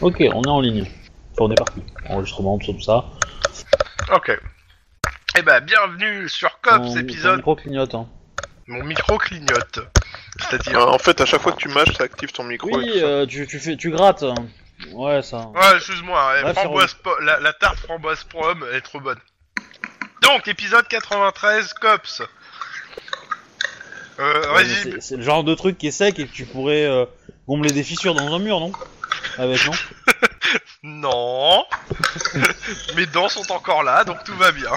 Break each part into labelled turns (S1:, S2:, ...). S1: Ok, on est en ligne. Enfin, on est parti. Enregistrement, tout ça.
S2: Ok. Eh ben, bienvenue sur Cops,
S1: Mon- Mon
S2: Ah, épisode...
S1: micro clignote. hein.
S2: Mon micro clignote.
S3: Euh,
S2: C'est-à-dire...
S3: En fait, à chaque fois que tu mâches, ça active ton micro. et
S1: Oui,
S3: tout ça.
S1: euh, tu, tu, fais, tu grattes. hein. Ouais, ça.
S2: Ouais, excuse-moi, eh,
S1: Ah. Ouais,
S2: framboise po- la, la tarte framboise prom est trop bonne. Donc, épisode 93, Cops. Euh,
S1: Ouais, mais
S2: Régis-
S1: c'est- c'est le genre de truc qui est sec et que tu pourrais euh, gombler des fissures dans un mur, non Avec, non
S2: Non. Mes dents sont encore là, donc tout va bien.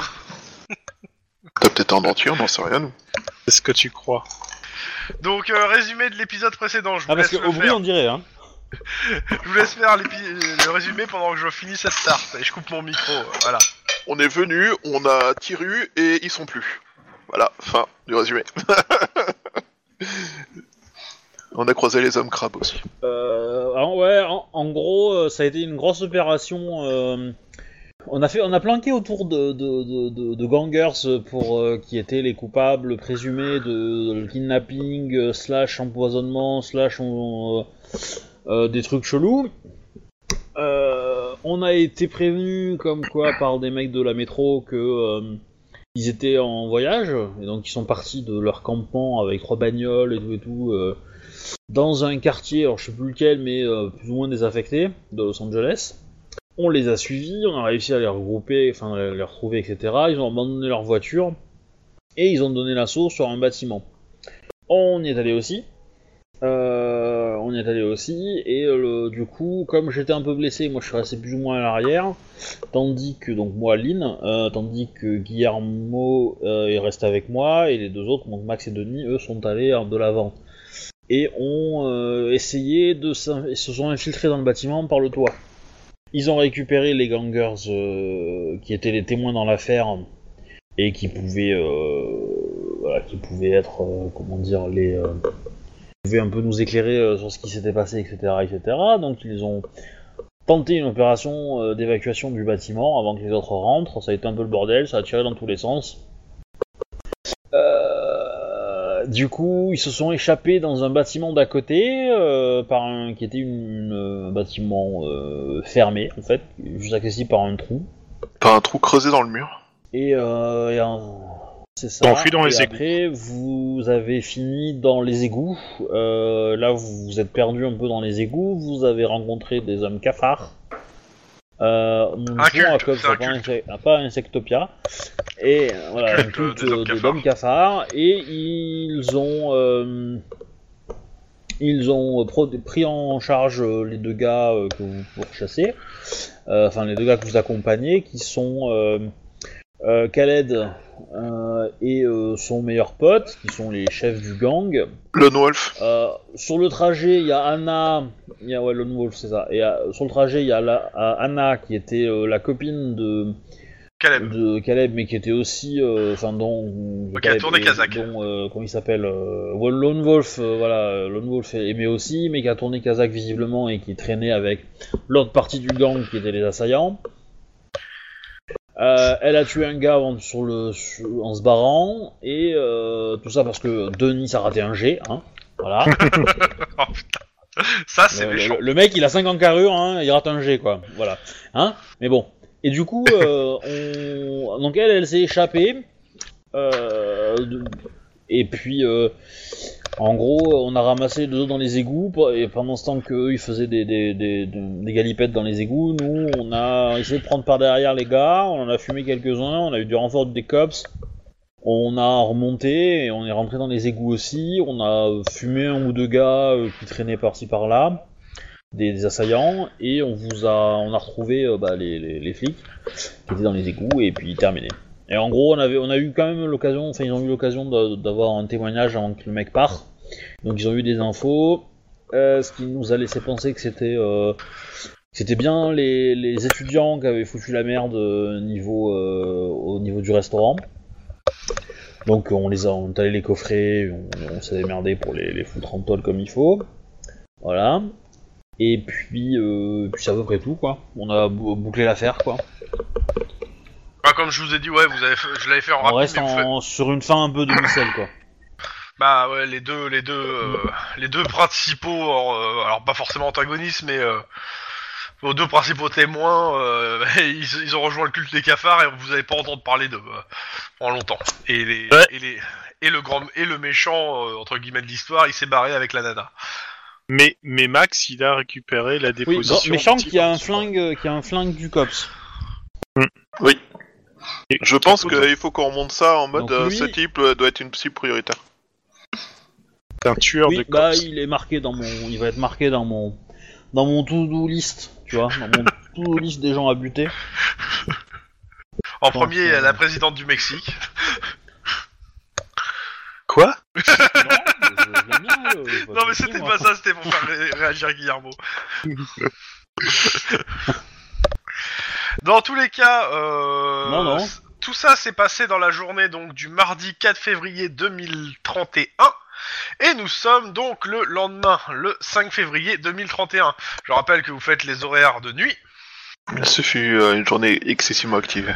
S3: T'as peut-être un dentier, on n'en sait rien, nous.
S4: C'est ce que tu crois.
S2: Donc, euh, résumé de l'épisode précédent, je vous
S1: Ah, parce
S2: laisse le
S1: qu'au bruit,
S2: faire.
S1: on dirait, hein.
S2: Je vous laisse faire l'épi- le résumé pendant que je finis cette tarte et je coupe mon micro, euh, voilà.
S3: On est venu, on a tiré et ils sont plus. Voilà, fin du résumé. on a croisé les hommes crabes aussi.
S1: Euh, alors, ouais, en, en gros, euh, ça a été une grosse opération. euh, on a fait, on a planqué autour de, de, de, de- de gangers euh, pour euh, qui étaient les coupables présumés de, de kidnapping euh, slash empoisonnement slash euh, euh, des trucs chelous. Euh, on a été prévenu comme quoi par des mecs de la métro que euh, ils étaient en voyage et donc ils sont partis de leur campement avec trois bagnoles et tout et tout. euh, dans un quartier, alors je sais plus lequel, mais euh, plus ou moins désaffecté, de Los Angeles. On les a suivis, on a réussi à les regrouper, enfin à les retrouver, etc. Ils ont abandonné leur voiture et ils ont donné l'assaut sur un bâtiment. On y est allé aussi. Euh, on y est allé aussi et euh, le- du coup, comme j'étais un peu blessé, moi je suis resté plus ou moins à l'arrière, tandis que donc moi Lynn, euh, tandis que Guillermo euh, est resté avec moi et les deux autres, donc Max et Denis, eux sont allés euh, de l'avant et ont euh, essayé de s'in- et se sont infiltrés dans le bâtiment par le toit. Ils ont récupéré les gangers euh, qui étaient les témoins dans l'affaire et qui pouvaient, euh, voilà, qui pouvaient être, euh, comment dire, les euh, qui pouvaient un peu nous éclairer euh, sur ce qui s'était passé, etc., etc. Donc ils ont tenté une opération euh, d'évacuation du bâtiment avant que les autres rentrent. Ça a été un peu le bordel, ça a tiré dans tous les sens. Euh, du coup, ils se sont échappés dans un bâtiment d'à côté, euh, par un, qui était une, une- un bâtiment euh, fermé, en fait, juste accessible par un trou.
S3: T'as un trou creusé dans le mur.
S1: Et, euh, et un- c'est ça.
S4: T'enfuis dans les
S1: Et Après, vous avez fini dans les égouts. Euh, là, vous vous êtes perdu un peu dans les égouts. Vous avez rencontré des hommes cafards. Euh, nous
S2: Un
S1: jouons à
S2: culte,
S1: Cops,
S2: c'est un
S1: pas, Insec- ah, pas Insectopia. Et voilà,
S2: Culte,
S1: un culte
S2: euh, des hommes
S1: euh, des
S2: cafards.
S1: hommes cafards. Et ils ont. euh, ils ont euh, pro- pris en charge euh, les deux gars euh, que vous pourchassez, euh, enfin les deux gars que vous accompagnez, qui sont euh, euh, Khaled euh, et euh, son meilleur pote, qui sont les chefs du gang.
S3: Lone Wolf,
S1: Euh, sur le trajet, il y a Anna, il y a ouais, Lone Wolf, c'est ça. Et euh, sur le trajet, il y a la- euh, Anna qui était euh, la copine de,
S2: Caleb.
S1: de Caleb, mais qui était aussi, euh, enfin, dont. de
S2: Ok, tour des
S1: et
S2: Kazakhs.
S1: Dont, euh, comment il s'appelle euh, Wo- Lone Wolf, euh, voilà, euh, Lone Wolf aimait aussi, mais qui a tourné Kazakh visiblement et qui traînait avec l'autre partie du gang qui était les assaillants. Euh, elle a tué un gars en, sur le, sur- en se barrant, et euh, tout ça parce que Denis a raté un G, hein, voilà.
S2: Ça, c'est
S1: Le,
S2: méchant.
S1: le- le mec, il a 50 carrures, hein, il rate un G, quoi. Voilà. Hein Mais bon. Et du coup, euh, on... donc elle, elle s'est échappée. Euh, de- Et puis, euh, en gros, on a ramassé les autres dans les égouts. pe- Et pendant ce temps qu'eux, ils faisaient des, des, des, des- des galipettes dans les égouts, nous, on a essayé de prendre par derrière les gars. On en a fumé quelques-uns. On a eu du renfort des cops. On a remonté et on est rentré dans les égouts aussi. On a fumé un ou deux gars euh, qui traînaient par-ci par-là, des, des assaillants, et on vous a, on a retrouvé euh, bah, les, les- les flics qui étaient dans les égouts et puis terminé. Et en gros, on avait, on a eu quand même l'occasion, enfin ils ont eu l'occasion d'a- d'avoir un témoignage avant que le mec parte. Donc ils ont eu des infos, euh, ce qui nous a laissé penser que c'était, euh, que c'était bien les, les étudiants qui avaient foutu la merde euh, niveau, euh, au niveau du restaurant. Donc on les a, on est allé les coffrer, on, on s'est démerdé pour les, les foutre en tôle comme il faut. Voilà. Et puis, euh, puis c'est à peu près tout quoi. On a bou- bouclé l'affaire quoi.
S2: Enfin, Bah, comme je vous ai dit, ouais, vous avez fait- je l'avais fait en
S1: On
S2: rapide.
S1: reste
S2: mais vous faites-
S1: en- sur une fin un peu demi-sel quoi.
S2: Bah ouais, les deux, les deux, euh, les deux principaux, euh, alors pas forcément antagonistes, mais euh, vos deux principaux témoins, euh, ils, ils ont rejoint le culte des cafards et vous n'allez pas entendre parler d'eux euh, en longtemps. Et les,
S4: Ouais.
S2: et les et le grand et le méchant euh, entre guillemets de l'histoire, il s'est barré avec la nana.
S4: Mais, mais Max, il a récupéré la
S1: Oui,
S4: déposition.
S1: gr- méchant
S4: du type
S1: qui a un
S4: sur-
S1: flingue, euh, qui a un flingue du cops.
S4: Et-
S3: Je pense qu'il faut qu'on remonte ça en mode
S1: Donc,
S3: euh,
S1: lui-
S3: ce type euh, doit être une psy prioritaire.
S4: C'est un tueur
S1: Oui,
S4: de cops.
S1: bah il est marqué dans mon, il va être marqué dans mon, dans mon to do list, tu vois, dans mon to do list des gens à buter.
S2: En
S1: pense,
S2: premier,
S1: euh,
S2: la présidente du Mexique.
S4: Quoi
S1: Non, je- je l'aime bien, euh, je vois
S2: Non mais
S1: que si,
S2: c'était
S1: moi.
S2: pas ça, c'était pour faire ré- réagir Guillermo. Dans tous les cas, euh,
S1: Non, non.
S2: c- tout ça s'est passé dans la journée donc du mardi 4 février 2031. Et nous sommes donc le lendemain, le 5 février 2031. Je rappelle que vous faites les horaires de nuit.
S3: Ce fut euh, une journée excessivement active.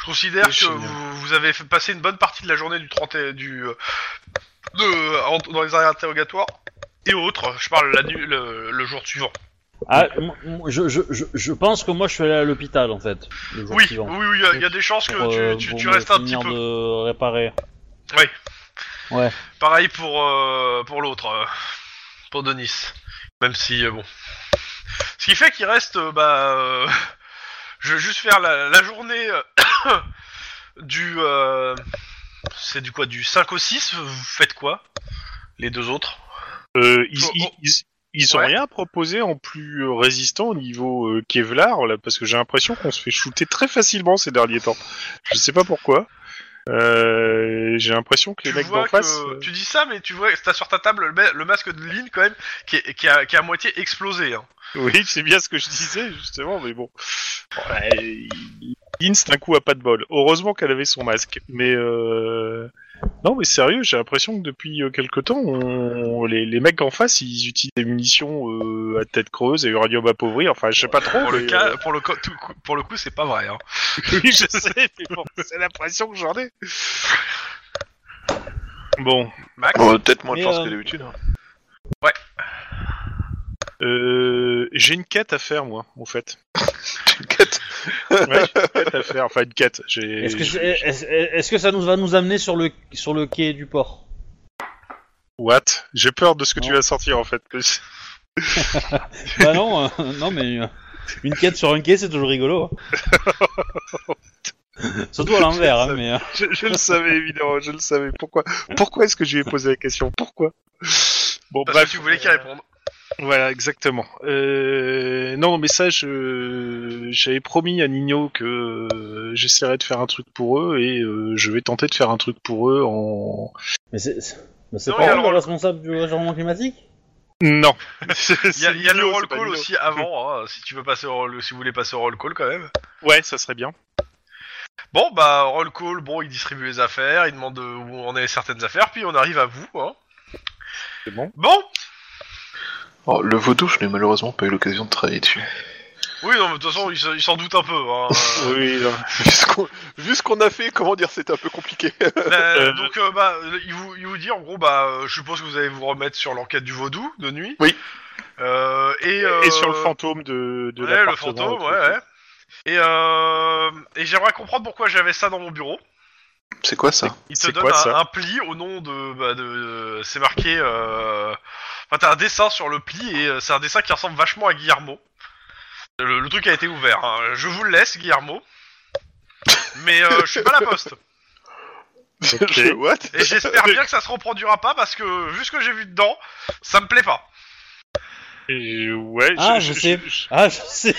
S2: Je considère
S4: Oui,
S2: que
S4: c'est bien.
S2: vous, vous avez fait passer une bonne partie de la journée du 30 et- du euh, de, en- dans les arrêts interrogatoires et autres. Je parle la nuit, le- le jour suivant.
S1: Ah, m- m- je, je, je, je pense que moi je suis allé à l'hôpital en fait. Le jour
S2: Oui, oui,
S1: suivant,
S2: oui, il y a- il y, a des chances que
S1: pour, euh,
S2: tu, tu,
S1: pour
S2: tu
S1: me
S2: restes un petit
S1: finir
S2: peu.
S1: de réparer.
S2: Pareil pour, euh, pour l'autre, euh, pour Denis. Même si, euh, bon. Ce qui fait qu'il reste, euh, bah. euh, je vais juste faire la, la journée euh, du. euh, c'est du quoi Du 5 au 6, vous faites quoi Les deux autres
S4: Euh, ils,
S2: Oh,
S4: ils,
S2: oh.
S4: ils, ils ont
S2: Ouais.
S4: rien proposé en plus euh, résistant au niveau euh, Kevlar, là, parce que j'ai l'impression qu'on se fait shooter très facilement ces derniers temps. Je sais pas pourquoi. Euh, j'ai l'impression que les
S2: tu
S4: mecs
S2: vois
S4: d'en
S2: que-
S4: face. euh,
S2: Tu dis ça, mais tu vois, t'as sur ta table le, ma- le masque de Lynn quand même, qui est, qui a, qui est à moitié explosé. Hein.
S4: Oui, c'est bien ce que je disais, justement, mais bon. Ouais, Lynn, c'est un coup à pas de bol. Heureusement qu'elle avait son masque. Mais euh... non, mais sérieux, j'ai l'impression que depuis euh, quelque temps, on- les, les mecs en face, ils utilisent des munitions euh, à tête creuse et uranium appauvri. Enfin, je sais pas trop.
S2: Pour, le
S4: mais,
S2: cas,
S4: euh,
S2: pour, le, co- tout- pour le coup, c'est pas vrai. Hein.
S4: oui, je sais, mais bon, c'est l'impression que j'en ai. Bon,
S2: Max
S3: Bon, Peut-être moins de
S1: Mais,
S3: chance
S1: euh,
S3: que d'habitude. hein.
S4: euh, j'ai une quête à faire, moi, en fait.
S3: Quête.
S4: Ouais, j'ai une quête à faire. Enfin, une quête. J'ai...
S1: Est-ce que, c'est- est-ce- est-ce que ça nous va nous amener sur le sur le quai du port
S4: What J'ai peur de ce que tu
S1: Non.
S4: vas sortir, en fait.
S1: Bah non, euh, non mais euh, une quête sur un quai c'est toujours rigolo. hein. Surtout à l'envers, hein, mais. euh,
S4: je, je le savais évidemment, je le savais. Pourquoi Pourquoi est-ce que je lui ai posé la question Pourquoi Bon,
S2: Parce que tu euh, voulais qu'il réponde.
S4: Voilà, exactement. Euh, non, mais ça, je j'avais promis à Nino que euh, j'essaierais de faire un truc pour eux et euh, je vais tenter de faire un truc pour eux en
S1: Mais c'est c'est- mais c'est
S2: Non,
S1: pas
S2: il y a
S1: lui
S2: le-
S1: le responsable du réchauffement climatique
S4: non.
S2: Il y a, il y a le roll
S4: c'est pas
S2: call
S4: Nino.
S2: aussi avant, hein, si tu veux passer au roll, si vous voulez passer au roll call quand même.
S4: Ouais, ça serait bien.
S2: Bon bah roll call, bon il distribue les affaires, il demande euh, où on est certaines affaires, puis on arrive à vous. Hein.
S4: C'est bon.
S2: Bon,
S3: Oh, le vaudou, je n'ai malheureusement pas eu l'occasion de travailler dessus.
S2: oui non mais de toute façon il s- il s'en doute un peu. Hein. Euh,
S4: Oui. non.
S3: Vu ce qu'on- vu ce qu'on a fait, comment dire, c'était un peu compliqué.
S2: la-
S4: Euh.
S2: donc euh, bah le- il vous, il vous dit en gros bah euh, je suppose que vous allez vous remettre sur l'enquête du vaudou de nuit.
S3: Oui.
S2: Euh, et,
S4: Et sur le
S2: euh,
S4: fantôme de de
S2: ouais, le
S4: l'appartement,
S2: fantôme,
S4: le
S2: ouais,
S4: truc.
S2: ouais. Et, euh, et j'aimerais comprendre pourquoi j'avais ça dans mon bureau.
S3: C'est quoi ça
S2: Il te
S4: C'est
S2: donne un,
S4: quoi, ça
S2: un pli au nom de. Bah, de, de- c'est marqué. euh, Enfin, t'as un dessin sur le pli et euh, c'est un dessin qui ressemble vachement à Guillermo. Le, le truc a été ouvert. hein. Je vous le laisse, Guillermo. Mais euh, je suis pas la poste.
S4: Ok.
S3: Je- What
S2: Et j'espère bien que ça se reproduira pas parce que, vu ce que j'ai vu dedans, ça me plaît pas.
S4: Et ouais.
S1: Ah, je sais. Ah, je sais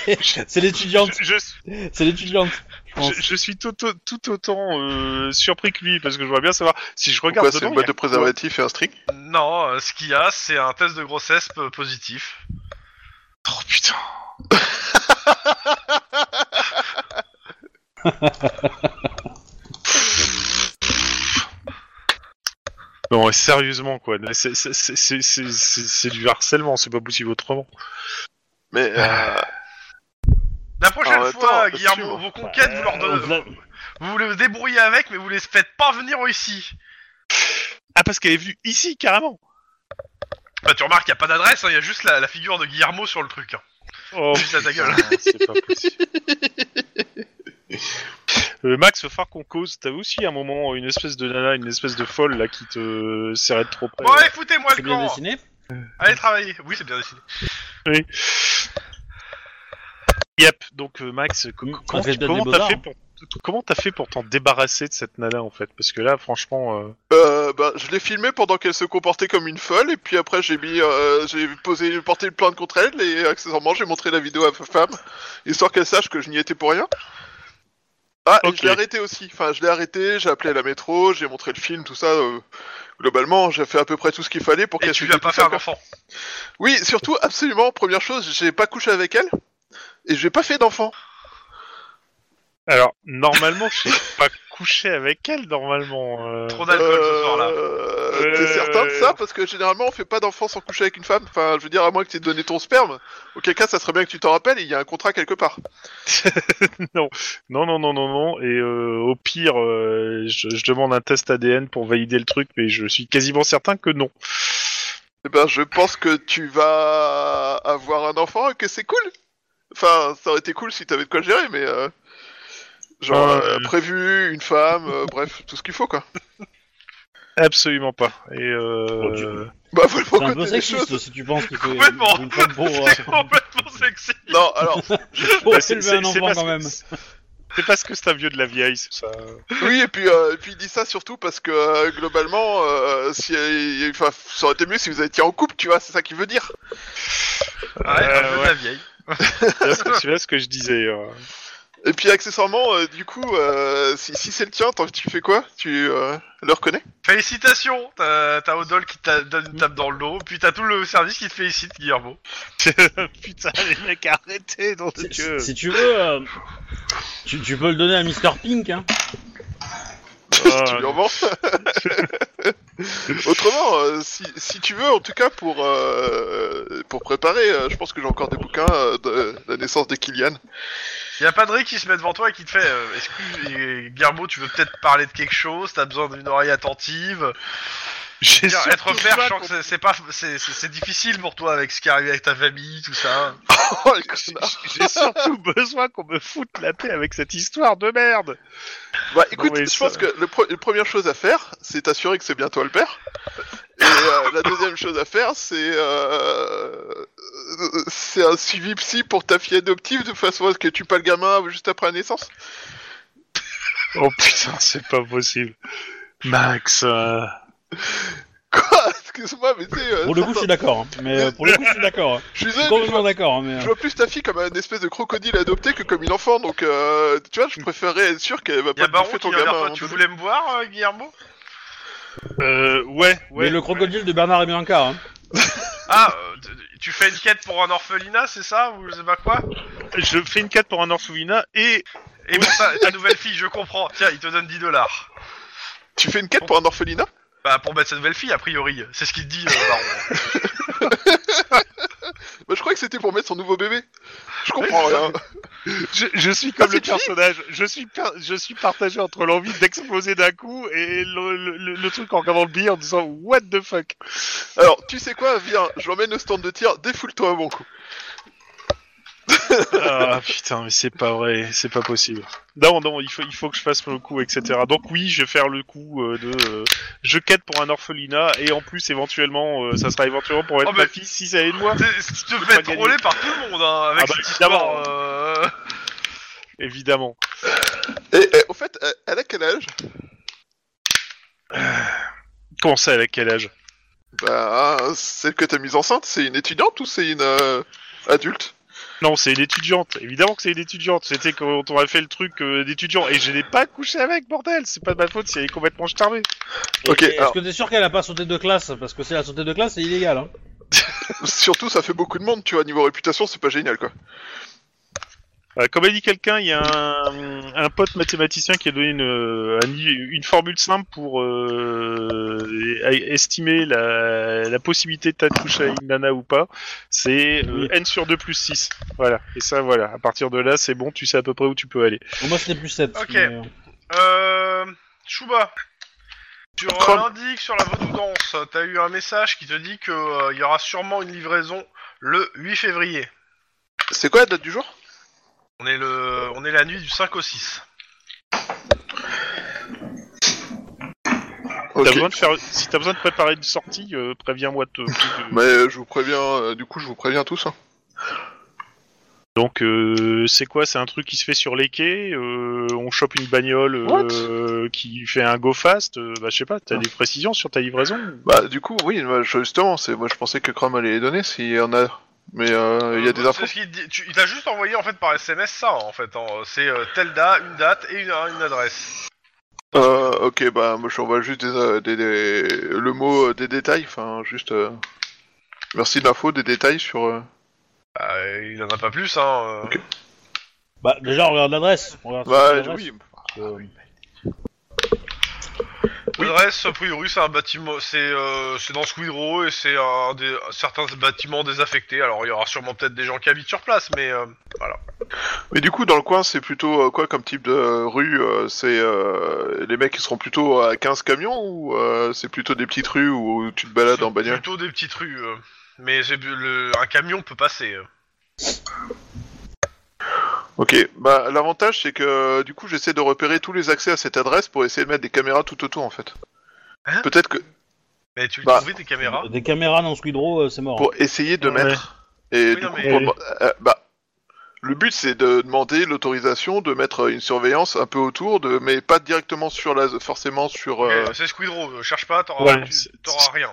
S1: C'est l'étudiante
S4: je- je-
S1: C'est l'étudiante, je pense.
S4: Je, je suis tout, au- tout autant euh, surpris que lui parce que je voudrais bien savoir si je regarde
S3: Pourquoi c'est
S4: dedans,
S3: une
S4: il y
S3: boîte
S4: a
S3: de préservatif et un string
S2: Non, euh, ce qu'il y a, c'est un test de grossesse p- positif.
S4: quoi Oh putain. Non, mais sérieusement quoi, c'est c'est- c'est- c'est- c'est- c'est- c'est du harcèlement, c'est pas possible autrement.
S3: Mais
S4: Ah.
S3: euh,
S2: La prochaine
S3: Ah,
S2: fois,
S3: attends,
S2: Guillermo,
S3: excuse-moi.
S2: vos conquêtes, vous leur
S1: Euh,
S2: donnez.
S1: au-delà-
S2: Vous voulez vous débrouiller avec, mais vous les faites pas venir ici.
S4: Ah parce qu'elle est venue ici carrément.
S2: Bah, tu remarques, y a pas d'adresse, il y a juste la, la figure de Guillermo sur le truc. hein.
S4: Oh,
S2: Juste à ta gueule.
S3: Ah,
S4: putain, C'est pas possible. Euh, Max, faut faire qu'on cause. T'as aussi à un moment une espèce de nana, une espèce de folle là qui te serrait de trop près.
S2: Bon, allez, foutez-moi
S1: C'est
S2: le
S1: bien
S2: camp
S1: dessiné
S2: Allez travailler Oui, c'est bien dessiné.
S4: Oui. Yep. Donc euh, Max, co-
S1: Mm,
S4: co-
S1: ça
S4: comment
S1: fait
S4: tu-
S1: bien
S4: comment
S1: des
S4: t'as
S1: beaux-arts.
S4: fait pour comment t'as fait pour t'en débarrasser de cette nana en fait Parce que là, franchement, euh,
S5: Euh, bah, je l'ai filmé pendant qu'elle se comportait comme une folle, et puis après j'ai mis, euh, j'ai posé, porté une plainte contre elle, et accessoirement j'ai montré la vidéo à ma femme, histoire qu'elle sache que je n'y étais pour rien. Ah, et
S4: Ok.
S5: je l'ai arrêté aussi. Enfin, je l'ai arrêté, j'ai appelé la métro, j'ai montré le film, tout ça. euh, globalement, j'ai fait à peu près tout ce qu'il fallait pour
S2: Et
S5: qu'elle
S2: tu
S5: suive
S2: vas pas
S5: tout ça,
S2: faire
S5: quoi.
S2: d'enfant.
S5: Oui, surtout, absolument, première chose, j'ai pas couché avec elle, et j'ai pas fait d'enfant.
S4: alors normalement, je sais pas coucher avec elle normalement. euh.
S2: Trop d'alcool ce soir-là.
S5: Euh,
S4: Euh,
S5: T'es certain de ça Parce que généralement, on fait pas d'enfant sans coucher avec une femme. Enfin, je veux dire, à moins que tu aies donné ton sperme. Auquel cas, ça serait bien que tu t'en rappelles. Il y a un contrat quelque part.
S4: Non, non, non, non, non. Et euh, au pire, euh, je, je demande un test ADN pour valider le truc, mais je suis quasiment certain que non.
S5: Eh ben, je pense que tu vas avoir un enfant et que c'est cool. Enfin, ça aurait été cool si t'avais de quoi gérer, mais euh, genre
S4: Ouais.
S5: euh, prévu, une femme, euh, bref, tout ce qu'il faut quoi.
S4: Absolument pas. Et euh,
S1: Oh, Dieu.
S5: Bah voilà
S1: C'est un peu
S5: côté des
S1: sexiste
S5: choses.
S1: si tu penses qu'il faut une
S2: Complètement.
S1: femme pour, euh,
S2: C'est complètement sexy.
S5: Non, alors
S1: pour
S4: bah, c'est-
S1: élever un
S4: c'est- c'est
S1: enfant
S4: parce
S1: quand
S4: que-
S1: même.
S4: C'est parce que c'est un vieux de la vieille, c'est ça.
S5: oui, et puis euh, et puis il dit ça surtout parce que euh, globalement, euh, si, enfin, ça aurait été mieux si vous étiez en couple, tu vois, c'est ça qu'il veut dire.
S2: Ouais, un peu de
S4: ouais.
S2: la vieille.
S4: C'est là ce que- c'est là ce que je disais. euh.
S5: Et puis accessoirement, euh, du coup, euh, si, si c'est le tien, t'en- tu fais quoi Tu euh, le reconnais
S2: Félicitations T'as t'as Odol qui t'a donne une tape dans le dos, puis t'as tout le service qui te félicite, Guillermo.
S4: Putain, les mecs, arrêtez, dans
S1: Si, si tu veux, euh, tu, tu peux le donner à Mr. Pink. Hein.
S4: Oh.
S5: Tu
S4: Euh,
S5: lui revends Autrement, euh, si, si tu veux, en tout cas pour euh, pour préparer, euh, je pense que j'ai encore des bouquins euh, de la naissance de Kylian.
S2: Y a Padre qui se met devant toi et qui te fait euh, Excuse, et Guillermo, tu veux peut-être parler de quelque chose, t'as besoin d'une oreille attentive.
S4: J'ai
S2: Dire, être
S4: surtout
S2: père,
S4: pas
S2: je sens que c'est- c'est pas, c'est c'est- c'est difficile pour toi avec ce qui est arrivé avec ta famille, tout ça.
S5: Oh, le
S4: qu'on-
S5: connard.
S4: J'ai surtout besoin qu'on me foute la paix avec cette histoire de merde.
S5: Bah écoute,
S4: mais
S5: je
S4: ça-
S5: pense que le pre- la première chose à faire, c'est t'assurer que c'est bien toi le père. Et euh, la deuxième chose à faire, c'est euh, c'est un suivi psy pour ta fille adoptive de façon à ce que tu pas le gamin juste après la naissance.
S4: Oh putain, c'est pas possible. Max, euh,
S5: Quoi Excuse-moi, mais tu sais, euh,
S1: Pour le coup, je suis d'accord. hein. Mais euh, pour le coup, je suis d'accord. hein.
S5: je suis
S1: Je suis
S5: désolé, mais je
S1: complètement
S5: vois-
S1: d'accord. hein, Mais...
S5: je
S1: euh,
S5: vois plus ta fille comme un espèce de crocodile adopté que comme une enfant, donc euh, tu vois, je préférerais être sûr qu'elle va
S2: Y'a
S5: pas
S2: Baron
S5: bouffer
S2: qui
S5: ton
S2: vient
S5: gamin. hein.
S2: vers
S5: à
S2: toi,
S5: un moment
S2: tu
S5: donné.
S2: voulais me voir, euh, Guillermo
S4: euh, ouais, ouais.
S1: mais le crocodile de Bernard et Bianca. Hein.
S2: Ah, euh, tu- tu fais une quête pour un orphelinat, c'est ça Ou je sais pas quoi
S4: Je fais une quête pour un orphelinat et
S2: Et pour ben, ta, ta nouvelle fille, je comprends. Tiens, il te donne 10 dollars.
S5: Tu fais une quête pour un orphelinat
S2: Bah, pour mettre sa nouvelle fille, a priori. C'est ce qu'il te dit, euh, Baron.
S5: bah, Je crois que c'était pour mettre son nouveau bébé. Je comprends rien.
S4: je, je suis comme
S5: Ah,
S4: le
S5: c'est fini
S4: personnage. Je suis, par- je suis partagé entre l'envie d'exploser d'un coup et le, le- le- le truc en regardant le billet en disant What the fuck
S5: Alors, tu sais quoi Viens, je l'emmène au stand de tir, défoule-toi à mon coup.
S4: Ah putain, mais c'est pas vrai, c'est pas possible. Non, non, il faut, il faut que je fasse le coup, etc. Donc oui, je vais faire le coup euh, de. euh, je quête pour un orphelinat et en plus, éventuellement, euh, ça sera éventuellement pour être
S2: Oh, mais-
S4: ma fille si ça est de moi.
S2: C'est- c'est- Tu te fais
S4: gagner.
S2: troller par tout le monde, hein, avec
S4: Ah bah,
S2: cette histoire.
S4: évidemment.
S2: euh,
S4: Évidemment.
S5: Et, et, au fait, euh, elle a quel âge
S4: Comment ça, à quel âge
S5: Bah, celle que t'as mise enceinte, c'est une étudiante ou c'est une euh, adulte
S4: Non, c'est une étudiante. Évidemment que c'est une étudiante. C'était quand on a fait le truc euh, d'étudiant et je n'ai pas couché avec, bordel. C'est pas de ma faute si elle est complètement charmée.
S1: Et-
S5: Ok,
S1: et Est-ce
S5: alors-
S1: que t'es sûr qu'elle a pas sauté de classe Parce que si elle a sauté de classe, c'est illégal. Hein.
S5: Surtout, ça fait beaucoup de monde, tu vois, niveau réputation, c'est pas génial, quoi.
S4: Euh, comme a dit quelqu'un, il y a un, un pote mathématicien qui a donné une, euh, un- une formule simple pour euh, e- estimer la, la possibilité de t'as de coucher à une nana ou pas. C'est
S1: Oui.
S4: euh, n sur 2 plus 6. Voilà. Et ça, voilà. À partir de là, c'est bon. Tu sais à peu près où tu peux aller.
S1: Bon, moi, c'était plus 7.
S2: Ok.
S1: mais, euh,
S2: Euh. Chouba, sur euh,
S5: Chrome.
S2: l'indique sur la vaudou-danse, t'as eu un message qui te dit que euh, il y aura sûrement une livraison le 8 février.
S5: C'est quoi la date du jour
S2: On est le, on est la nuit du 5 au 6.
S4: T'as
S5: Ok.
S4: besoin de faire... Si t'as besoin de préparer une sortie, euh, préviens-moi. de- de-
S5: Mais euh, je vous préviens, euh, du coup, je vous préviens tous. hein.
S4: Donc, euh, c'est quoi C'est un truc qui se fait sur les quais euh, On chope une bagnole euh, qui fait un go fast euh, Bah, je sais pas, t'as des précisions sur ta livraison
S5: Bah, du coup, oui, bah, justement, c'est moi je pensais que Chrome allait les donner s'il y en a. Mais euh, il y a des
S2: Euh,
S5: infos.
S2: c'est ce qu'il dit- tu- il t'a juste envoyé en fait par SMS ça en fait. hein. C'est euh, telle date, une date et une, une adresse.
S5: Euh, ok, bah, moi je t'envoie juste des, euh, des- des- le mot euh, des détails, enfin, juste. euh, Merci de l'info, des détails sur. euh,
S2: Bah, il en a pas plus hein. euh.
S5: Ok.
S1: Bah, déjà, on regarde l'adresse. on regarde
S5: Bah,
S1: l'adresse,
S5: oui,
S1: euh,
S5: Oui.
S2: L'adresse, a priori, c'est un bâtiment, c'est euh, c'est dans Squidrow et c'est un des certains bâtiments désaffectés. Alors il y aura sûrement peut-être des gens qui habitent sur place, mais euh,
S5: Mais du coup, dans le coin, c'est plutôt euh, quoi comme type de euh, rue euh, C'est euh, les mecs qui seront plutôt à 15 camions ou euh, c'est plutôt des petites rues où tu te balades en
S2: c'est
S5: bagnole
S2: plutôt des petites rues. euh. mais c'est le, un camion peut passer. euh.
S5: Ok, bah l'avantage c'est que du coup j'essaie de repérer tous les accès à cette adresse pour essayer de mettre des caméras tout autour en fait.
S2: Hein
S5: Peut-être que
S2: Mais tu
S5: Bah.
S2: trouves des caméras
S1: euh, Des caméras dans Squid Row, euh, c'est mort.
S5: pour essayer de
S4: Ouais.
S5: mettre et
S2: Oui,
S5: du
S2: non,
S5: coup
S2: mais-
S5: pour- euh, bah le but c'est de demander l'autorisation de mettre une surveillance un peu autour de mais pas directement sur la forcément sur
S2: Ok,
S5: euh,
S2: C'est Squidrow, euh, cherche pas, t'auras
S4: Ouais,
S2: tu-
S4: c'est-
S2: t'auras rien.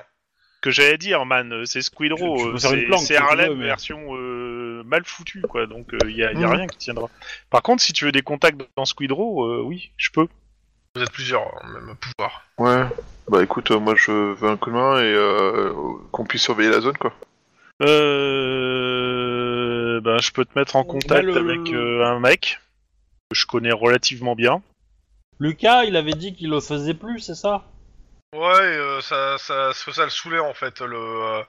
S4: que j'allais dire, man. euh, C'est Squidrow.
S1: Tu- tu peux
S4: euh,
S1: faire une
S4: c'est-
S1: planque,
S4: C'est
S1: si tu
S4: Harlem
S1: veux, mais-
S4: version euh, mal foutue, quoi. Donc, il y a, y a
S5: Mhm.
S4: rien qui tiendra. Par contre, si tu veux des contacts dans Squidrow, euh, oui, je peux.
S2: Vous êtes plusieurs, euh, même à pouvoir.
S5: Ouais. Bah écoute, euh, moi je veux un coup de main et euh, qu'on puisse surveiller la zone quoi.
S4: Euh... Ben, je peux te mettre en contact
S1: Bah, le-
S4: avec euh, un mec que je connais relativement bien.
S1: Lucas, il avait dit qu'il le faisait plus, c'est ça
S2: Ouais, euh, ça, ça, ça, ça le saoulait en fait, le, euh,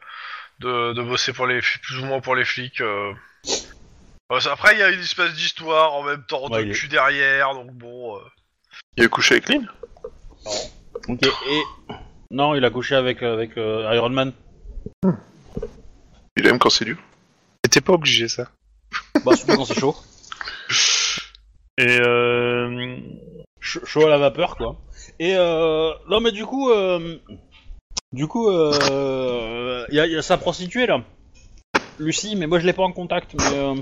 S2: de, de bosser pour les, flics, plus ou moins pour les flics. euh. Euh, ça- après, il y a une espèce d'histoire en même temps,
S1: Ouais,
S2: de
S1: il est-
S2: cul derrière, donc bon. euh.
S5: Il est couché avec Lynn
S1: Ok, et. Non, il a couché avec, avec euh, Iron Man.
S5: Il aime quand c'est dur.
S4: T'étais pas obligé, ça.
S1: Bah, surtout quand c'est chaud.
S4: Et euh...
S1: Ch- chaud à la vapeur, quoi. Et euh... Non, mais du coup. Euh... Du coup, euh... il y, a- il y a sa prostituée, là. Lucie, mais moi je l'ai pas en contact. Mais, euh,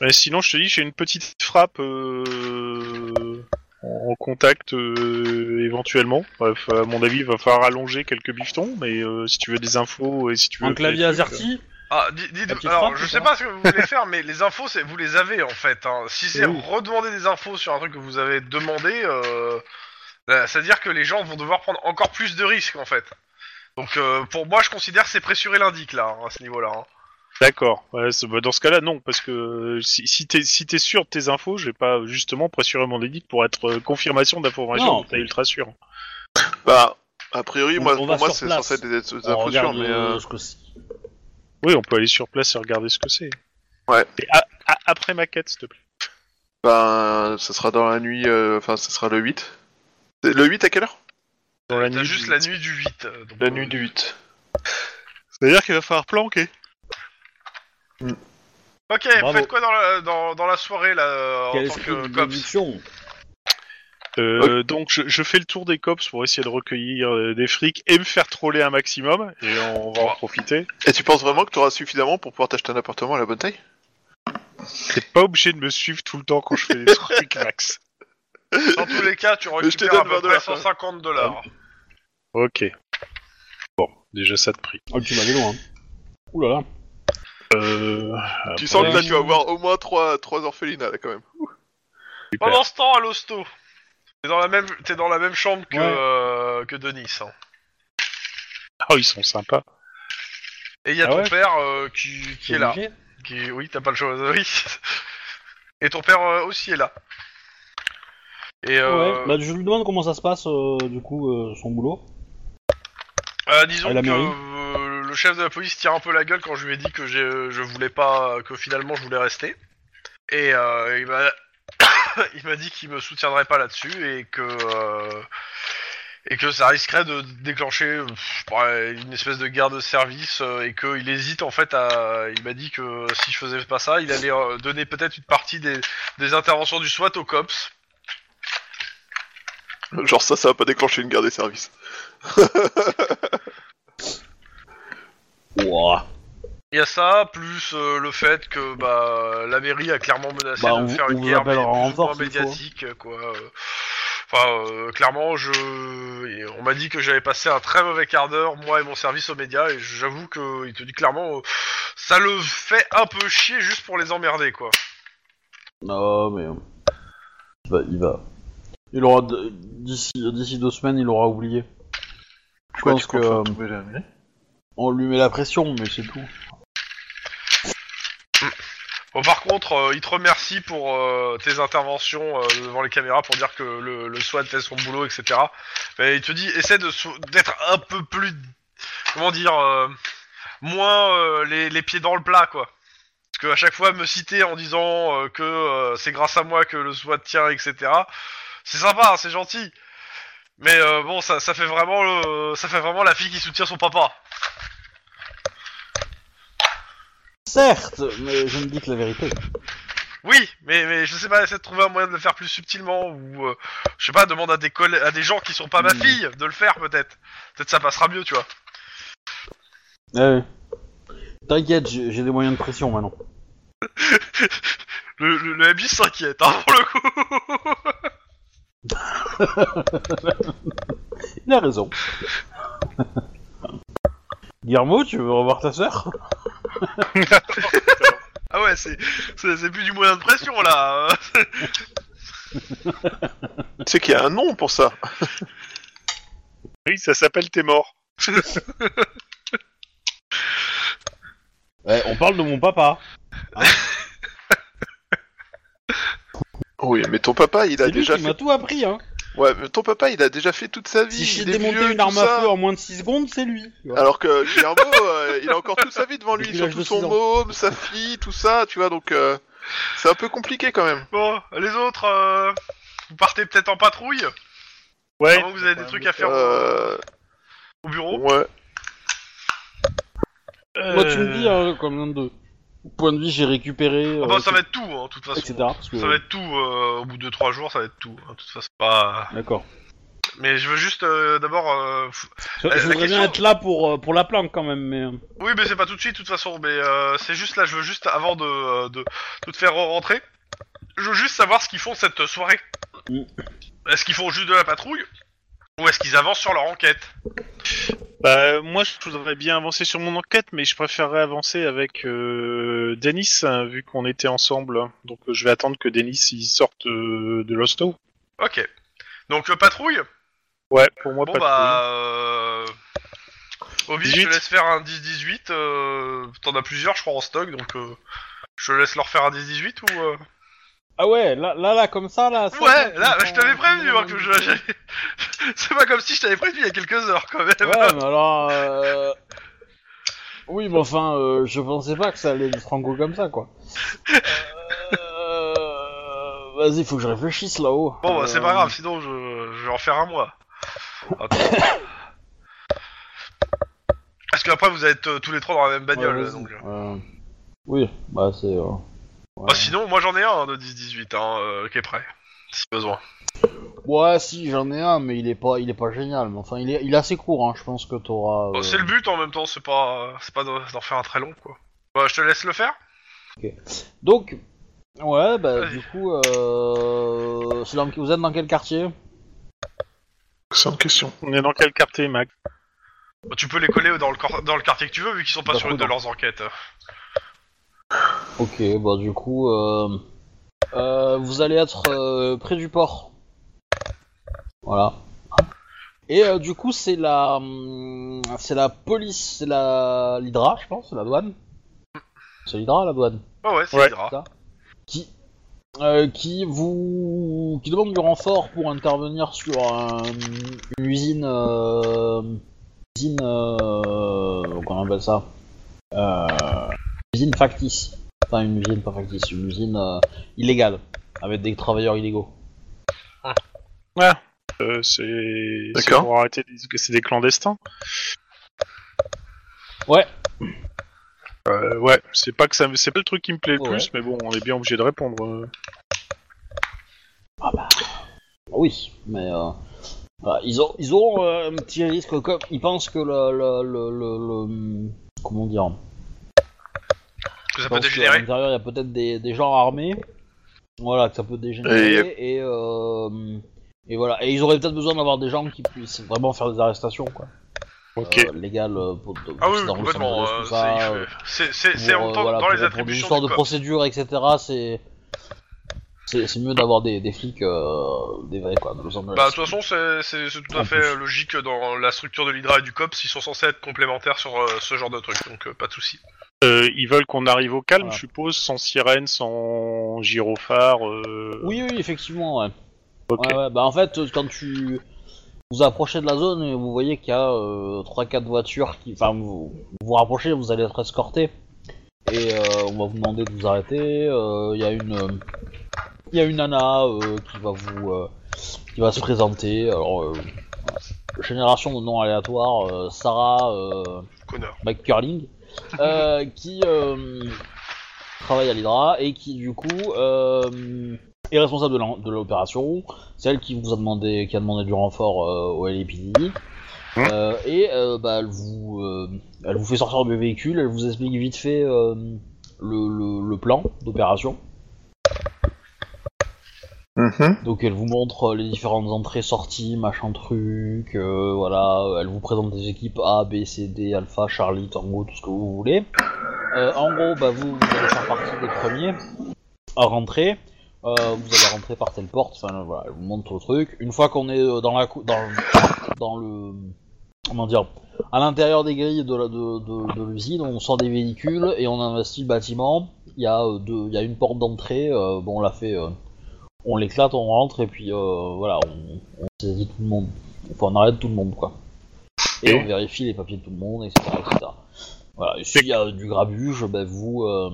S4: ouais, sinon, je te dis, j'ai une petite frappe euh, en contact euh, éventuellement. Bref, à mon avis, il va falloir allonger quelques bifetons, mais euh, si tu veux des infos et si tu veux...
S1: un clavier
S4: des trucs, euh,
S1: azerty
S2: Ah, di- dites-
S1: La petite
S2: alors
S1: frappe,
S2: je
S1: ou
S2: sais
S1: pas
S2: pas ce que vous voulez faire, mais les infos, c'est vous les avez en fait. hein. Si c'est
S1: Oui.
S2: redemander des infos sur un truc que vous avez demandé, euh, là, c'est-à-dire que les gens vont devoir prendre encore plus de risques en fait. Donc euh, pour moi, je considère que c'est pressurer l'indique là, hein, à ce niveau-là. hein.
S4: D'accord. Ouais, c'est- bah, dans ce cas-là, non, parce que euh, si, si t'es si t'es sûr de tes infos, je vais pas euh, justement pressurer mon édite pour être euh, confirmation d'information
S1: Non.
S4: t'es ultra sûr.
S5: Bah a priori,
S1: On-
S5: moi,
S1: on va
S5: pour moi
S1: sur
S5: c'est
S1: place.
S5: censé être des, des
S1: On
S5: infos sûres,
S1: regarde
S5: mais
S1: euh,
S5: euh,
S1: ce que c'est.
S4: Oui, on peut aller sur place et regarder ce que c'est.
S5: Ouais.
S4: Et a- a- après ma quête, s'il te plaît.
S5: ben ça sera dans la nuit, euh, enfin ça sera le 8. C'est Le 8 à quelle heure
S4: Dans la
S2: T'as
S4: nuit
S2: juste
S4: du-
S2: la nuit du 8. euh, donc, euh,
S5: du 8.
S4: C'est-à-dire qu'il va falloir planquer.
S2: Ok,
S1: Bravo.
S2: faites quoi dans la, dans, dans la soirée là euh,
S1: Quel
S2: en tant
S1: esprit
S2: que
S1: de
S2: cops
S1: déduction.
S4: Euh, Donc je, je fais le tour des cops pour essayer de recueillir euh, des frics et me faire troller un maximum. Et on va en profiter.
S5: Et tu penses vraiment que tu auras suffisamment pour pouvoir t'acheter un appartement à la bonne taille
S4: T'es pas obligé de me suivre tout le temps quand je fais des trucs, Max.
S2: Dans tous les cas, tu
S5: te
S2: récupères
S5: donne
S2: à peu
S5: 20
S2: près
S5: dollars,
S2: 150
S1: Ah,
S2: dollars.
S4: Ok. Bon, déjà ça de prix.
S1: Oh, tu m'as allé loin. Ouh là là.
S4: Euh...
S5: Tu sens que là
S1: ouais.
S5: tu vas avoir au moins 3, trois orphelinats là quand même.
S4: super.
S2: Pendant ce temps, à l'hosto, t'es dans la même t'es dans la même chambre que
S1: Ouais.
S2: euh, que Denis. hein.
S4: Oh, ils sont sympas.
S2: Et il y a
S1: Ah
S2: ton
S1: ouais
S2: père euh, qui, qui est là. Qui, oui, t'as pas le choix. Oui. Et ton père euh, aussi est là. Et euh,
S1: Ouais, bah, je lui demande comment ça se passe, euh, du coup, euh, son boulot.
S2: euh, disons
S1: à la
S2: que
S1: mairie.
S2: euh, le chef de la police tire un peu la gueule quand je lui ai dit que j'ai- euh, je voulais pas, que finalement je voulais rester. Et euh, il m'a il m'a dit qu'il me soutiendrait pas là-dessus et que euh, et que ça risquerait de déclencher euh, je sais pas, une espèce de guerre de service euh, et qu'il hésite en fait à. Il m'a dit que si je faisais pas ça, il allait euh, donner peut-être une partie des, des interventions du SWAT au COPS.
S3: Genre ça, ça va pas déclencher une guerre des services.
S1: Ouah.
S2: Il y a ça, plus euh, le fait que bah, la mairie a clairement menacé
S1: Bah,
S2: de
S1: on-
S2: faire
S1: on
S2: une
S1: vous
S2: guerre mais
S1: appellera en
S2: plus ou
S1: renfort
S2: moins
S1: s'il faut.
S2: médiatique, quoi. euh. Enfin, euh, clairement, je... et on m'a dit que j'avais passé un très mauvais quart d'heure, moi et mon service aux médias, et j'avoue que il te dit clairement, euh, ça le fait un peu chier juste pour les emmerder, quoi.
S1: Non, mais. euh, Il va. Il, va. il aura. de- D'ici d'ici deux semaines, il aura oublié. Je
S5: Quoi,
S1: pense
S5: tu
S1: que.
S5: comptes faire
S1: euh,
S5: tomber la mairie
S1: on lui met la pression, mais c'est tout.
S2: Bon, par contre, euh, il te remercie pour euh, tes interventions euh, devant les caméras pour dire que le, le SWAT fait son boulot, etc. Mais il te dit, essaie de sou- d'être un peu plus, comment dire, euh, moins euh, les, les pieds dans le plat, quoi. Parce qu'à chaque fois, me citer en disant euh, que euh, c'est grâce à moi que le SWAT tient, etc. C'est sympa, hein, c'est gentil. Mais euh, bon, ça, ça fait vraiment, le- ça fait vraiment la fille qui soutient son papa.
S1: Certes, mais je ne dis que la vérité.
S2: Oui, mais, mais je sais pas, essaie de trouver un moyen de le faire plus subtilement, ou euh, je sais pas, demande à des coll- à des gens qui sont pas ma
S1: Mm.
S2: fille de le faire peut-être. Peut-être ça passera mieux, tu vois.
S1: Ouais. Ah T'inquiète, j'ai j'ai des moyens de pression maintenant.
S2: Le, le, le Abyss s'inquiète, hein, pour le coup.
S1: Il a raison. Guillermo, tu veux revoir ta sœur
S2: ah ouais, c'est, c'est, c'est plus du moyen de pression là. euh.
S3: Tu sais qu'il y a un nom pour ça.
S4: Oui, ça s'appelle T'es mort.
S1: Ouais, Eh, on parle de mon papa.
S3: Oui, mais ton papa, il a
S1: C'est lui
S3: déjà
S1: qui m'a
S3: fait...
S1: tout appris, hein.
S3: Ouais, mais ton papa, il a déjà fait toute sa vie.
S1: Si je sais
S3: il est
S1: démonter
S3: vieux,
S1: une
S3: tout
S1: arme à
S3: ça.
S1: feu hein. en moins de 6 secondes, c'est lui. tu vois.
S3: Alors que Guillermo, euh, il a encore toute sa vie devant lui,
S1: Depuis l'âge
S3: surtout
S1: de six
S3: son
S1: ans.
S3: môme, sa fille, tout ça, tu vois, donc euh, c'est un peu compliqué quand même.
S2: Bon, les autres, euh, vous partez peut-être en patrouille.
S4: Ouais.
S2: Avant que vous avez des trucs à faire au,
S3: Euh,
S2: au bureau.
S3: ouais.
S1: Moi,
S2: Euh,
S1: tu
S4: euh,
S1: me dis, hein, combien de points de vie j'ai récupéré, euh,
S2: Ah bah, ça va être tout, hein, de toute façon.
S1: etc. parce que-
S2: Ça va être tout, euh, au bout de trois jours, ça va être tout. hein, de toute façon, pas.
S1: euh, D'accord.
S2: Mais je veux juste euh, d'abord euh,
S1: Je,
S2: la
S1: je voudrais bien
S2: question-
S1: être là pour, euh, pour la plainte quand même, mais. euh,
S2: Oui, mais c'est pas tout de suite, de toute façon. Mais euh, c'est juste là, je veux juste, avant de, euh, de, de te faire rentrer, je veux juste savoir ce qu'ils font cette soirée.
S1: Mm.
S2: Est-ce qu'ils font juste de la patrouille Ou est-ce qu'ils avancent sur leur enquête
S4: Bah, moi, je voudrais bien avancer sur mon enquête, mais je préférerais avancer avec euh, Denis, hein, vu qu'on était ensemble. Donc, euh, je vais attendre que Denis il sorte euh, de l'hosto.
S2: Ok. Donc, euh, patrouille
S4: Ouais, pour moi,
S2: Bon,
S4: pas de
S2: bah. Euh... Obi, je
S4: 18.
S2: te laisse faire un 10-18. euh, T'en as plusieurs, je crois, en stock, donc euh, je te laisse leur faire un 10-18 ou. euh,
S1: Ah ouais, là, là, là, comme ça, là. ça,
S2: Ouais,
S1: tu
S2: là,
S1: me
S2: je t'avais
S1: prends-
S2: prévenu hein, que je. c'est pas comme si je t'avais prévenu il y a quelques heures quand même.
S1: Ouais, mais alors. euh, Oui, mais enfin, euh, je pensais pas que ça allait être franco comme ça, quoi. Euh, Vas-y, faut que je réfléchisse là-haut.
S2: Bon, bah, c'est pas
S1: Euh,
S2: grave, sinon je, je vais en faire un mois. Attends. Parce qu'après, vous êtes euh, tous les trois dans la même bagnole.
S1: ouais, vas-y.
S2: donc, euh.
S1: Euh, Oui, bah c'est. euh, ouais.
S2: Bah, sinon, moi j'en ai un hein, de 10-18 hein, euh, qui est prêt, si besoin.
S1: Ouais, si j'en ai un, mais il est pas, il est pas génial. Mais enfin, il est, il est assez court. Hein. Je pense que t'auras.
S2: Bah,
S1: euh,
S2: C'est le but en même temps, c'est pas, euh, c'est pas d'en d'en faire un très long quoi. Bah, je te laisse le faire
S1: Donc, ouais, bah
S2: Vas-y.
S1: du coup, euh... c'est dans- vous êtes dans quel quartier
S5: C'est une question.
S4: problème. On est dans quel quartier, Max
S2: Bah, Tu peux les coller dans le, cor- dans le quartier que tu veux, vu qu'ils sont pas
S1: Bah,
S2: sur une de
S1: prudent.
S2: leurs enquêtes.
S1: Ok, bah du coup, euh, euh, vous allez être euh, près du port. Voilà. Et euh, du coup, c'est la, hum, c'est la police, c'est la l'hydra, je pense, c'est la douane. C'est l'hydra, la douane,
S2: Bah, ouais, c'est
S4: Ouais.
S2: Hydra.
S1: ça. Qui, euh, qui vous, qui demande du renfort pour intervenir sur un- une usine, euh, usine, euh, comment on appelle ça euh, usine factice. Enfin, une usine pas factice, une usine euh, illégale, avec des travailleurs illégaux.
S4: Ah. Euh, c'est c'est
S3: D'accord.
S4: pour arrêter des- que c'est des clandestins.
S1: Ouais.
S4: Euh, ouais, c'est pas que ça, me- c'est pas le truc qui me plaît le
S1: Ouais.
S4: plus, mais bon, on est bien obligé de répondre. euh.
S1: Ah Oui, mais euh, voilà, ils ont, ils ont euh, un petit risque. Comme, ils pensent que le, le, le, le- le- comment dire, ils
S2: Que ça peut
S1: pensent qu'à
S2: dégénérer.
S1: l'intérieur il y a peut-être des, des gens armés. Voilà, que ça peut dégénérer et euh, et voilà. Et ils auraient peut-être besoin d'avoir des gens qui puissent vraiment faire des arrestations quoi.
S4: Ok.
S1: Euh, légales euh, pour, pour-
S2: Ah oui,
S1: dans Los
S2: complètement.
S1: Angeles,
S2: euh,
S1: tout
S2: c'est-
S1: ça,
S2: il
S1: euh,
S2: fait- C'est c'est-
S1: pour,
S2: c'est en
S1: euh,
S2: temps-
S1: voilà,
S2: dans
S1: pour-
S2: les
S1: pour des histoires
S2: attributions
S1: de
S2: du code.
S1: procédure, etc. C'est c'est c'est mieux d'avoir des, des flics euh, des vrais quoi de Los Angeles.
S2: Bah, de toute façon, c'est- c'est c'est tout
S1: En
S2: à fait
S1: plus.
S2: euh, logique dans la structure de l'Hydra et du COPS. Ils sont censés être complémentaires sur euh, ce genre de truc, donc euh, pas de soucis.
S4: Euh, ils veulent qu'on arrive au calme,
S1: Voilà.
S4: je suppose, sans sirène, sans gyrophare. euh,
S1: Oui, oui, effectivement, ouais.
S4: Ok.
S1: Ouais, ouais, Bah, en fait, euh, quand tu vous approchez de la zone, euh, vous voyez qu'il y a 3-4 voitures qui. Enfin, vous vous vous rapprochez, vous allez être escorté. Et euh, on va vous demander de vous arrêter. euh, Il y a une. euh, Il y a une nana euh, qui va vous. euh, qui va se présenter. Alors. euh, voilà. Génération de noms aléatoires, euh, Sarah euh,
S2: Connard.
S1: McCurling, euh, qui euh, travaille à l'Hydra et qui du coup euh, est responsable de l'en- de l'opération, celle qui vous a demandé, qui a demandé du renfort euh, au LAPD.
S4: Mhm.
S1: Euh, et euh, bah, elle, vous, euh, elle vous fait sortir du véhicule, elle vous explique vite fait euh, le, le- le plan d'opération.
S3: Mhm.
S1: Donc elle vous montre euh, les différentes entrées, sorties, machin truc, euh, voilà, euh, elle vous présente des équipes A, B, C, D, Alpha, Charlie, Tango, tout ce que vous voulez. Euh, en gros, bah vous, vous allez faire partie des premiers à rentrer. Euh, vous allez rentrer par telle porte, enfin euh, voilà, elle vous montre le truc. Une fois qu'on est euh, dans la cou- dans, dans le comment dire à l'intérieur des grilles de la- de- de- de l'usine, on sort des véhicules et on investit le bâtiment. Il y a euh, deux, il y a une porte d'entrée, euh, bon on l'a fait euh, on l'éclate, on rentre et puis euh, voilà, on, on saisit tout le monde. Enfin, on arrête tout le monde quoi. Et
S4: Et-
S1: on vérifie les papiers de tout le monde, etc. etc. Voilà, et s'il y a du grabuge, ben vous euh,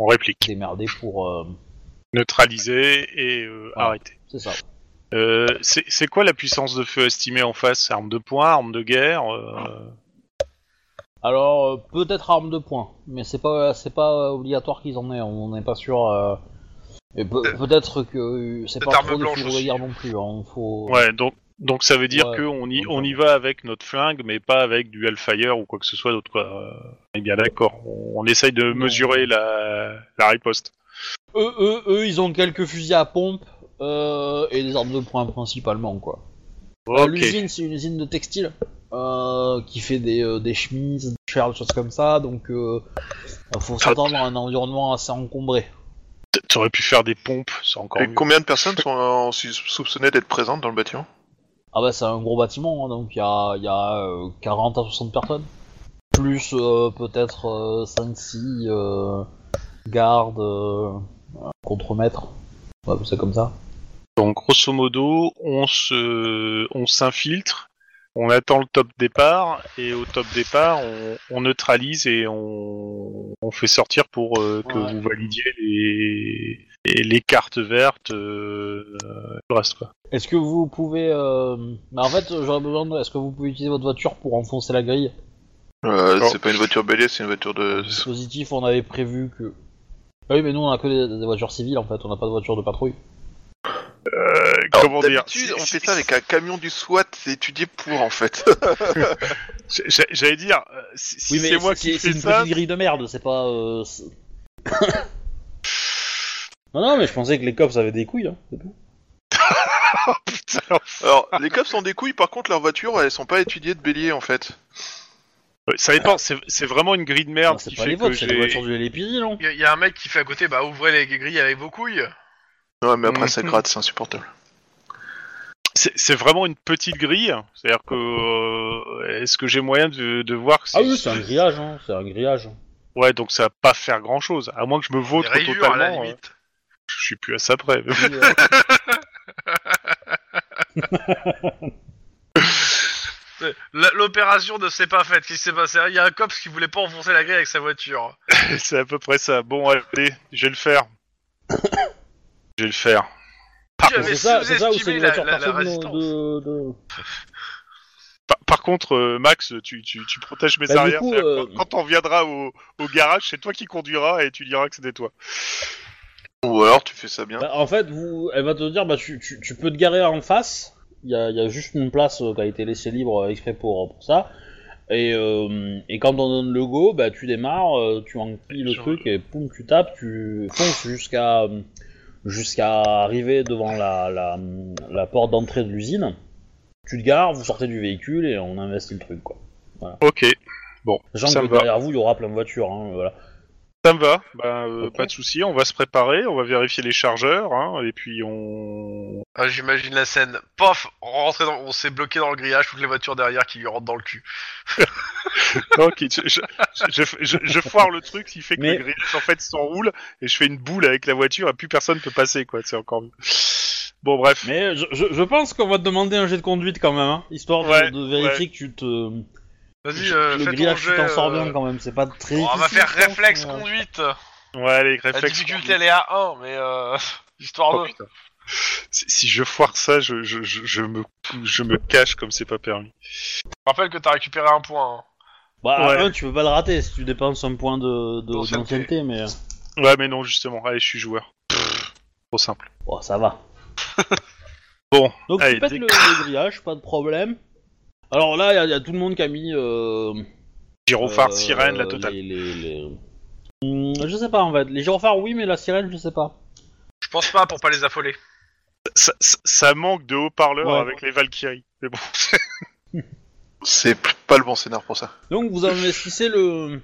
S4: On réplique.
S1: démerdez pour. euh,
S4: Neutraliser et euh,
S1: Voilà.
S4: arrêter.
S1: c'est ça.
S4: Euh, c'est c'est quoi la puissance de feu estimée en face Arme de poing, arme de guerre
S1: Ah.
S4: euh,
S1: Alors, euh, peut-être arme de poing, mais c'est pas, c'est pas euh, obligatoire qu'ils en aient, on n'est pas sûr. euh, et pe- peut-être que euh, c'est
S2: Peut-être
S1: pas
S2: arme
S1: trop des
S2: blanche
S1: fourrures de
S2: aussi.
S1: guerre non plus. hein, faut...
S4: Ouais, donc, donc ça veut dire
S1: Ouais,
S4: qu'on y,
S1: donc,
S4: on y va avec notre flingue, mais pas avec du Hellfire ou quoi que ce soit d'autre. quoi. Euh, on est bien d'accord. On, on essaye de mesurer la, la riposte.
S1: Eux, eux, eux, ils ont quelques fusils à pompe euh, et des armes de poing principalement quoi. Euh,
S4: Ok.
S1: L'usine, c'est une usine de textile euh, qui fait des, euh, des chemises, des shirts, des choses comme ça. Donc, euh, faut s'attendre à un environnement assez encombré.
S4: T- T'aurais pu faire des pompes, c'est encore
S3: Et
S4: mieux.
S3: combien de personnes sont euh, sou- soupçonnées d'être présentes dans le bâtiment
S1: Ah bah, c'est un gros bâtiment, hein, donc il y a, il y a euh, 40 à 60 personnes. Plus euh, peut-être 5-6 gardes, euh, euh, contremaîtres. On va appeler ça comme ça.
S4: Donc grosso modo, on se, on s'infiltre, on attend le top départ et au top départ, on, on neutralise et on, on fait sortir pour euh, que
S1: Ouais.
S4: vous validiez les, et les cartes vertes, euh, euh, le reste quoi.
S1: Est-ce que vous pouvez. euh, bah, en fait, j'aurais besoin de. Est-ce que vous pouvez utiliser votre voiture pour enfoncer la grille
S3: euh,
S4: Non.
S3: C'est pas une voiture bélier, c'est une voiture de.
S1: dispositif, on avait prévu que. Ah oui, mais nous on a que des, des voitures civiles en fait, on n'a pas de voiture de patrouille.
S3: Alors,
S4: Euh, comment dire
S3: D'habitude, on fait ça avec un camion du SWAT, c'est étudié pour en fait.
S4: J'ai- j'ai- J'allais dire, euh, si, si c'est moi qui fais
S1: c'est une
S4: ça,
S1: petite grille de merde, c'est pas. euh, c'est- non, non, mais je pensais que les cops avaient des couilles. Hein. c'est tout.
S4: putain,
S3: Alors, les cops sont des couilles, par contre, leurs voitures, elles sont pas étudiées de bélier en fait.
S4: euh, ça dépend. C'est c'est vraiment une grille de merde
S1: Ah. Non, c'est
S4: qui
S1: pas
S4: fait
S1: les
S4: que
S1: vôtres, c'est les
S4: j'ai.
S1: voitures du LAPD, non
S2: Il y, a- il y a un mec qui fait à côté, bah ouvrez les grilles avec vos couilles.
S3: Ouais, mais après,
S4: Mhm.
S3: ça gratte, c'est insupportable.
S4: C'est c'est vraiment une petite grille. C'est-à-dire que euh, est-ce que j'ai moyen de, de voir si
S1: Ah oui, c'est un grillage, hein, c'est un grillage.
S4: Ouais, donc ça va pas faire grand chose. À moins que je me
S2: Des
S4: vautre
S2: rayures à la
S4: totalement. euh,
S2: limite.
S4: je suis plus à ça près.
S1: Oui, euh,
S2: C'est- la- L'opération ne s'est pas faite. Qu'est-ce qui s'est passé Il y a un cops qui voulait pas enfoncer la grille avec sa voiture.
S4: C'est à peu près ça. Bon, allez, je vais le faire. je vais le faire. Par
S2: J'avais
S1: C'est ça, c'est ça où c'est
S2: sous-estimé
S1: une
S2: la,
S1: voiture
S2: la- la
S1: parfaite de,
S2: résistance.
S1: de- de-
S4: Par, par contre, euh, Max, tu, tu, tu protèges mes
S1: Bah, du
S4: arrières.
S1: coup,
S4: c'est-à-dire
S1: euh,
S4: Quand quand on viendra au, au garage, c'est toi qui conduiras et tu diras que c'était toi.
S3: Ou alors tu fais ça bien.
S1: Bah, en fait, vous, elle va te dire, bah, tu, tu- tu peux te garer en face. Il y a, il y a juste une place euh, qui a été laissée libre euh, exprès pour, pour ça. Et, euh, et quand on donne le go, bah, tu démarres, euh, tu enquilles le
S2: Sur-
S1: truc et poum, tu tapes, tu fonces jusqu'à euh, jusqu'à arriver devant la, la, la porte d'entrée de l'usine. Tu te gares, vous sortez du véhicule et on investit le truc. Quoi.
S4: Ok, bon, ça
S1: Sachant
S4: me
S1: que
S4: va.
S1: derrière vous, il y aura plein de voitures. hein, voilà.
S4: Ça me va. Bah, euh,
S1: Ok.
S4: Pas de souci. On va se préparer, on va vérifier les chargeurs, hein, et puis on.
S2: Ah, J'imagine la scène. Pof, on, rentrait dans- on s'est bloqué dans le grillage, toutes les voitures derrière qui lui rentrent dans le cul.
S4: Ok, je, je, je, je- je foire le truc, ce qui fait que
S1: Mais-
S4: le grillage en fait s'enroule et je fais une boule avec la voiture et plus personne peut passer quoi. C'est encore mieux. Bon bref.
S1: Mais je, je- je pense qu'on va te demander un jet de conduite quand même, hein, histoire de-
S4: Ouais,
S1: de, vérifier que tu te.
S2: Vas-y,
S1: Je-
S2: euh,
S1: le
S2: fais ton
S1: grillage, tu
S2: jet,
S1: t'en sors
S2: euh,
S1: bien quand même, c'est pas très.
S2: bon, on va
S1: difficile,
S2: faire
S1: je pense,
S2: réflexe
S1: mais, euh,
S2: conduite.
S4: Ouais, les
S2: La
S4: réflexes.
S2: difficulté elle est à 1, mais euh, histoire
S4: Oh,
S2: de.
S4: putain. si, si je foire ça, je, je, je, je me je me cache comme c'est pas permis.
S2: Je rappelle que t'as récupéré un point. hein.
S1: Bah, à
S4: Ouais.
S1: un, tu peux pas le rater si tu dépenses un point de, de-
S2: D'ancienneté.
S1: d'ancienneté, mais. euh,
S4: Ouais, mais non justement. Allez, je suis joueur. Pff, Trop simple.
S1: Bon, oh, ça va.
S4: Bon,
S1: Donc,
S4: allez,
S1: tu pètes
S4: dé-
S1: le, le grillage, pas de problème. Alors là, il y a- il y, a tout le monde qui a mis. Euh,
S4: Gyrophare,
S1: euh,
S4: sirène, la totale.
S1: les- les- les- Hmm, je sais pas en fait. Les gyrophares, oui, mais la sirène, je sais pas.
S2: Je pense pas pour pas les affoler.
S4: Ça, ça- ça manque de haut-parleurs
S1: Ouais.
S4: avec les Valkyries. Mais bon.
S3: C'est p- pas le bon scénar pour ça.
S1: Donc, vous investissez le,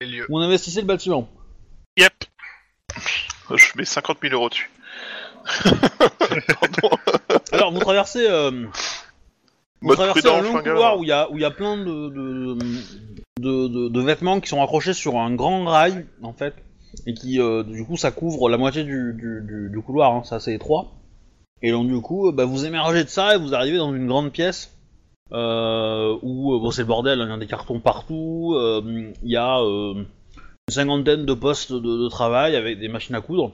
S2: Les lieux.
S1: vous investissez le bâtiment.
S4: yep.
S3: Je mets 50 000 euros dessus. Pardon.
S1: Alors, vous traversez. euh, Vous
S3: Mode
S1: traversez
S3: prudent,
S1: un long
S3: fringant.
S1: couloir où il y a, où il y a plein de, de, de- de- de vêtements qui sont accrochés sur un grand rail, en fait, et qui, euh, du coup, ça couvre la moitié du, du- du- du couloir, hein, c'est assez étroit. Et donc, du coup, euh, bah, vous émergez de ça et vous arrivez dans une grande pièce euh, où, euh, bon, c'est le bordel, hein, il y a des cartons partout, euh, il y a euh, une cinquantaine de postes de, de travail avec des machines à coudre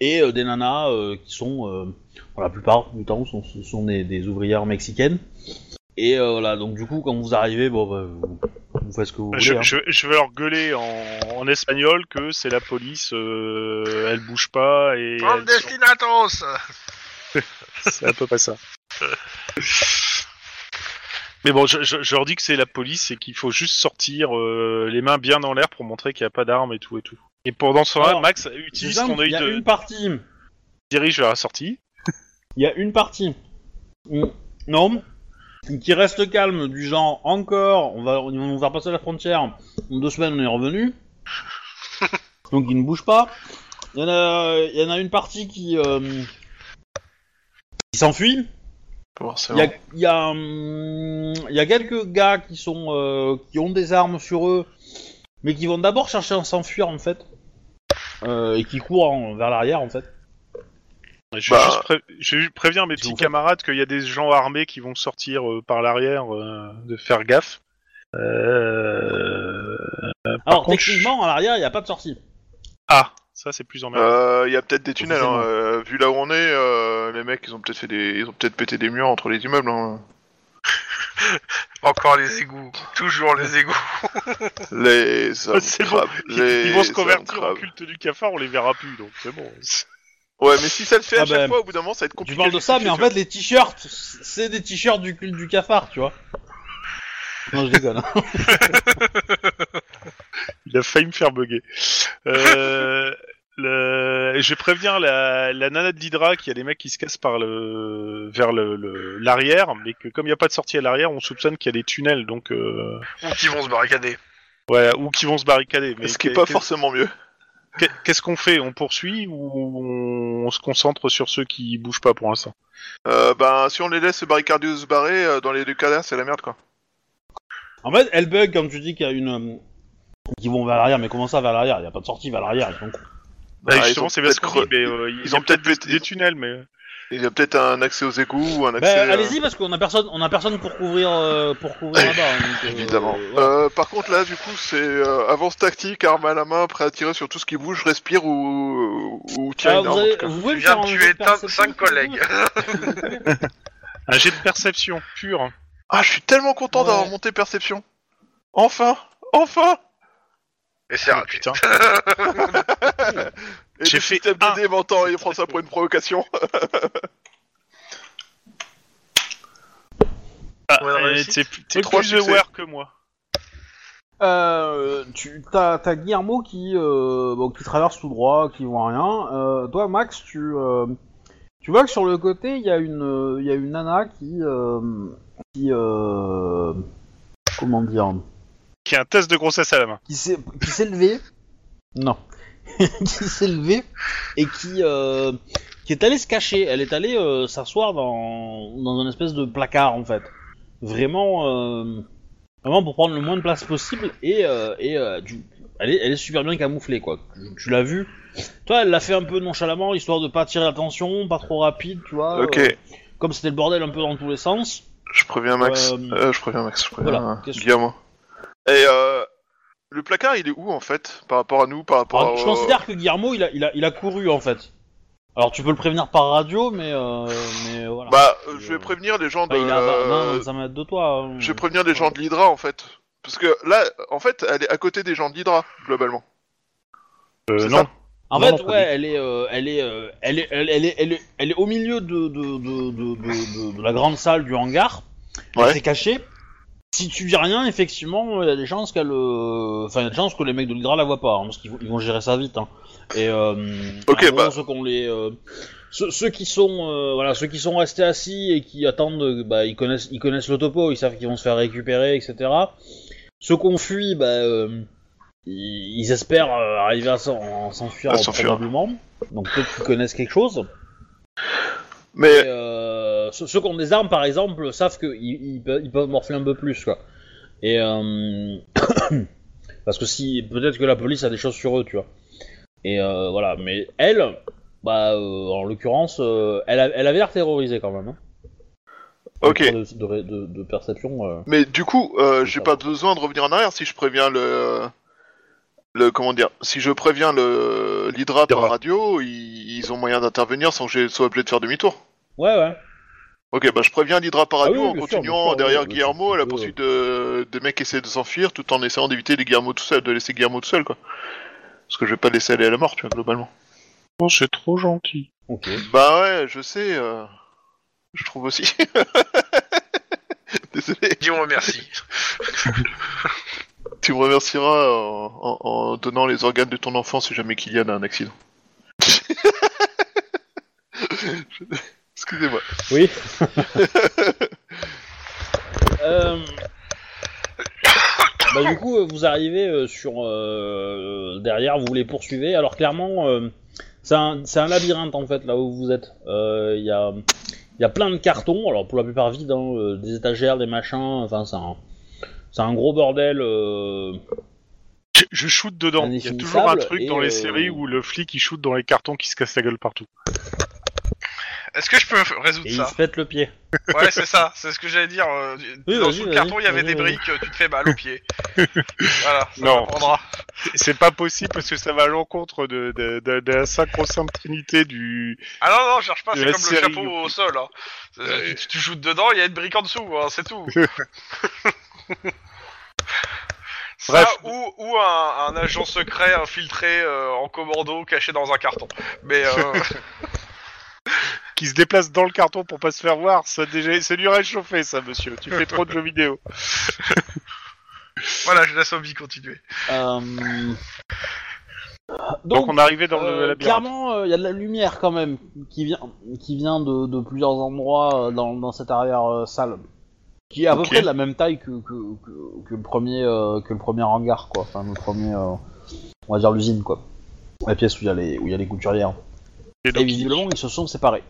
S1: et euh, des nanas euh, qui sont, euh, pour la plupart du temps, sont, sont des- des ouvrières mexicaines. Et euh, voilà, donc du coup, quand vous arrivez, bon, bah, vous, vous faites ce que vous voulez.
S4: Je,
S1: hein.
S4: je, je vais leur gueuler en, en espagnol que c'est la police, euh, elle bouge pas et.
S2: euh,
S4: elle-
S2: Clandestinatos
S4: C'est un peu pas ça. Euh. Mais bon, je, je, je leur dis que c'est la police et qu'il faut juste sortir euh, les mains bien en l'air pour montrer qu'il n'y a pas d'armes et tout et tout. Et pendant ce temps-là,
S1: Alors,
S4: Max
S1: Oh. C'est
S4: utilise
S1: simple,
S4: son
S1: il
S4: œil
S1: y a
S4: de
S1: une partie.
S4: dirige vers la sortie.
S1: Il y a une partie. Mm, Non qui reste calme, du genre encore, on va, on va nous faire passer la frontière, en deux semaines on est revenu, donc il ne bouge pas. Il y en a, il y en a une partie qui, euh, qui s'enfuit, Il y
S3: Forcément.
S1: a, il y a, hum, il y a quelques gars qui sont euh, qui ont des armes sur eux, mais qui vont d'abord chercher à s'enfuir en fait, Euh, et qui courent en- vers l'arrière en fait.
S4: Je,
S3: Bah,
S4: vais juste pré- je vais juste prévenir mes
S1: ils
S4: petits
S1: ont fait-
S4: camarades qu'il y a des gens armés qui vont sortir euh, par l'arrière, euh, de faire gaffe. Euh...
S1: Alors
S4: contre,
S1: techniquement, à l'arrière, il n'y a pas de sortie.
S4: Ah, ça c'est plus emmerdant.
S3: Euh, Il y a peut-être des tunnels.
S1: Forcément.
S3: hein, euh, vu là où on est, euh, les mecs, ils ont peut-être fait des, ils ont peut-être pété des murs entre les immeubles. hein.
S2: Encore les égouts. Toujours les égouts.
S3: Les hommes
S4: C'est bon.
S3: crabes, Euh, les
S4: Ils vont se
S3: hommes
S4: convertir au
S3: crabes.
S4: culte du cafard, on les verra plus, donc c'est bon.
S3: Ouais, mais si ça le fait à
S1: Ah
S3: chaque
S1: ben,
S3: fois, au bout d'un moment, ça va être compliqué.
S1: Tu parles de ça, mais en fait, les t-shirts, c'est des t-shirts du cul du cafard, tu vois. Non, je déconne. hein.
S4: Il a failli me faire bugger. Euh, le- Je vais prévenir la, la nana de l'Hydra qu'il y a des mecs qui se cassent par le... vers le- le- l'arrière, mais que comme il n'y a pas de sortie à l'arrière, on soupçonne qu'il y a des tunnels, donc euh,
S2: Ou qui vont se barricader.
S4: voilà, ou qui vont se barricader. Mais
S3: ce qui est
S4: qu'est-
S3: pas
S4: qu'est-
S3: forcément mieux.
S4: qu'est- Qu'est-ce qu'on fait On poursuit ou on, on se concentre sur ceux qui bougent pas pour l'instant
S3: Euh, ben, si on les laisse se barricader ou se barrer, euh, dans les deux cas là, c'est la merde quoi.
S1: En fait, elle bug quand tu dis qu'il y a une. hum, Qui vont vers l'arrière, mais comment ça vers l'arrière Il n'y a pas de sortie vers l'arrière. ils sont cons.
S4: Bah,
S3: Ah, ils
S4: Justement,
S3: ont
S4: c'est parce
S3: peut-être
S4: qu'on dit,
S3: cre-
S4: mais, euh, il y
S3: Ils
S4: a
S3: ont peut-être
S4: des-
S3: pété.
S4: des tunnels, mais
S5: Il y a peut-être un accès aux égouts ou un
S1: Bah,
S5: accès. euh,
S1: allez-y parce qu'on a personne, on a personne pour couvrir, euh, pour couvrir là-bas. hein, donc, euh,
S5: Évidemment.
S1: voilà.
S5: Euh, par contre, là, du coup, c'est euh, avance tactique, arme à la main, prêt à tirer sur tout ce qui bouge, respire ou, ou tire
S1: Ah,
S5: une
S1: vous,
S5: arme.
S1: avez-
S5: en tout cas.
S1: vous pouvez me
S2: Tu viens
S1: faire
S2: de
S1: un
S2: tuer
S1: jet de
S2: ta-
S1: perception,
S2: cinq collègues.
S1: s'il vous plaît
S4: Un jet de perception pure.
S5: Ah, je suis tellement content d'avoir
S1: Ouais.
S5: monté perception. Enfin, enfin.
S2: Et c'est
S4: Ah,
S2: rapide.
S4: putain.
S5: Et
S4: J'ai
S5: le
S4: fait
S5: système
S4: un.
S5: DD m'entend et il prend ça pour une provocation.
S4: Ah,
S2: Ouais,
S4: euh,
S2: réussite.
S4: t'es t'es
S5: Trois
S4: plus
S5: succès.
S4: aware que moi.
S1: Euh, tu t'as, t'as Guillermo qui euh, bon, qui traverse tout droit, qui voit rien. Euh, toi Max, tu euh, tu vois que sur le côté il y a une euh, il y a une nana qui euh, qui euh, comment dire
S4: Qui a un test de grossesse à la main.
S1: qui s'est qui s'est levée non qui s'est levée et qui euh, qui est allée se cacher. Elle est allée euh, s'asseoir dans dans un espèce de placard en fait. Vraiment euh, vraiment pour prendre le moins de place possible et, euh, et euh, tu- elle, est, elle est super bien camouflée quoi. Tu, tu l'as vu. Toi, elle l'a fait un peu nonchalamment histoire de pas attirer l'attention, pas trop rapide, tu vois.
S5: Ok.
S1: euh, comme c'était le bordel un peu dans tous les sens.
S5: Je préviens Max.
S1: Euh,
S5: Euh, je préviens Max. Je préviens
S1: voilà,
S5: euh,
S1: qu'est-ce que-
S5: Guillermo. Et euh, le placard, il est où en fait Par rapport à nous Par rapport
S1: Alors,
S5: à.
S1: Ah, je considère que Guillermo, il a, il, a, il a couru en fait. Alors tu peux le prévenir par radio, mais, euh, mais voilà.
S5: Bah, euh, je vais prévenir les gens de. euh,
S1: Bah, il est à 20, 25 mètres de toi. hein.
S5: Je vais prévenir les gens de l'Hydra en fait. Parce que là, en fait, elle est à côté des gens de l'Hydra, globalement.
S4: Euh,
S5: C'est
S4: non.
S1: En
S4: Non,
S1: fait,
S4: non, pas
S1: ouais, elle est, euh, elle est, euh, elle est, elle elle est, elle est, elle est au milieu de de, de, de, de- de- de la grande salle du hangar.
S5: Ouais.
S1: Elle s'est cachée. Si tu dis rien, effectivement, il y a des chances qu'elle, euh, enfin, il y a des chances que les mecs de l'Hydra la voient pas, hein, parce qu'ils vont- ils vont gérer ça vite. hein. Et euh,
S5: Ok,
S1: en gros,
S5: bah.
S1: ceux qu'on les, euh, ceux, ceux qui sont, euh, voilà, ceux qui sont restés assis et qui attendent, euh, bah, ils connaissent, ils connaissent le topo, ils savent qu'ils vont se faire récupérer, etc. Ceux qu'on fuit, bah, euh, ils, ils espèrent euh, arriver à s'en- en s'enfuir
S5: À
S1: euh,
S5: s'enfuir.
S1: probablement. Donc peut-être qu'ils connaissent quelque chose.
S5: Mais
S1: Et, euh, ceux, ceux qui ont des armes, par exemple, savent qu'ils ils, pe- ils peuvent morfler un peu plus, quoi. Et euh, parce que si peut-être que la police a des choses sur eux, tu vois. Et euh, voilà, mais elle, bah, euh, en l'occurrence, euh, elle, a- elle avait l'air terrorisée quand même. hein.
S5: Ok.
S1: En termes De, de- de- de perception. euh.
S5: Mais du coup, euh, j'ai
S1: Ça
S5: pas besoin de revenir en arrière si je préviens le. Le, comment dire Si je préviens le l'Hydra par
S4: Hydra.
S5: radio, ils, ils ont moyen d'intervenir sans que je sois obligé de faire demi-tour.
S1: Ouais, ouais.
S5: Ok, bah je préviens l'Hydra par
S1: Ah
S5: radio
S1: oui,
S5: en
S1: bien sûr,
S5: continuant
S1: bien sûr,
S5: derrière
S1: ouais, ouais,
S5: Guillermo à la
S1: tu peux,
S5: poursuite de, des mecs qui essaient de s'enfuir tout en essayant d'éviter les Guillermo tout seul, de laisser Guillermo tout seul quoi. Parce que je vais pas laisser aller à la mort, tu vois, globalement.
S4: Oh, c'est trop gentil.
S1: Ok.
S5: Bah ouais, je sais, euh, je trouve aussi. Désolé.
S2: Dis-moi merci.
S5: Tu me remercieras en, en- en donnant les organes de ton enfant si jamais Kylian a un accident. Je- Excusez-moi.
S1: Oui. Euh, Bah, du coup, euh, vous arrivez euh, sur euh, derrière, vous les poursuivez. Alors clairement, euh, c'est un, c'est un labyrinthe en fait là où vous êtes. Euh, Il y, a, il y a plein de cartons, alors pour la plupart vides, hein, euh, des étagères, des machins. Enfin, c'est un, c'est un gros bordel. euh,
S4: Je, je shoot dedans. Il y a
S1: Indéfinissable
S4: toujours un truc
S1: et,
S4: dans les
S1: euh,
S4: séries où le flic il shoot dans les cartons qui se casse la gueule partout.
S2: Est-ce que je peux résoudre
S1: et ils
S2: ça
S1: se pètent le pied.
S2: Ouais, c'est ça. C'est ce que j'allais dire. euh, du-
S1: Oui,
S2: dans
S1: vas-y,
S2: sous
S1: vas-y,
S2: le carton, il y avait
S1: vas-y,
S2: des
S1: vas-y.
S2: briques. euh, Tu te fais mal au pied. voilà, ça
S4: Non.
S2: t'apprendra.
S4: C'est- C'est pas possible parce que ça va à l'encontre de, de, de- de la sacro-sainte trinité du.
S2: Ah non, non, cherche pas.
S4: De
S2: C'est
S4: la
S2: comme le
S4: série,
S2: chapeau
S4: ou-
S2: au sol. hein. C'est-
S4: Ouais.
S2: Tu, tu shootes dedans, il y a une brique en dessous. hein, c'est tout. Ça,
S4: Bref.
S2: ou, ou un, un agent secret infiltré euh, en commando caché dans un carton. Mais euh,
S4: qui se déplace dans le carton pour pas se faire voir. Ça, déjà, c'est du réchauffé, ça, monsieur. Tu fais trop de jeux vidéo.
S2: voilà, je laisse Obi continuer.
S1: Euh,
S4: Donc, on est arrivé dans
S1: Euh,
S4: le labyrinthe.
S1: clairement, il y a de la lumière quand même qui vient, qui vient de, de plusieurs endroits euh, dans, dans cette arrière-salle. qui est à
S4: Ok.
S1: peu près de la même taille que, que, que, que le, premier, euh, que le premier hangar, quoi. Enfin, le premier, euh, on va dire l'usine, quoi. La pièce où il y, a les- où il y a les couturières.
S4: Et
S1: Et
S4: donc,
S1: visiblement, ils se sont séparés.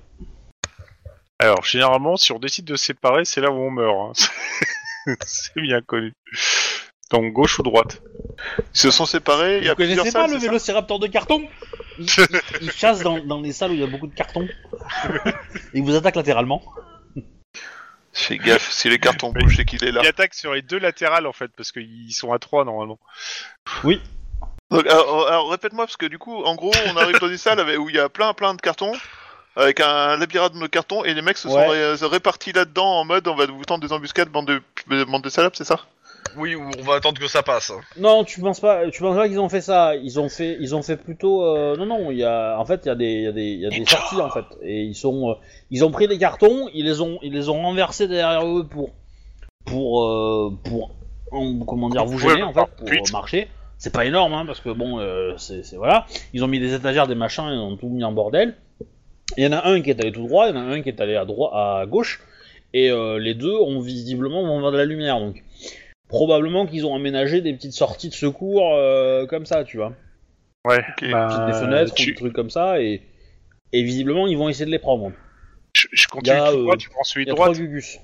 S4: Alors, généralement, si on décide de se séparer, c'est là où on meurt. hein. c'est bien connu. Donc, gauche ou droite
S5: Ils se sont séparés, il y a
S1: Vous
S5: plusieurs
S1: connaissez pas
S5: salles,
S1: le
S5: c'est ça
S1: vélociraptor de carton il, il- il chasse dans, dans les salles où il y a beaucoup de cartons. Il vous attaque latéralement.
S3: Fais gaffe, si les cartons bougent, c'est qu'il est là.
S4: Il attaque sur les deux latérales en fait, parce qu'ils sont à trois normalement.
S3: Donc, alors, alors, répète-moi, parce que du coup, en gros, on arrive dans une salle avec- où il y a plein plein de cartons, avec un labyrinthe de cartons, et les mecs se sont
S1: Ouais.
S3: ré- se répartis là-dedans en mode on va vous tendre des embuscades, bande de, euh, bande de salopes, c'est ça
S2: Oui, ou on va attendre que ça passe. hein.
S1: Non, tu penses pas, tu penses pas qu'ils ont fait ça. Ils ont fait, ils ont fait plutôt. euh, non, non. Il y a, en fait, il y a des, il y a des, il y a des sorties en fait. Et ils sont, euh, ils ont pris des cartons, ils les ont, ils les ont renversés derrière eux pour, pour, euh, pour, en- comment dire, vous
S4: Ouais,
S1: gêner en fait, pour
S4: putain.
S1: euh, marcher. C'est pas énorme, hein, parce que bon, euh, c'est, c'est- voilà. Ils ont mis des étagères, des machins, ils ont tout mis en bordel. Il y en a un qui est allé tout droit, il y en a un qui est allé à droite, à gauche, et euh, les deux ont visiblement vont vers de la lumière, donc probablement qu'ils ont aménagé des petites sorties de secours euh, comme ça, tu vois,
S4: Ouais.
S3: Ok.
S4: bah,
S1: des fenêtres
S4: tu-
S1: ou des trucs comme ça, et, et visiblement ils vont essayer de les prendre.
S4: je, je continue
S1: y a,
S4: tout droit,
S1: euh,
S4: tu prends celui
S1: Il y a
S4: de droite.
S1: trois gugus.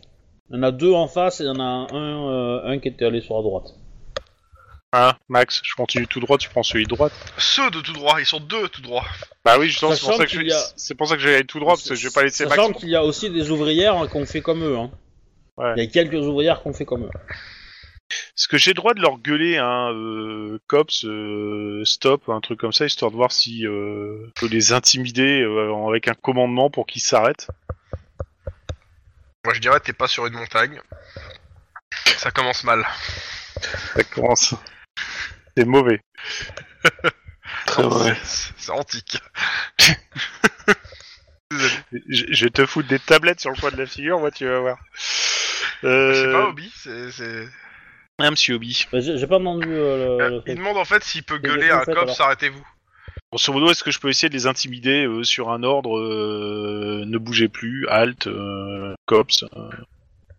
S1: Il y en a deux en face et il y en a un, euh, un qui était allé sur la droite.
S4: Hein, Max, je continue tout droit, tu prends celui de droite.
S2: Ceux de tout droit, ils sont deux tout droit.
S4: Bah oui, justement, c'est
S1: Sachant
S4: pour ça que
S1: qu'il
S4: je
S1: y a-
S4: c'est pour ça que j'allais aller tout droit parce que je vais pas laisser Max.
S1: Sachant qu'il y a aussi des ouvrières hein, qu'on fait comme eux. Hein.
S4: Ouais.
S1: Il y a quelques ouvrières qu'on fait comme eux.
S4: Parce que j'ai le droit de leur gueuler hein, euh, cops, euh, stop, un truc comme ça, histoire de voir si euh, je peux les intimider euh, avec un commandement pour qu'ils s'arrêtent.
S2: Moi je dirais, t'es pas sur une montagne. Ça commence mal.
S4: Ça commence. C'est mauvais.
S3: Très vrai.
S2: C'est c'est antique.
S4: Je, je vais te foutre des tablettes sur le coin de la figure, moi, tu vas voir.
S2: Je sais pas,
S4: Euh,
S2: Obi, c'est. c'est-
S4: un Ah, monsieur Obi.
S1: Bah, J'ai j'ai pas entendu euh, le,
S2: Euh,
S1: le
S2: il
S1: truc.
S2: demande en fait s'il peut
S1: Mais
S2: gueuler
S1: qu'est-ce
S2: à
S1: que vous
S2: un
S1: faites,
S2: cop,
S1: alors
S2: s'arrêtez-vous.
S4: Grosso modo, est-ce que je peux essayer de les intimider euh, sur un ordre euh, Ne bougez plus, halte, euh, cops, euh,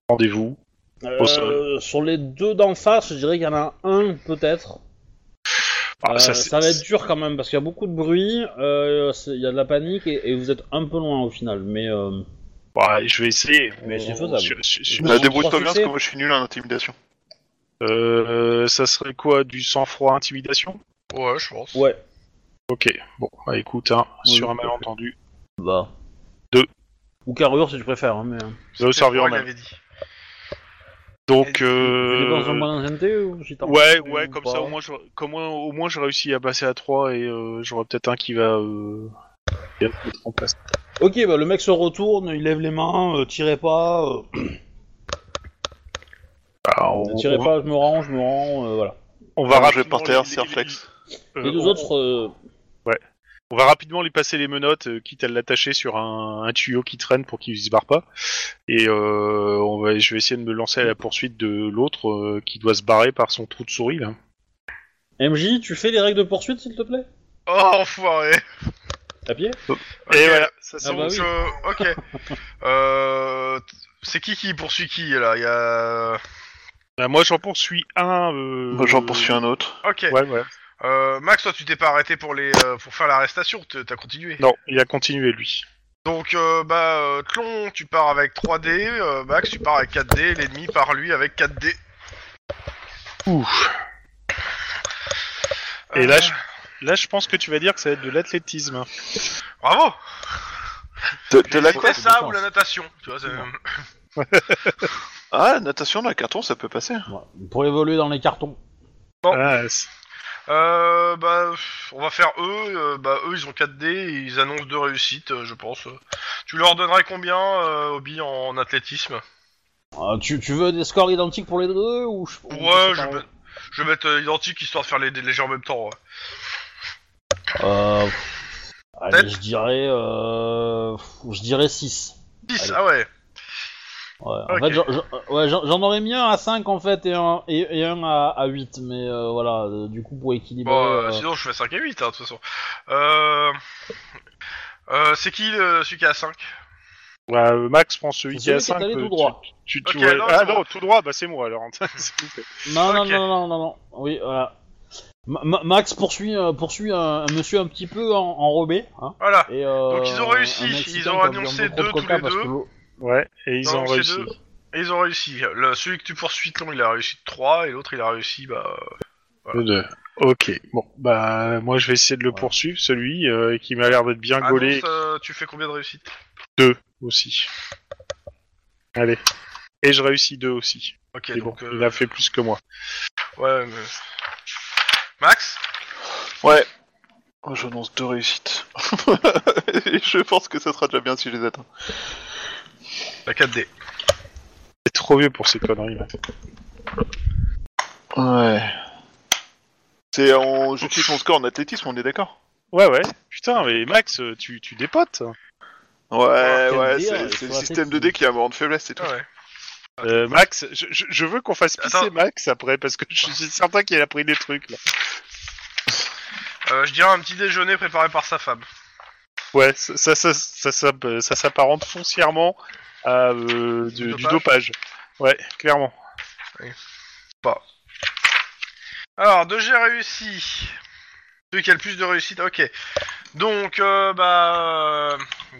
S4: rendez-vous. Au
S1: Euh, sur les deux d'en face, je dirais qu'il y en a un peut-être.
S4: Ah,
S1: Euh, ça,
S4: c'est-
S1: va être dur quand même parce qu'il y a beaucoup de bruit, euh, c'est- il y a de la panique et, et vous êtes un peu loin au final. Mais euh,
S4: Ouais, je vais essayer.
S1: Mais c'est
S4: On-
S1: faisable.
S4: sur- sur- sur-
S3: Bah,
S1: Ils ont
S3: débrouille-toi
S1: trois
S3: bien, parce
S1: succès.
S3: que moi je suis nul en intimidation.
S4: Euh, ça serait quoi Du sang-froid, intimidation
S2: Ouais, je pense.
S1: ouais,
S4: Ok, bon, bah, écoute, hein,
S1: Oui.
S4: sur un malentendu,
S1: bah.
S4: Deux.
S1: Ou carrure si tu préfères. hein, mais...
S4: ça va servir
S2: Moi,
S4: en
S2: il
S4: même.
S2: avait dit.
S4: Donc,
S1: Tu dépenses un
S4: euh...
S1: point d'ancienneté ou si t'en
S4: ouais,
S1: penses
S4: ouais,
S1: ou
S4: comme
S1: pas
S4: ça, au moins, je, comme, moi, au moins, je réussis à passer à 3 et euh, j'aurai peut-être un qui va... Euh... qui va se mettre en place.
S1: Ok, bah le mec se retourne, il lève les mains, euh, tirez pas, euh,
S4: Ah, on,
S1: tirez
S4: on-
S1: pas, je me rends, je me rends, euh, voilà.
S4: on va
S3: Va ranger
S4: rapidement
S3: par terre,
S4: les-
S3: c'est un réflexe.
S4: euh,
S1: les deux
S4: on-
S1: autres, euh,
S4: On va rapidement lui passer les menottes, euh, quitte à l'attacher sur un, un tuyau qui traîne pour qu'il se barre pas. Et euh, on va, je vais essayer de me lancer à la poursuite de l'autre euh, qui doit se barrer par son trou de souris là.
S1: MJ, tu fais les règles de poursuite s'il te plaît
S2: Oh, enfoiré
S1: À pied
S4: Et voilà, ça
S1: Ah
S4: c'est
S1: bah
S2: Donc,
S1: oui.
S2: euh, ok. Euh, t- c'est qui qui poursuit qui là Il y a.
S4: Bah, Moi j'en poursuis un. euh,
S3: Moi j'en poursuis un autre.
S2: Ok.
S4: Ouais, ouais.
S2: Euh, Max, toi, tu t'es pas arrêté pour les euh, pour faire l'arrestation, t- t'as continué.
S4: Non, il a continué lui.
S2: Donc euh, bah euh, Tlon, tu pars avec 3D, euh, Max, tu pars avec 4D, l'ennemi part lui avec 4D.
S4: Ouf.
S2: Euh,
S4: Et là, je, là, je pense que tu vas dire que ça va être de l'athlétisme.
S2: Bravo.
S3: De, de Euh, la quoi
S2: C'est ça
S1: défense.
S2: ou la natation, tu vois. c'est-
S3: Ah, natation dans les cartons, ça peut passer.
S1: Ouais, Pour évoluer dans les cartons.
S4: Ah, c'est-
S2: Euh, bah, pff, on va faire eux. euh, bah, eux, ils ont 4D, et ils annoncent deux réussites, euh, je pense. Tu leur donnerais combien, euh, Obi, en athlétisme
S1: Euh, tu, tu veux des scores identiques pour les deux ou je-
S2: Ouais,
S1: ou je sais
S2: je
S1: pas.
S2: vais, je vais mettre euh, identique histoire de faire les, les légers en même temps. ouais.
S1: Euh, allez,
S2: Peut-être.
S1: je dirais, euh, je dirais 6.
S2: 10,
S1: Allez.
S2: ah ouais.
S1: Ouais, en
S2: Ok.
S1: fait, j'en- j'en- ouais, j'en j'en aurais mis un à 5 en fait et un, et, et un à, à 8, mais euh, voilà, euh, du coup pour équilibrer.
S2: Bon, euh,
S1: euh,
S2: sinon je fais 5 et 8, hein, de toute façon. Euh... euh, c'est qui le- celui qui a 5
S4: Ouais, euh, Max prend celui
S1: C'est
S4: qui a
S1: celui qui est
S4: 5.
S1: allé tout droit.
S4: Tu, tu-
S2: Ok,
S4: ouais.
S2: non,
S4: ah
S2: c'est
S4: non,
S2: moi.
S4: tout droit, bah c'est moi alors. S'il vous plaît.
S1: Non, non,
S2: ok.
S1: non, non, non, non, oui, voilà. Ma- Ma- Max poursuit, euh, poursuit un, un monsieur un petit peu en, enrobé. Hein,
S2: Voilà.
S1: et, euh,
S2: Donc, ils ont
S1: un
S2: réussi,
S1: Mexicain
S2: ils ont
S1: qui a bu un
S2: annoncé
S1: bon gros
S2: deux
S1: coca
S2: tous les
S1: parce
S2: deux.
S1: que l'eau-
S4: Ouais, et ils
S2: Non,
S4: ont
S2: c'est
S4: réussi.
S2: deux. Et ils ont réussi. Le, celui que tu poursuis, Tlon, il a réussi 3, et l'autre, il a réussi, bah...
S4: Le deux. Ok, bon, bah moi je vais essayer de le poursuivre, celui euh, qui m'a l'air d'être bien
S2: Ah non,
S4: gaulé
S2: ça- tu fais combien de réussites
S4: aussi. Allez. Et je réussis deux aussi.
S2: Ok,
S4: C'est bon,
S2: donc. euh,
S4: il a fait plus que moi.
S2: Ouais, mais... Max
S3: Ouais. Oh, J'annonce deux réussites. Et je pense que ça sera déjà bien si je les atteins.
S2: La 4D.
S4: C'est trop vieux pour ces conneries. là.
S3: Ouais. C'est en... J'utilise mon score en athlétisme, on est d'accord
S4: Ouais, ouais. Putain, mais Max, euh, tu, tu dépotes.
S3: Ouais,
S1: quel
S3: ouais,
S1: dé,
S3: c'est-
S1: euh,
S3: c'est le
S1: faut
S3: système de
S1: athlétisme.
S3: dé qui a un moment de faiblesse, c'est tout.
S2: Ah ouais.
S4: Euh, Max, je, je- je veux qu'on fasse pisser
S2: Attends.
S4: Max après, parce que je suis certain qu'il a pris des trucs. Là.
S2: Euh, je dirais un petit déjeuner préparé par sa femme.
S4: Ouais, ça, ça, ça, ça, ça, euh, ça s'apparente foncièrement à euh, du,
S2: Du
S4: du dopage. Ouais, clairement.
S2: Alors, 2G réussi. Celui qui a le plus de réussite, ok. Donc, euh, bah. euh,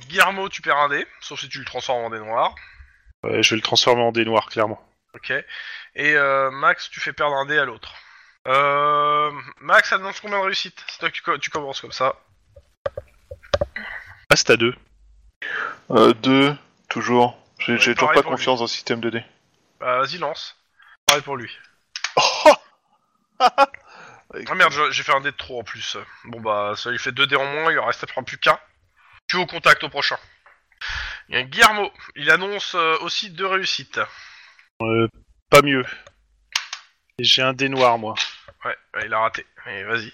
S2: Guillermo, tu perds un dé, sauf si tu le transformes en dé noir.
S4: Ouais, je vais le transformer en dé noir, clairement.
S2: Ok. Et euh, Max, tu fais perdre un dé à l'autre. Euh, Max, annonce combien de réussites C'est toi qui co- tu commences comme ça.
S4: Ah, c'est à deux.
S3: Euh, deux, toujours. J'ai
S2: Ouais,
S3: j'ai toujours
S2: pareil
S3: pas
S2: pour lui.
S3: confiance en système de dé.
S2: Bah, vas-y, lance. Pareil pour lui.
S3: Oh
S2: Ah merde, je- j'ai fait un dé de trop en plus. Bon bah, ça lui fait deux dés en moins, il en reste à prendre plus qu'un. Tu es au contact au prochain. Il y a Guillermo, il annonce euh, aussi deux réussites.
S4: Pas mieux. Et J'ai un dé noir, moi.
S2: Ouais, ouais, il a raté. Mais vas-y.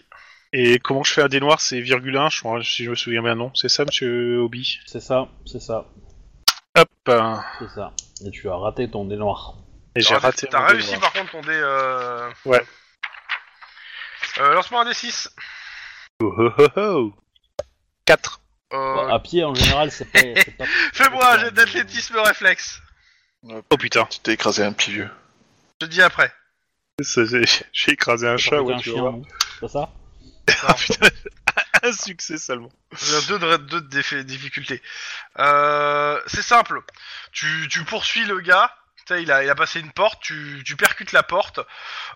S4: Et comment je fais un dé noir C'est virgule 1, je crois, si je me souviens bien, non C'est ça, monsieur Hobby
S1: C'est ça, c'est ça,
S4: Hop hein.
S1: c'est ça. Et tu as raté ton dé noir.
S4: Et j'ai
S2: T'as
S4: raté
S2: T'as
S4: mon dé
S2: réussi
S4: noir.
S2: par contre ton dé. Euh...
S4: Ouais.
S2: Euh, Lance-moi un dé 6.
S4: Oh, oh, oh, oh. 4.
S1: Bon, ah, à pied, en général, c'est pas... c'est pas-
S2: Euh, Fais-moi un jet d'athlétisme réflexe.
S4: Oh putain,
S3: Tu t'es écrasé un petit vieux.
S2: Je te dis après.
S4: Ça, c'est- j'ai écrasé un
S1: c'est
S4: chat,
S1: pas
S4: ouais,
S1: un
S4: tu
S1: chien,
S4: vois.
S1: non C'est ça
S4: Ah, putain, un succès seulement.
S2: J'ai Deux, de, deux de déf- difficultés. Euh, c'est simple. Tu, tu poursuis le gars. Tu sais, il a, il a passé une porte. Tu, tu percutes la porte.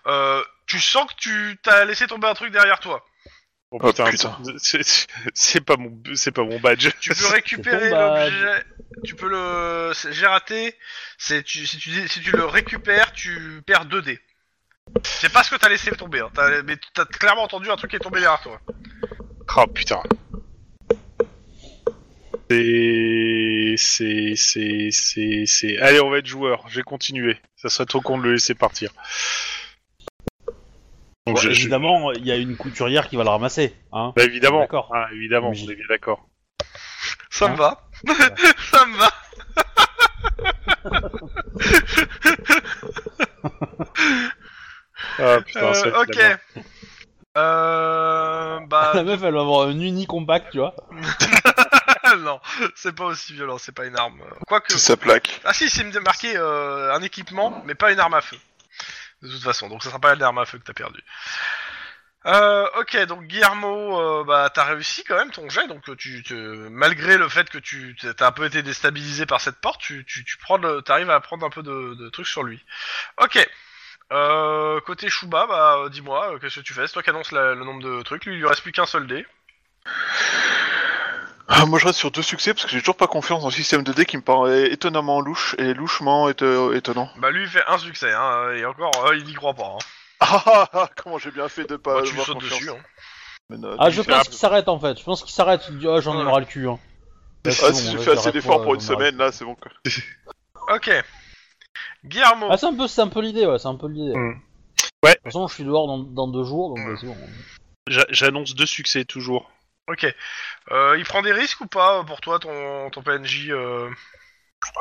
S2: Euh, tu sens que tu t'as laissé tomber un truc derrière toi.
S4: Oh
S3: Oh,
S4: putain,
S3: putain.
S4: c'est- c'est- c'est pas mon, c'est pas mon badge.
S2: Tu peux récupérer
S1: C'est ton badge.
S2: l'objet. Tu peux le. c'est- J'ai raté. C'est tu, si tu dis- si tu le récupères, tu perds 2 dés. C'est pas ce que t'as laissé tomber. Hein. T'as- mais t'as clairement entendu un truc qui est tombé derrière toi.
S4: Oh putain. C'est, c'est, c'est, c'est, c'est. Allez, on va être joueur. J'ai continué. Ça serait trop con de le laisser partir.
S1: Bon,
S4: Donc, je- je-
S1: Évidemment, il y a une couturière qui va le ramasser, hein
S4: Bah, évidemment.
S1: D'accord.
S4: Ah, évidemment,
S1: Oui.
S4: on est bien d'accord.
S2: Ça
S1: Hein
S2: me va. Ça me va.
S4: Ah putain,
S2: Euh,
S4: ça va être
S2: ok.
S4: la merde.
S2: Euh, bah
S1: La meuf, elle va avoir un uni compact, tu vois.
S2: Ah non, c'est pas aussi violent, c'est pas une arme. Quoique.
S3: C'est sa plaque.
S2: Ah si, c'est marqué euh, un équipement, mais pas une arme à feu. De toute façon, donc ça sera pas l'arme à feu que t'as perdu. Euh, ok, donc Guillermo, euh, bah t'as réussi quand même ton jet, donc euh, tu, tu- malgré le fait que tu t'as un peu été déstabilisé par cette porte, tu, tu, tu prends le- t'arrives à prendre un peu de, de trucs sur lui. Ok. Euh, côté Chouba, bah euh, dis-moi, euh, qu'est-ce que tu fais C'est toi qui annonce la- le nombre de trucs, lui il lui reste plus qu'un seul dé.
S3: Ah, moi je reste sur deux succès parce que j'ai toujours pas confiance en le système de dé qui me paraît étonnamment louche et louchement éto- étonnant.
S2: Bah lui il fait un succès, hein, et encore euh, il y croit pas. Hein.
S3: Ah, ah, ah, comment j'ai bien fait de pas
S2: Bah, tu lui
S3: avoir
S2: sautes
S3: confiance.
S2: dessus. Hein.
S3: Mais non,
S1: Ah,
S3: tu
S1: je
S3: fais un-
S1: pense qu'il s'arrête en fait. Je pense qu'il s'arrête. Il dit, ah, j'en ai
S2: Ouais.
S1: marre le cul. Hein.
S3: Ah,
S1: c'est bon,
S3: si j'ai
S1: ouais,
S3: fait
S1: j'arrête
S3: assez d'efforts
S1: pas,
S3: pour une
S1: j'en arrête.
S3: semaine là, c'est bon quoi.
S2: Ok. Guillermo.
S1: Ah, c'est un peu, c'est un peu l'idée, ouais. C'est un peu l'idée.
S4: Hmm.
S1: De
S4: Ouais.
S1: toute façon, je suis dehors dans, dans deux jours, donc
S4: Mm.
S2: Ouais.
S1: bah, c'est bon.
S4: J'a- J'annonce deux succès toujours.
S2: Ok. Euh, il prend des risques ou pas euh, pour toi, ton, ton PNJ euh,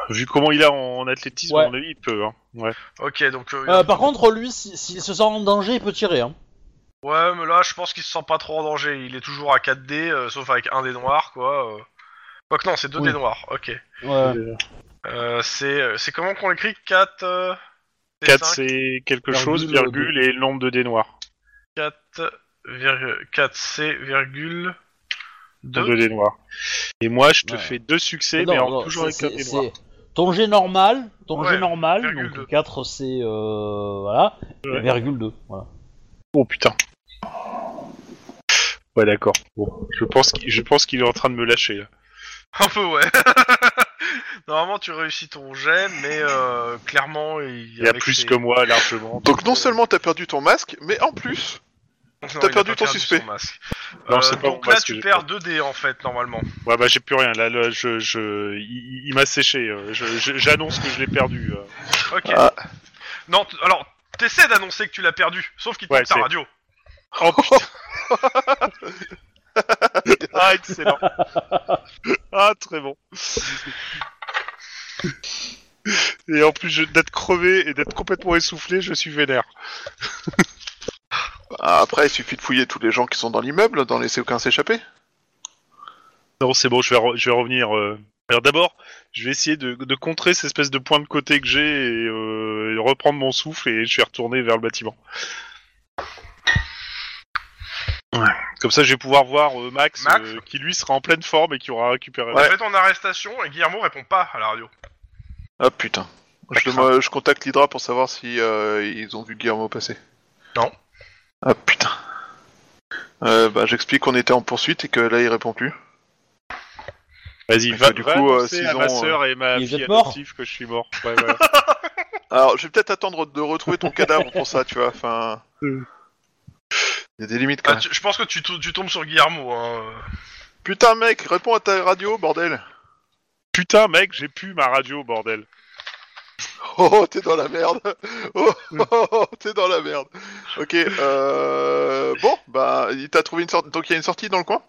S4: Vu comment il a en athlétisme,
S1: Ouais.
S4: à mon avis, il peut. Hein. Ouais.
S2: Ok, donc. euh,
S1: Euh, par contre, lui, si- s'il se sent en danger, il peut tirer. Hein.
S2: Ouais, mais là, je pense qu'il se sent pas trop en danger. Il est toujours à 4D, euh, sauf avec un des noirs, quoi. euh. Quoique, non, c'est deux
S1: Oui.
S2: dés noirs, ok.
S1: Ouais.
S2: Euh, c'est euh, c'est comment qu'on l'écrit 4. Euh...
S4: 4, c'est quelque
S1: Virgule,
S4: chose,
S1: euh,
S4: virgule, et le nombre de dés noirs.
S2: 4, virgule- 4C, virgule.
S4: Nombre
S2: 2.
S4: de dés noirs. Et moi, je te
S1: Ouais.
S4: fais deux succès, mais
S1: Non,
S4: en
S1: non,
S4: toujours
S1: c'est-
S4: avec un dé
S1: c'est-
S4: noir.
S1: c'est- Ton jet normal, ton
S2: Ouais,
S1: jet normal,
S2: virgule deux.
S1: donc 4 c'est euh, voilà,
S4: Ouais.
S1: virgule 2, voilà.
S4: Oh putain. Ouais, d'accord. Bon, je pense qu'il je pense qu'il est en train de me lâcher là.
S2: Un peu, ouais. Normalement, tu réussis ton jet, mais euh, clairement, il
S4: Il y a
S2: avec
S4: plus
S2: ses-
S4: que moi largement.
S5: Donc non seulement t'as perdu ton masque, mais en plus,
S2: Non,
S5: t'as
S2: il a
S5: perdu
S2: pas
S5: ton
S2: perdu
S5: suspect.
S2: son masque.
S4: Non,
S2: Euh,
S4: c'est pas mon
S2: donc là,
S4: masque que
S2: tu
S4: j'ai
S2: perds 2 dés en fait, normalement.
S4: Ouais, bah j'ai plus rien. Là, là, je, je, il, il- il m'a séché. euh, je- je- J'annonce que je l'ai perdu. euh.
S2: Ok.
S5: Ah.
S2: Non, t- alors, t'essaies d'annoncer que tu l'as perdu, sauf qu'il te
S4: Ouais,
S2: coupe ta
S4: c'est-
S2: radio.
S4: Oh putain Ah, excellent Ah, très bon Et en plus je- d'être crevé et d'être complètement essoufflé, je suis vénère.
S3: ah,
S5: bah, après il suffit de fouiller tous les gens qui sont dans l'immeuble, d'en laisser aucun s'échapper.
S4: Non, c'est bon, je vais, re- je vais revenir. euh. Alors d'abord, je vais essayer de, de contrer cette espèce de point de côté que j'ai et, euh, et reprendre mon souffle et je vais retourner vers le bâtiment. Ouais. Comme ça, je vais pouvoir voir euh, Max,
S2: Max
S4: euh, qui lui sera en pleine forme et qui aura récupéré.
S2: Tu Fais ton arrestation et Guillermo répond pas à la radio.
S5: Ah putain. Je, demande- je contacte l'Hydra pour savoir si euh, ils ont vu Guillermo passer.
S2: Non.
S5: Ah putain. Euh, bah j'explique qu'on était en poursuite et que là il répond plus.
S4: Vas-y,
S5: Parce
S4: va,
S5: que du
S4: va
S5: coup, euh,
S4: annoncer
S5: s'ils
S4: à ma
S5: ont,
S4: sœur et ma
S1: ils
S4: fille
S1: êtes morts
S4: adoptive que je suis mort. Ouais, voilà.
S5: Alors je vais peut-être attendre de retrouver ton cadavre pour ça, tu vois. Enfin, il y a des limites quand
S2: Ah,
S5: même.
S2: tu- je pense que tu, to- tu tombes sur Guillermo. Hein.
S5: Putain mec, réponds à ta radio, bordel.
S4: Putain, mec, j'ai pu ma radio, bordel.
S5: Oh, oh, t'es dans la merde. Oh, oh, oh, t'es dans la merde. Ok. Euh... Bon, bah, il t'a trouvé une sorte. Donc il y a une sortie dans le coin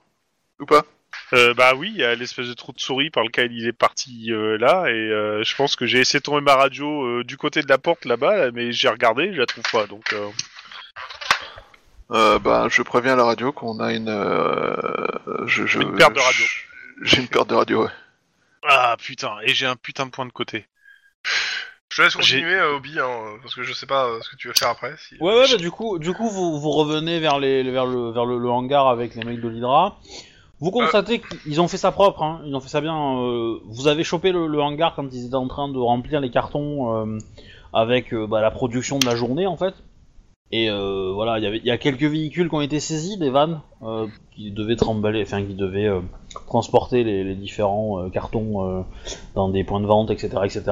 S5: ou pas
S4: Euh, bah oui, il y a l'espèce de trou de souris par lequel il est parti euh, là, et euh, je pense que j'ai essayé de tomber ma radio euh, du côté de la porte là-bas, là, mais j'ai regardé, je la trouve pas, donc... euh,
S5: euh, Bah, je préviens la radio qu'on a une. euh, Je, je...
S4: Une perte de radio.
S5: je- J'ai une perte de radio. Ouais.
S4: Ah putain, et j'ai un putain de point de côté.
S2: Je te laisse
S4: J'ai-
S2: continuer, euh, Obi, hein, parce que je sais pas euh, ce que tu veux faire après. Si...
S1: Ouais, ouais, bah, du coup, du coup vous, vous revenez vers, les, vers, le, vers le, le hangar avec les mecs de l'Hydra. Vous constatez qu'ils ont fait ça propre, hein, ils ont fait ça bien. euh, vous avez chopé le, le hangar quand ils étaient en train de remplir les cartons euh, avec euh, bah, la production de la journée en fait. Et euh, voilà, il y avait- il y a quelques véhicules qui ont été saisis, des vannes euh, qui devaient trimballer, enfin qui devaient euh, transporter les, les différents euh, cartons euh, dans des points de vente, etc. etc.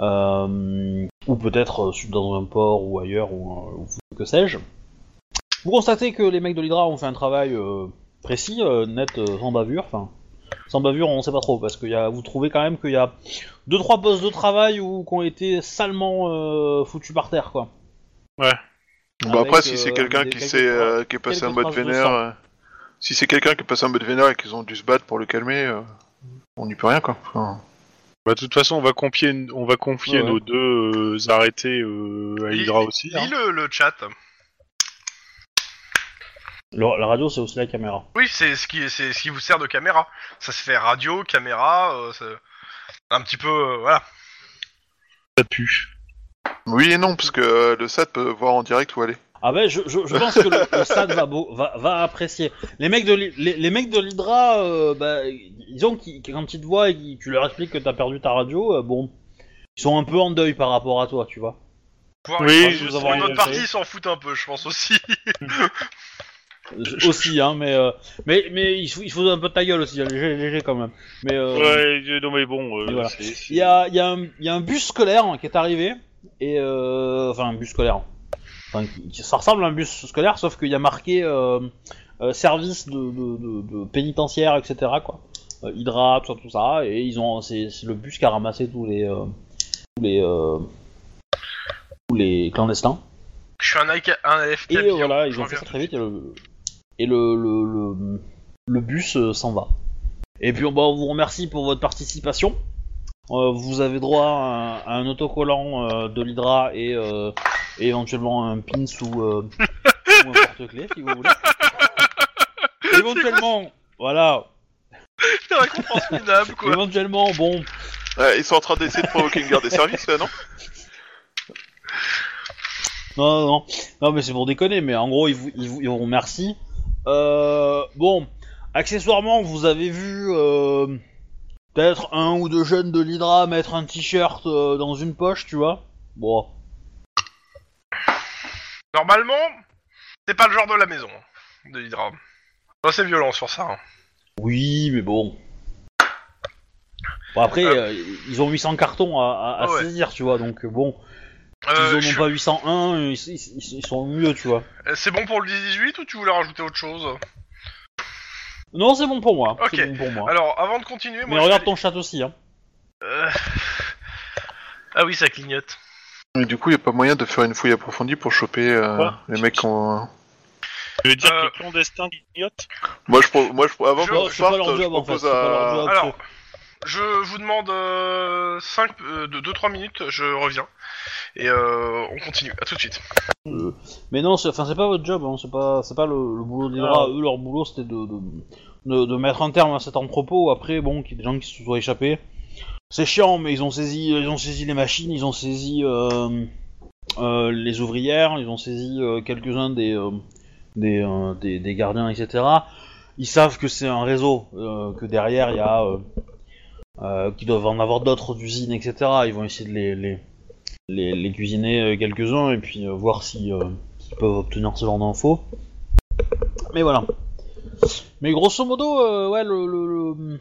S1: Euh, ou peut-être euh, dans un port ou ailleurs ou, euh, ou que sais-je. Vous constatez que les mecs de l'Hydra ont fait un travail euh, précis, euh, net, euh, sans bavure. Enfin, sans bavure, on sait pas trop parce que y a- vous trouvez quand même qu'il y a deux trois postes de travail où qui ont été salement euh, foutus par terre, quoi.
S5: Bah,
S1: Avec,
S5: après, si
S1: euh,
S5: c'est quelqu'un
S1: avec
S5: qui
S1: des-
S5: s'est euh, qui est passé
S1: quelques
S5: en mode
S1: traces de
S5: vénère,
S1: sang.
S5: euh, si c'est quelqu'un qui est passé en mode vénère et qu'ils ont dû se battre pour le calmer, euh, on n'y peut rien quoi. Enfin,
S4: Bah de toute façon, on va confier, on va confier
S1: Ouais, ouais.
S4: nos deux euh, arrêtés euh, à
S2: Lis-
S4: Hydra aussi. hein.
S2: Lis le, le chat.
S1: Le- la radio, c'est aussi la caméra.
S2: Oui, c'est ce qui, c'est ce qui vous sert de caméra. Ça se fait radio, caméra, euh, c'est un petit peu, euh, voilà.
S4: Ça pue.
S5: oui et non, parce que euh, le SAT peut voir en direct où aller.
S1: Ah ben, je, je, je pense que le, le SAD va, beau- va, va apprécier. Les mecs de, l'Hy- les, les mecs de l'Hydra, euh, bah, disons qu'ils- que quand ils te voient et qu'ils- tu leur expliques que t'as perdu ta radio, euh, bon, ils sont un peu en deuil par rapport à toi, tu vois.
S2: Pouvoir
S4: Oui,
S2: une-
S4: je
S2: une
S4: sais,
S2: autre
S1: je sais.
S2: partie ils s'en foutent un peu, je pense aussi.
S1: Je- Aussi, hein, mais euh, mais mais il faut, il faut un peu de ta gueule aussi, léger, léger quand même. Mais euh,
S4: Ouais, je- non mais bon... euh,
S1: Et voilà.
S4: c'est- c'est-
S1: il y a, il y, a un- il y a un bus scolaire hein, qui est arrivé et euh, enfin un bus scolaire. Enfin, qui- qui- ça ressemble à un bus scolaire, sauf qu'il y a marqué euh, euh, service de, de- de- de pénitentiaire, etc. Quoi. Euh, Hydra, tout ça, tout ça. Et ils ont, c'est c'est le bus qui a ramassé tous les, euh, tous les, euh, tous les clandestins.
S2: Je suis un, IK un AFK.
S1: Et euh,
S2: bio,
S1: voilà,
S2: je
S1: ils ont fait
S2: reviens
S1: ça
S2: tout
S1: très
S2: de
S1: vite. Et le, et le, le, le- le bus euh, s'en va. Et puis, bah, on vous remercie pour votre participation. Euh, vous avez droit à, à un autocollant euh, de l'Hydra et, euh, et éventuellement un pins ou, euh, ou un porte-clés, si vous voulez. Éventuellement, voilà.
S2: suite. Récompense minable, quoi.
S1: Éventuellement, bon,
S5: Ouais, ils sont en train d'essayer de provoquer une guerre des services là, non
S1: Non, non, non. Non, mais c'est pour déconner, mais en gros, ils vous, ils vous, ils vous remercient. Euh, bon, accessoirement, vous avez vu euh, peut-être un ou deux jeunes de l'Hydra mettre un t-shirt euh, dans une poche, tu vois. Bon,
S2: Normalement, c'est pas le genre hein, de la maison, de l'Hydra. Enfin, c'est violent sur ça. hein.
S1: Oui, mais bon. Bon, après,
S2: Euh.
S1: euh, ils ont 800 cartons à, à- à
S2: Ah ouais.
S1: saisir, tu vois, donc euh, bon,
S2: Euh,
S1: ils en ont
S2: je-
S1: pas 801, ils, ils- ils- ils sont mieux, tu vois.
S2: C'est bon pour le 18 ou tu voulais rajouter autre chose
S1: Non, c'est bon pour moi,
S2: Ok.
S1: c'est bon pour moi.
S2: Alors, avant de continuer,
S1: mais
S2: moi, je
S1: regarde
S2: vais-
S1: ton chat aussi, hein.
S2: Euh, Ah oui, ça clignote.
S5: Mais du coup, il n'y a pas moyen de faire une fouille approfondie pour choper euh,
S4: Ouais.
S5: les mecs euh, qu'on.
S4: Tu veux dire
S2: Euh.
S4: que les clandestins clignotent
S5: Moi, je, pro- moi, je, avant
S2: Je-
S5: qu'on
S1: c'est pas
S5: parte,
S1: leur
S5: je
S1: job, en fait,
S5: propose
S1: c'est pas leur
S5: à-
S1: job. Ok.
S2: Alors, je vous demande 5, de 2-3 minutes, je reviens. Et euh, on continue, à tout de suite.
S1: Mais non, c'est enfin, c'est pas votre job, hein, c'est pas, c'est pas le, le boulot des
S4: Ah.
S1: draps. Eux, leur boulot, c'était de, de, de- de mettre un terme à cet entrepôt. Après, bon, qu'il y ait des gens qui se soient échappés. C'est chiant, mais ils ont saisi, ils ont saisi les machines, ils ont saisi euh, euh, les ouvrières, ils ont saisi euh, quelques-uns des, euh, des, euh, des, des gardiens, etc. Ils savent que c'est un réseau, euh, que derrière, il y a... Euh, euh, qu'ils doivent en avoir d'autres usines, etc. Ils vont essayer de les... les... Les, les cuisiner euh, quelques-uns et puis euh, voir si euh, qui peuvent obtenir ce genre d'infos. Mais voilà. Mais grosso modo, euh, ouais, le, le, le,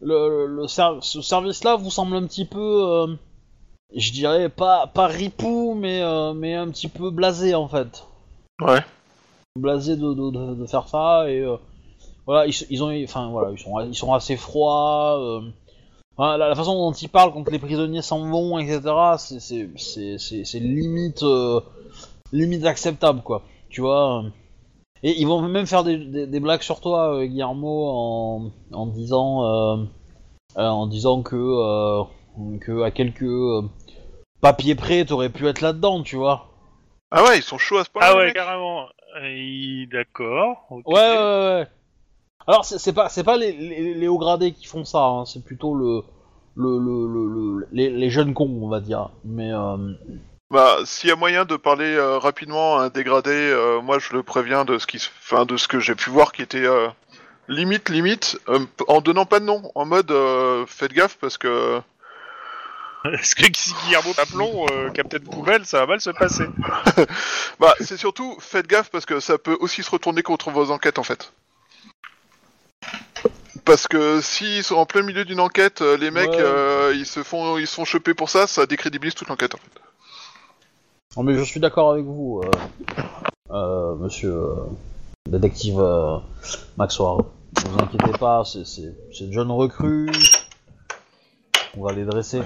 S1: le- le ser- ce service-là vous semble un petit peu, euh, je dirais, pas, pas ripou, mais, euh, mais un petit peu blasé en fait.
S5: Ouais.
S1: Blasé de, de, de- de faire ça et euh, voilà, ils, s- ils ont, enfin voilà, ils sont, ils sont assez froids. euh, voilà, la, la façon dont ils parlent quand les prisonniers s'en vont, etc., c'est- c'est- c'est c'est- c'est limite. euh, limite acceptable, quoi. Tu vois. euh. Et ils vont même faire des, des- des blagues sur toi, euh, Guillermo, en, en disant, euh, euh, en disant que, euh, que à quelques euh, papiers près, t'aurais pu être là-dedans, tu vois.
S5: Ah ouais, ils sont chauds à ce point-là.
S4: Ah
S5: les
S4: ouais,
S5: mecs
S4: carrément. Euh, il- D'accord. ok.
S1: Ouais, ouais, ouais. ouais. Alors c'est c'est pas, c'est pas les, les, les hauts gradés qui font ça, hein, c'est plutôt le, le, le, le- le- les, les jeunes cons, on va dire. Mais euh,
S5: Bah, s'il y a moyen de parler euh, rapidement à un dégradé, euh, moi je le préviens de ce qui, se- enfin, de ce que j'ai pu voir qui était euh, limite limite, euh, p- en donnant pas de nom, en mode euh, faites gaffe parce que
S4: Parce que si Guillermo Paplon, euh, Captain Poubelle, ça va mal se passer.
S5: bah c'est surtout faites gaffe parce que ça peut aussi se retourner contre vos enquêtes en fait. Parce que s'ils sont en plein milieu d'une enquête, euh, les mecs
S1: Ouais.
S5: euh, ils se font ils se font choper pour ça, ça décrédibilise toute l'enquête. en fait.
S1: Non mais je suis d'accord avec vous, euh, euh, monsieur euh, détective euh, Maxwell. Ne vous inquiétez pas, c'est- c'est c'est de jeunes recrues. On va les dresser.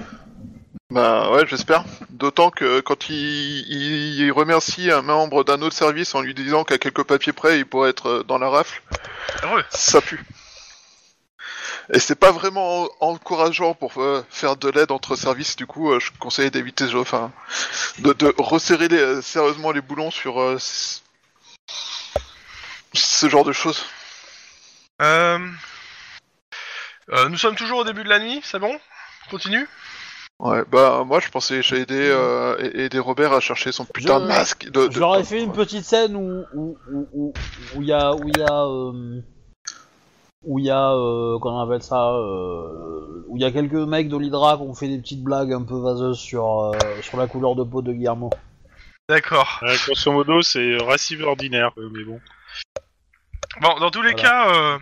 S5: Bah ouais, j'espère. D'autant que quand il, il- il remercie un membre d'un autre service en lui disant qu'à quelques papiers près, il pourrait être euh, dans la rafle,
S2: Heureux.
S5: ça pue. Et c'est pas vraiment en- encourageant pour euh, faire de l'aide entre services. Du coup, euh, je conseille d'éviter, ce- enfin, de, de resserrer les- euh, sérieusement les boulons sur euh, c- ce genre de choses.
S2: Euh, euh, nous sommes toujours au début de la nuit, c'est bon Continue
S5: Ouais, bah moi, je pensais j'ai aidé, euh, a- aider Robert à chercher son putain
S1: Je-
S5: de masque. Euh, De, de-
S1: Je leur ai fait une petite scène où où où où où il y a où il y a euh, où il y a euh, comment on appelle ça euh, où il y a quelques mecs de l'Hydra qui ont fait des petites blagues un peu vaseuses sur euh, sur la couleur de peau de Guillermo.
S2: D'accord.
S4: Euh, grosso modo, c'est racive ordinaire, euh, mais bon.
S2: Bon, dans tous les
S1: Voilà.
S2: cas, euh,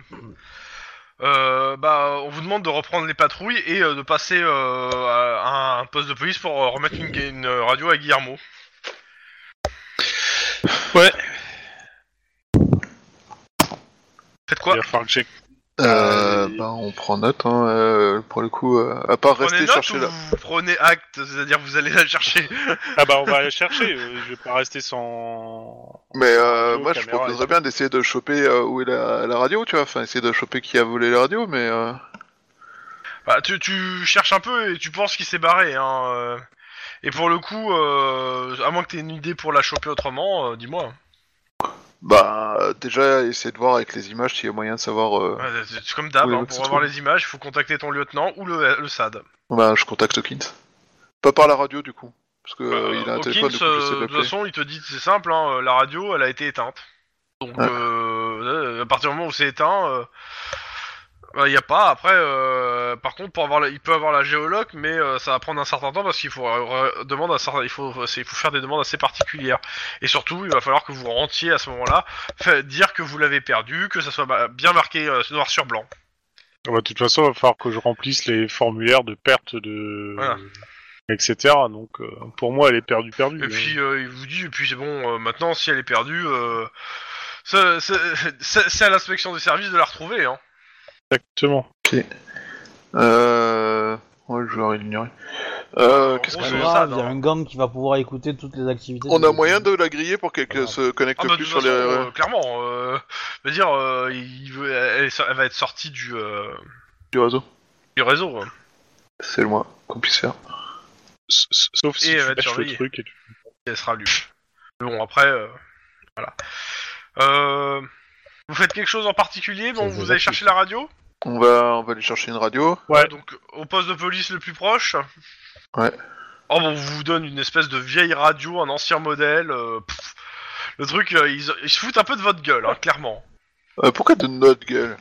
S2: euh, bah, on vous demande de reprendre les patrouilles et euh, de passer euh, à un poste de police pour euh, remettre une, gu- une, euh, radio à Guillermo.
S4: Ouais.
S2: Faites quoi
S4: Il va falloir que j'ai-
S5: Euh, bah, on prend note, hein, euh, pour le coup, euh, à part
S2: Prenez
S5: rester
S2: note
S5: chercher
S2: ou
S5: là.
S2: vous prenez acte, c'est-à-dire vous allez la chercher.
S4: Ah bah on va aller chercher, euh, je vais pas rester sans...
S5: Mais euh,
S4: Radio,
S5: moi, je
S4: caméra,
S5: proposerais
S4: etc.
S5: bien d'essayer de choper euh, où est la, la radio, tu vois. Enfin, essayer de choper qui a volé la radio, mais euh,
S2: Bah, tu, tu cherches un peu et tu penses qu'il s'est barré. Hein. euh. Et pour le coup, euh, à moins que tu aies une idée pour la choper autrement, euh, dis-moi.
S5: bah euh, déjà essayer de voir avec les images s'il y a moyen de savoir. euh,
S2: Ouais, c'est c'est comme d'hab,
S5: Oui,
S2: hein,
S5: oui,
S2: pour
S5: c'est
S2: avoir
S5: tout.
S2: les images, il faut contacter ton lieutenant ou le, le SAD.
S5: Bah, je contacte Hawkins. Pas par la radio du coup, parce que euh,
S2: Euh,
S5: il a un
S2: Hawkins,
S5: téléphone, du coup, je
S2: euh,
S5: sais
S2: de toute
S5: l'appeler.
S2: façon, il te dit, c'est simple, hein, euh, la radio, elle a été éteinte. Donc,
S5: Ah.
S2: euh, euh, à partir du moment où c'est éteint, euh, Il n'y a pas. Après, euh, par contre, pour avoir, la- il peut avoir la géologue, mais euh, ça va prendre un certain temps parce qu'il faut, euh, re- demande un certain- il faut, c'est- il faut faire des demandes assez particulières. Et surtout, il va falloir que vous rentiez à ce moment-là, fa- dire que vous l'avez perdu, que ça soit ma- bien marqué euh, noir sur blanc.
S4: Ah bah, de toute façon, il va falloir que je remplisse les formulaires de perte de.
S2: Voilà.
S4: etc. Donc, euh, pour moi, elle est perdue, perdue. hein.
S2: Et puis euh, il vous dit, et puis c'est bon, euh, maintenant si elle est perdue, euh, ça- ça- c'est c'est à l'inspection des services de la retrouver. Hein.
S4: Exactement.
S5: Euh... Ouais, je vais l'ignorer. Euh, qu'est-ce
S2: On
S5: que
S1: Ouais,
S2: se
S1: mais
S5: c'est
S2: voit
S1: grave,
S2: ça,
S1: Il y a
S2: non
S1: un gang qui va pouvoir écouter toutes les activités.
S5: On
S1: de-
S5: a moyen de la griller pour qu'elle
S1: Voilà.
S5: se connecte
S2: Ah bah, de
S5: plus
S2: toute
S5: sur
S2: façon,
S5: les...
S2: euh, clairement, euh, je veux dire, euh, il veut- elle, est- elle va être sortie du, euh,
S5: du réseau.
S2: du réseau. hein.
S5: C'est le moins qu'on puisse faire.
S4: S- s- Sauf si
S2: Et elle
S4: tu
S2: va te
S4: lâches le
S2: surveiller.
S4: truc et tu-
S2: Et elle sera lue. Mais bon, après, euh, voilà. Euh, vous faites quelque chose en particulier Bon,
S1: Ça, je
S2: vous
S1: vois
S2: allez
S1: plus.
S2: chercher la radio
S5: On va, on va aller chercher une radio.
S4: Ouais.
S2: Donc, au poste de police le plus proche
S5: Ouais.
S2: Oh, bon, on vous donne une espèce de vieille radio, un ancien modèle. euh, pff. le truc, euh, ils, ils se foutent un peu de votre gueule, hein, clairement.
S5: Euh, pourquoi de notre gueule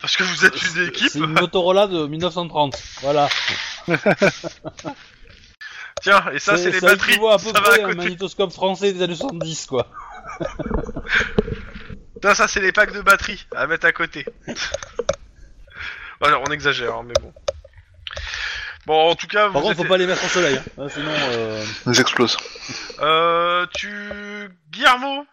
S2: Parce que vous êtes une équipe.
S1: C'est une Motorola de 1930. Voilà.
S2: Tiens, et ça, c'est les batteries.
S1: équivaut à peu
S2: Ça va à
S1: près à un
S2: côté.
S1: magnétoscope français des années 70, quoi.
S2: Putain, ça, c'est les packs de batteries à mettre à côté. Alors, on exagère, hein, mais bon. Bon, en tout
S1: Par
S2: cas, vous
S1: contre, faut
S2: êtes-
S1: pas les mettre au soleil. hein. Hein, Sinon, euh,
S5: Nous explose.
S2: Euh, tu... Guillermo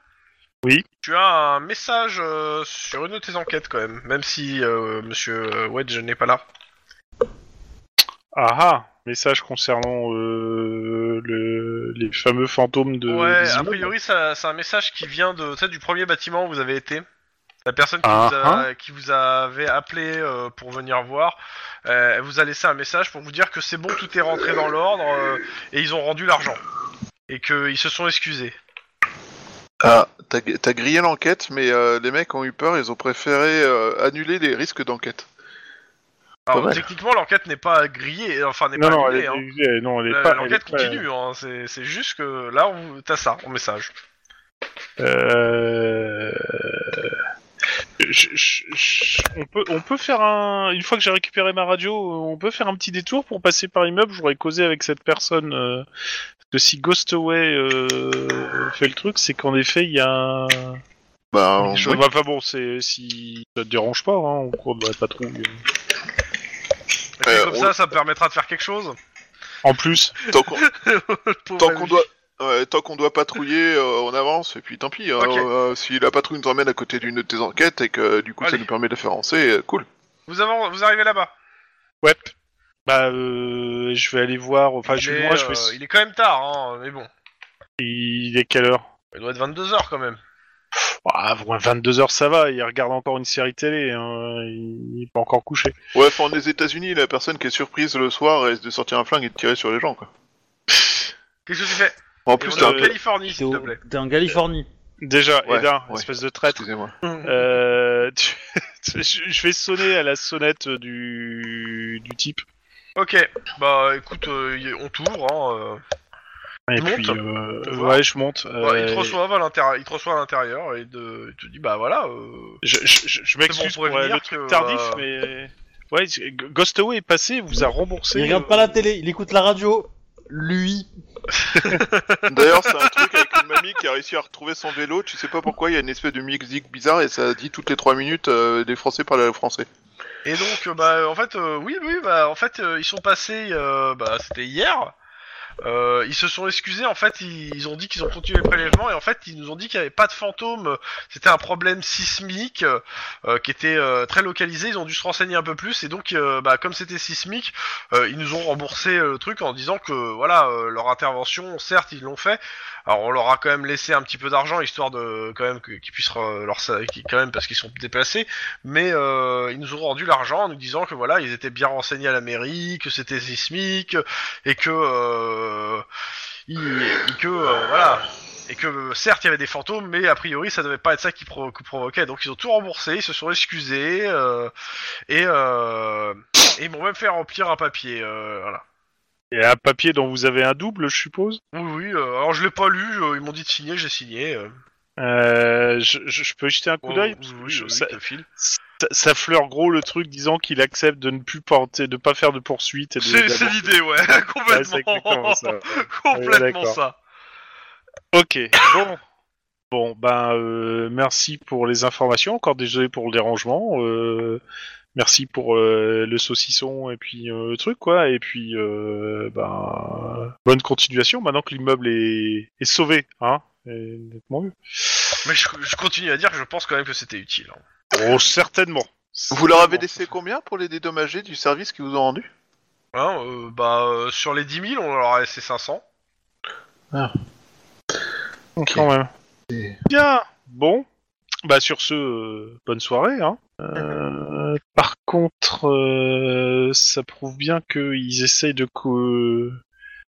S4: Oui.
S2: Tu as un message euh, sur une de tes enquêtes quand même, même si euh, Monsieur euh, Wedge n'est pas là.
S4: Ah ah Message concernant euh, le... les fameux fantômes de.
S2: ouais,
S4: des
S2: a
S4: immeubles.
S2: priori ça- c'est un message qui vient de, tu sais, du premier bâtiment où vous avez été. La personne qui,
S4: Ah,
S2: vous, a- qui vous avait appelé euh, pour venir voir, euh, elle vous a laissé un message pour vous dire que c'est bon, tout est rentré dans l'ordre euh, et ils ont rendu l'argent. Et qu'ils se sont excusés.
S5: Ah, t'as t'as grillé l'enquête, mais euh, les mecs ont eu peur, ils ont préféré euh, annuler les risques d'enquête.
S2: Alors
S5: mal.
S2: techniquement l'enquête n'est pas grillée, enfin n'est
S4: Non,
S2: pas
S4: non, elle
S2: annulée,
S4: est,
S2: hein.
S4: elle- non, elle est
S2: La-
S4: pas. elle
S2: L'enquête
S4: est pas-
S2: continue, hein, c'est c'est juste que là, on- t'as ça en message.
S4: Euh, je- je- je- on peut, on peut faire un. Une fois que j'ai récupéré ma radio, on peut faire un petit détour pour passer par l'immeuble. J'aurais causé avec cette personne. euh, parce que si Ghostaway euh, fait le truc, c'est qu'en effet, il y a. un-
S5: Bah, on-
S4: Je-
S5: oui.
S4: bah, Enfin bon, c'est si ça te dérange pas, hein, on court de la patrouille.
S2: Et puis,
S5: Euh,
S2: comme
S5: on-
S2: ça, ça me permettra de faire quelque chose.
S4: En plus,
S5: tant qu'on
S2: Pauvre
S5: tant
S2: ami.
S5: qu'on doit, ouais, tant qu'on doit patrouiller, euh, on avance, et puis tant pis. hein,
S2: Ok.
S5: euh, si la patrouille nous emmène à côté d'une de tes enquêtes et que euh, du coup ça
S2: Allez.
S5: nous permet de faire avancer, euh, cool.
S2: Vous, avan- vous arrivez là-bas.
S4: ouais. Bah, euh, je vais aller voir. Enfin, je,
S2: Mais,
S4: moi, je vais.
S2: euh, Il est quand même tard, hein, mais bon.
S4: Il est quelle heure
S2: Il doit être 22h quand même.
S4: Ah, 22h ça va, il regarde encore une série télé, hein, il il est pas encore couché.
S5: Ouais, enfin, aux États-Unis, la personne qui est surprise le soir risque de sortir un flingue et de tirer sur les gens, quoi.
S2: Qu'est-ce que tu fais
S5: En
S2: Et
S5: plus,
S2: On est en
S5: t'as...
S4: euh,
S2: Californie,
S1: T'es
S2: s'il te
S1: au-
S2: plaît.
S1: t'es en Californie.
S4: Déjà,
S5: Ouais,
S4: Eda,
S5: ouais.
S4: espèce de traître,
S5: Excusez-moi.
S4: euh, tu- je je vais sonner à la sonnette du, du type.
S2: Ok, bah écoute, euh, y- on t'ouvre. Hein,
S4: Et
S2: Tu
S4: puis,
S2: montes
S4: euh,
S2: Te voir
S4: ouais, je monte.
S2: euh. Bah,
S4: euh,
S2: il te reçoit à l'intérieur, il te reçoit à l'intérieur et de- il te dit bah voilà. euh,
S4: Je, je- je- je m'excuse
S2: C'est
S4: pour
S2: bon, on pourrait
S4: euh, le
S2: dire
S4: truc
S2: que,
S4: tardif,
S2: euh,
S4: mais... Ouais, c'est- G- Ghostaway est passé, il vous a remboursé.
S1: Il regarde pas la télé, il écoute la radio. Lui.
S5: D'ailleurs, c'est un truc avec une mamie qui a réussi à retrouver son vélo. Tu sais pas pourquoi, il y a une espèce de musique bizarre et ça dit toutes les 3 minutes euh, des Français parlent aux Français.
S2: Et donc, euh, bah, en fait, euh, oui, oui, bah, en fait, euh, ils sont passés, euh, bah, c'était hier. Euh, ils se sont excusés, en fait, ils, ils ont dit qu'ils ont continué les prélèvements et en fait, ils nous ont dit qu'il n'y avait pas de fantômes. C'était un problème sismique euh, euh, qui était euh, très localisé. Ils ont dû se renseigner un peu plus et donc, euh, bah, comme c'était sismique, euh, ils nous ont remboursé euh, le truc en disant que, voilà, euh, leur intervention, certes, ils l'ont fait. Alors, on leur a quand même laissé un petit peu d'argent histoire de, quand même, que- qu'ils puissent euh, leur, sa- quand même, parce qu'ils sont déplacés mais euh, ils nous ont rendu l'argent en nous disant que voilà, ils étaient bien renseignés à la mairie, que c'était sismique et que euh, ils- et que euh, voilà et que euh, certes il y avait des fantômes, mais a priori ça devait pas être ça qui, provo- qui provoquait. Donc ils ont tout remboursé, ils se sont excusés euh, et, euh, et ils m'ont même fait remplir un papier. euh, voilà.
S4: Et un papier dont vous avez un double, je suppose
S2: Oui, oui. euh, Oh, alors je l'ai pas lu, euh, ils m'ont dit de signer, j'ai signé. euh.
S4: Euh, je, je- je peux jeter un coup d'œil parce que je- ça, ça- ça fleure gros le truc disant qu'il accepte de ne plus porter, de pas faire de poursuite. Et de,
S2: C'est c'est
S4: d'avoir-
S2: l'idée, ouais,
S4: Ouais, c'est
S2: complètement.
S4: exactement ça, ouais. Ouais,
S2: complètement
S4: d'accord.
S2: ça.
S4: Ok, bon. Bon, ben, euh, merci pour les informations. Encore désolé pour le dérangement. euh, merci pour euh, le saucisson et puis euh, le truc, quoi. Et puis, euh, ben, bonne continuation maintenant que l'immeuble est, est sauvé, hein. Et nettement mieux.
S2: Mais je, je continue à dire que je pense quand même que c'était utile. hein.
S4: Oh, certainement.
S3: Vous leur avez laissé combien pour les dédommager du service qu'ils vous ont rendu
S2: Hein, euh, bah, euh, sur les 10 000, on leur a laissé 500.
S4: Quand même. Bien. Bon. Bah sur ce, euh, bonne soirée. Hein. Euh, par contre, euh, ça prouve bien qu'ils essayent de, cou-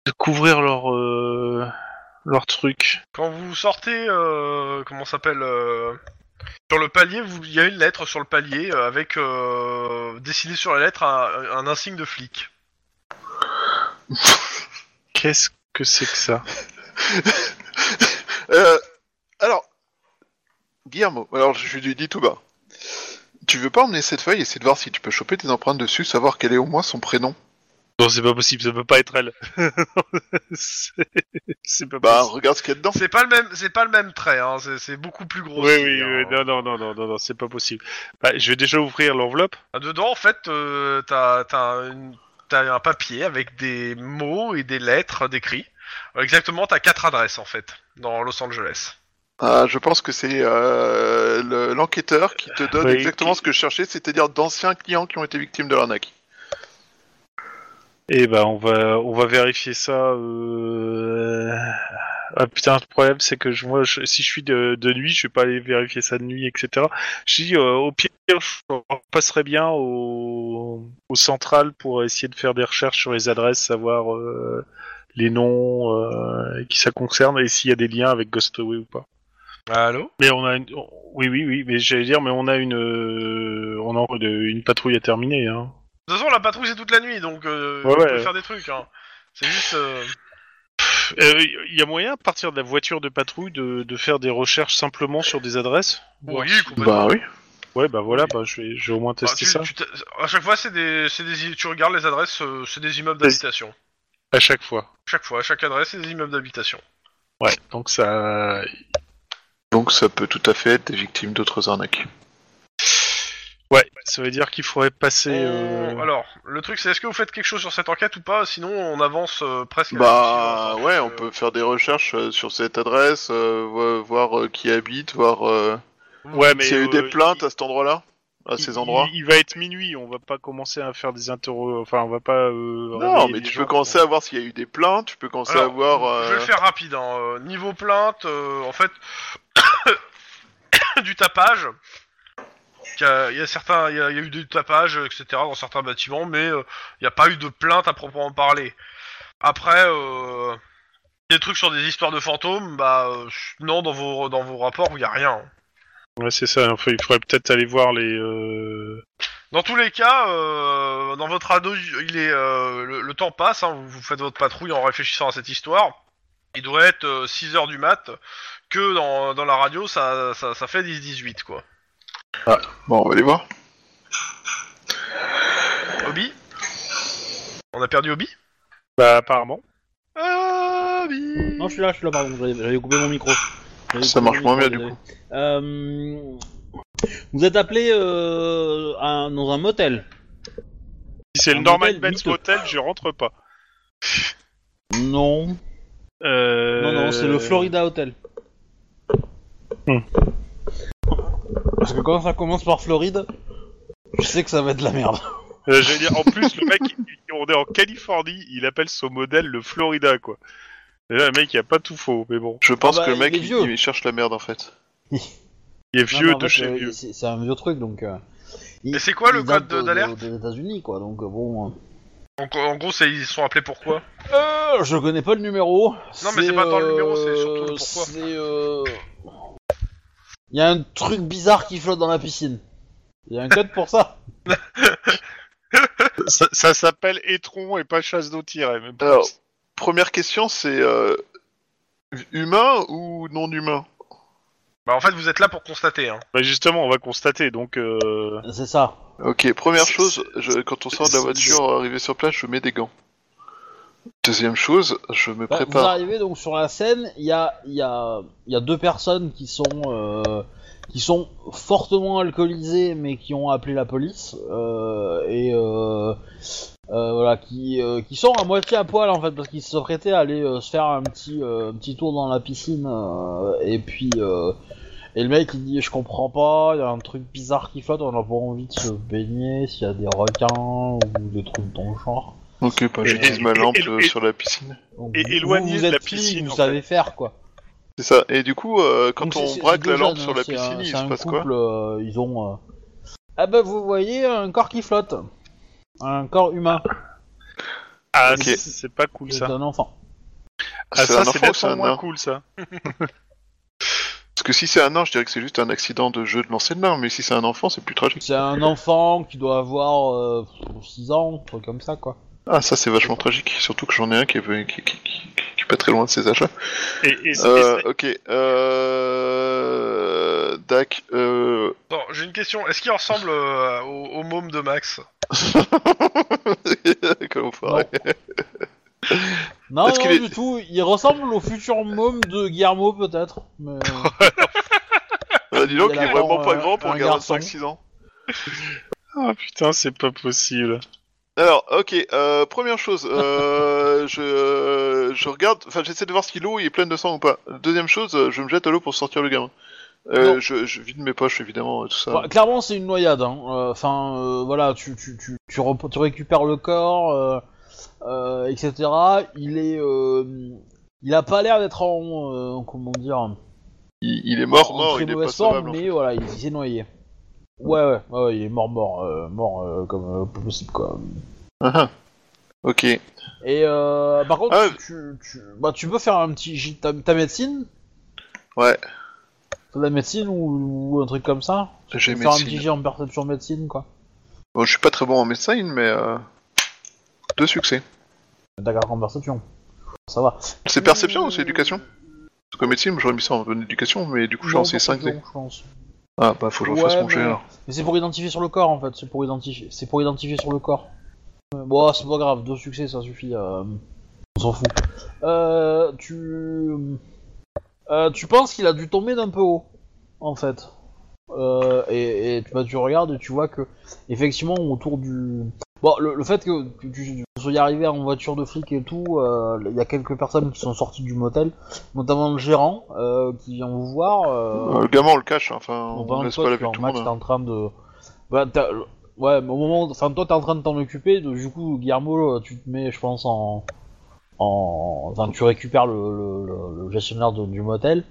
S4: de couvrir leur euh, leur truc.
S2: Quand vous sortez, euh, comment ça s'appelle euh, Sur le palier, vous- il y a une lettre sur le palier euh, avec euh, dessiné sur la lettre un, un insigne de flic.
S4: Qu'est-ce que c'est que ça
S3: Euh, alors, Guillermo, alors je lui dis tout bas. Tu veux pas emmener cette feuille et essayer de voir si tu peux choper des empreintes dessus, savoir quel est au moins son prénom
S4: Non, c'est pas possible. Ça peut pas être elle. c'est c'est pas
S3: Bah,
S4: possible.
S3: regarde ce qu'il y a dedans.
S2: C'est pas le même, c'est pas le même trait. Hein, c'est- c'est beaucoup plus gros.
S4: Oui, oui,
S2: hein.
S4: oui, non, non, non, non, non, non, c'est pas possible. Bah, je vais déjà ouvrir l'enveloppe.
S2: Ah, Dedans, en fait, euh, t'as t'as une- t'as un papier avec des mots et des lettres décrits. Euh, Exactement, t'as quatre adresses en fait dans Los Angeles.
S3: Ah, je pense que c'est euh, le- l'enquêteur qui te donne
S4: Oui,
S3: exactement
S4: qui-
S3: ce que je cherchais, c'est-à-dire d'anciens clients qui ont été victimes de l'arnaque.
S4: Eh ben, on va, on va vérifier ça. Euh... Ah putain, le problème, c'est que je, moi, je- si je suis de, de nuit, je vais pas aller vérifier ça de nuit, etc. Je dis, euh, au pire, je passerai bien au, au central pour essayer de faire des recherches sur les adresses, savoir euh, les noms, euh, qui ça concerne, et s'il y a des liens avec Ghostway ou pas.
S2: Allô
S4: Mais on a une... Oui, oui, oui, mais j'allais dire, mais on a une... euh, on a une patrouille à terminer, hein.
S2: De toute façon, la patrouille c'est toute la nuit, donc euh,
S4: Ouais,
S2: on peut
S4: ouais.
S2: faire des trucs. Hein. C'est juste. euh,
S4: Il Euh, y a moyen, à partir de la voiture de patrouille, de, de faire des recherches simplement sur des adresses
S2: Oui, complètement.
S3: Bah oui.
S4: Ouais, bah voilà, bah, je, vais, je vais au moins
S2: Ah,
S4: tester
S2: tu-
S4: ça.
S2: tu t'as- à chaque fois, c'est des, c'est des, tu regardes les adresses, euh, c'est des immeubles
S4: Vas-y.
S2: d'habitation.
S4: À chaque fois.
S2: Chaque fois, à chaque adresse, c'est des immeubles d'habitation.
S4: Ouais, donc ça...
S3: Donc ça peut tout à fait être des victimes d'autres arnaques.
S4: Ouais, ça veut dire qu'il faudrait passer...
S2: On-
S4: euh,
S2: Oh, Alors, le truc, c'est est-ce que vous faites quelque chose sur cette enquête ou pas Sinon, on avance euh, presque. à la
S3: Bah
S2: suivante, hein,
S3: ouais, on
S2: donc, euh,
S3: peut faire des recherches euh, sur cette adresse, euh, vo- voir euh, qui habite, voir euh,
S4: Ouais, mais...
S3: s'il y a eu des
S4: euh,
S3: plaintes
S4: il-
S3: à cet endroit-là, à ces
S4: il-
S3: endroits.
S4: il, il va être minuit, on va pas commencer à faire des interro... Enfin, on va pas... euh,
S3: Non,
S4: réveiller
S3: mais
S4: les
S3: tu
S4: gens,
S3: peux commencer
S4: quoi.
S3: à voir s'il y a eu des plaintes, tu peux commencer à
S2: Alors,
S3: voir...
S2: Je vais
S3: euh,
S2: le faire rapide. hein. Euh, Niveau plainte, euh, en fait, du tapage. Il y, a- il y a certains, il y, a il y a eu du tapage, etc. dans certains bâtiments, mais euh, il n'y a pas eu de plainte à proprement parler. Après, euh, des trucs sur des histoires de fantômes, bah euh, non, dans vos dans vos rapports, il n'y a rien.
S4: Ouais, c'est ça, enfin, il faudrait peut-être aller voir les... euh,
S2: Dans tous les cas, euh, dans votre ado, il est euh, le, le temps passe. hein, vous, vous faites votre patrouille en réfléchissant à cette histoire. Il doit être 6 heures du mat. Que dans, dans la radio, ça, ça, ça fait 10-18 quoi.
S3: Bon, on va les voir.
S2: Obi On a perdu Obi
S4: Bah, apparemment.
S2: Obi
S1: Non, je suis là, je suis là, pardon, j'avais- j'avais coupé mon micro. J'avais
S3: Ça
S1: coupé
S3: marche
S1: mon
S3: moins bien,
S1: micro,
S3: du
S1: désolé. Euh, vous êtes appelé euh, à- dans un motel.
S4: Si c'est le
S1: Un
S4: Norman
S1: hôtel
S4: Bates
S1: miteux.
S4: Motel, je rentre pas.
S1: Non.
S4: Euh...
S1: Non, non, c'est le Florida Hotel.
S4: Hmm.
S1: Parce que quand ça commence par Floride, je sais que ça va être de la merde.
S4: Euh, J'allais dire, en plus, le mec, il- on est en Californie, il appelle son modèle le Florida, quoi. Et là, le mec, il a pas tout faux, mais bon.
S3: Je pense
S1: bah,
S3: que le mec,
S1: il
S3: il,
S1: est vieux.
S3: il cherche la merde, en fait.
S4: Il est vieux
S1: Non, mais en
S4: de
S1: fait,
S4: chez
S1: euh,
S4: vieux.
S1: C'est c'est un vieux truc donc. euh, il-
S2: Et c'est quoi le
S1: il date
S2: code de-
S1: de-
S2: d'alerte
S1: de- Des États-Unis quoi, donc euh, bon.
S2: en, en gros, c'est- ils sont appelés pourquoi
S1: Euh, je connais pas le numéro.
S2: Non, mais c'est pas dans le numéro, c'est surtout le pourquoi.
S1: C'est. euh, Il y a un truc bizarre qui flotte dans la piscine. Il y a un code pour ça.
S4: Ça, ça s'appelle Étron et pas chasse d'eau tirée. Même pas.
S3: Alors, première question, c'est euh, humain ou non humain
S2: Bah, en fait, vous êtes là pour constater. Hein.
S4: Bah justement, on va constater, donc... euh,
S1: C'est ça.
S5: Ok, première
S4: C'est-
S5: chose, je- quand on sort de la
S4: c'est-
S5: voiture, euh, arrivé sur place, je mets des gants. Deuxième chose, je me
S1: Bah, vous
S5: prépare.
S1: arrivez donc sur la scène, il y a, il y, a, il y a deux personnes qui sont, euh, qui sont fortement alcoolisées mais qui ont appelé la police euh, et euh, euh, voilà, qui, euh, qui sont à moitié à poil en fait parce qu'ils se prêtaient à aller euh, se faire un petit, euh, un petit tour dans la piscine euh, et puis euh, et le mec il dit je comprends pas, il y a un truc bizarre qui flotte, on a pas envie de se baigner s'il y a des requins ou des trucs dans le genre.
S5: Ok, bah, j'utilise
S4: et-
S5: ma
S4: et-
S5: lampe
S4: et-
S5: euh,
S4: et-
S5: sur la piscine.
S1: Donc,
S4: Et
S1: vous-
S4: éloigné
S1: vous,
S4: de
S1: êtes
S4: la
S1: fille,
S4: piscine,
S1: vous
S4: en
S1: savez faire quoi.
S5: C'est ça. Et du coup, euh, quand
S1: Donc, c'est-
S5: on
S1: c'est-
S5: braque
S1: c'est
S5: la
S1: deux
S5: lampe
S1: jeunes,
S5: sur la
S1: hein, c'est
S5: piscine,
S1: un-
S5: il
S1: c'est
S5: se
S1: un
S5: passe quoi
S1: couple, euh, Ils ont. euh, Ah bah vous voyez un corps qui flotte. Un corps humain.
S4: Ah,
S5: Ok.
S4: c'est- c'est pas cool,
S1: C'est
S4: ça.
S1: un enfant.
S4: Ah,
S5: C'est
S4: ça,
S5: un
S4: c'est
S5: enfant ou c'est
S4: nettement
S5: un
S4: moins
S5: nain
S4: cool, ça.
S5: Parce que si c'est un nain, je dirais que c'est juste un accident de jeu de lancer de main, mais si c'est un enfant, c'est plus tragique.
S1: C'est un enfant qui doit avoir 6 ans, un truc comme ça quoi.
S5: Ah, ça c'est vachement tragique, surtout que j'en ai un qui est, qui, qui- qui- qui est pas très loin de ses achats.
S4: Et, et- et-
S5: Euh, ok, euh... Dac, euh...
S2: Bon, j'ai une question. Est-ce qu'il ressemble euh, au, au môme de Max
S5: Comment on
S1: Non,
S5: Est-ce
S1: non
S5: qu'il est-
S1: du tout, il ressemble au futur môme de Guillermo peut-être. Mais...
S5: Ah, dis donc,
S1: Il
S5: il
S1: a
S5: est
S1: la
S5: vraiment
S1: dent,
S5: pas
S1: euh,
S5: grand pour
S1: un
S5: un garçon de
S1: garçon.
S5: 5-6 ans.
S4: Ah, putain, c'est pas possible.
S5: Alors, ok, euh, première chose, euh, je, euh, je regarde, enfin j'essaie de voir si l'eau est pleine de sang ou pas. Deuxième chose, euh, je me jette à l'eau pour sortir le gamin.
S1: Non.
S5: Euh, je, je vide mes poches évidemment, et tout ça.
S1: Bah, clairement c'est une noyade. hein. Euh, Enfin euh, voilà, tu, tu, tu, tu, rep- tu récupères le corps, euh, euh, etc. Il est... euh, il a pas l'air d'être en... euh, comment dire...
S5: il, il est mort,
S1: en
S5: mort,
S1: très
S5: il est pas
S1: mauvaise forme,
S5: sauvable. en
S1: mais
S5: fait.
S1: voilà, il, il s'est noyé. Ouais, ouais, ouais, ouais, il est mort, mort, euh, mort euh, comme euh, possible, quoi.
S5: Ah, ah. ok,
S1: Et euh, par contre,
S5: Ah.
S1: tu, tu, bah, tu peux faire un petit jet de ta, ta médecine
S5: Ouais.
S1: T'as de la médecine ou, ou un truc comme ça
S5: j'ai
S1: Faire un petit
S5: médecine.
S1: jet en perception médecine, quoi.
S5: Bon, je suis pas très bon en médecine, mais euh, deux succès.
S1: D'accord, en perception. Ça va.
S5: C'est perception ou c'est éducation Parce que médecine, j'aurais mis ça en bonne éducation, mais du coup j'ai
S1: Non,
S5: lancé 5
S1: perception, je pense.
S5: Ah bah faut que je refasse
S1: Ouais,
S5: mon
S1: mais-
S5: GR.
S1: Mais c'est pour identifier sur le corps, en fait. C'est pour identifier, c'est pour identifier sur le corps. Euh, Bon, c'est pas grave. Deux succès, ça suffit. euh, On s'en fout. Euh, tu, euh, tu penses qu'il a dû tomber d'un peu haut, en fait. Euh, et, et tu, bah, tu regardes et tu vois que effectivement autour du bon le, le fait que tu, tu sois arrivé en voiture de flic et tout euh, il y a quelques personnes qui sont sorties du motel notamment le gérant euh, qui vient vous voir euh,
S5: Euh, le gamin on le cache, hein, enfin
S1: on
S5: on,
S1: parle
S5: laisse
S1: toi,
S5: pas la
S1: tu
S5: vie
S1: vois,
S5: de tout le
S1: Max,
S5: monde.
S1: t'es
S5: hein.
S1: en train de. Bah, t'as- ouais, mais au moment. Enfin, toi, t'es en train de t'en occuper. donc, du coup, Guillermo, euh, tu te mets, je pense, en. en... Enfin, tu récupères le, le- le- le gestionnaire de- du motel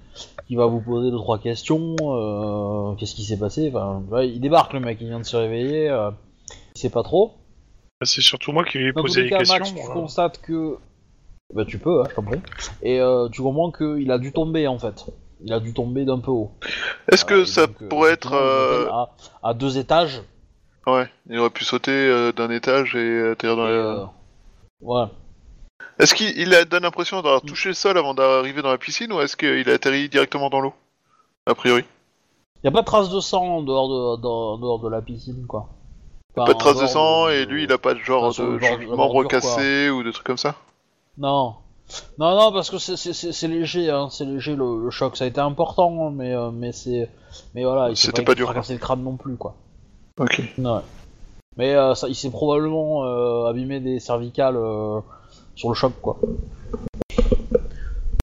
S1: qui va vous poser deux trois questions. euh, Qu'est-ce qui s'est passé Enfin, ouais, il débarque le mec, il vient de se réveiller. euh, Il sait pas trop.
S4: Ah, C'est surtout moi qui vais
S1: Dans tous
S4: poser
S1: les
S4: les
S1: cas,
S4: questions.
S1: Max, tu
S4: moi.
S1: constates que. Bah, tu peux, hein, je t'en prie. Et euh, tu comprends qu'il a dû tomber en fait. Il a dû tomber d'un peu haut.
S5: Est-ce que
S1: Euh, et
S5: ça
S1: donc, euh,
S5: pourrait être...
S1: effectivement, le
S5: euh,
S1: hôtel À, à deux étages.
S5: Ouais, il aurait pu sauter euh, d'un étage et atterrir dans
S1: et,
S5: la-
S1: euh, ouais.
S5: Est-ce qu'il il a donne l'impression d'avoir touché le sol avant d'arriver dans la piscine ou est-ce qu'il a atterri directement dans l'eau A priori.
S1: Y a pas de trace de sang en dehors de, dans- en dehors de la piscine, quoi. Bah,
S5: pas de traces de sang et lui il a pas de genre
S1: sur le
S5: de
S1: bord euh, de la
S5: membre
S1: bordure, quoi.
S5: cassé ou de trucs comme ça
S1: Non. Non, non, parce que c'est- c'est c'est- c'est léger, hein, c'est léger le, le choc. Ça a été important, hein, mais, euh, mais c'est. Mais voilà, il s'est
S5: C'était
S1: pas,
S5: pas dur,
S1: fracassé le crâne non plus, quoi.
S5: Ok.
S1: Ouais. Mais euh, ça, il s'est probablement euh, abîmé des cervicales euh, sur le choc, quoi.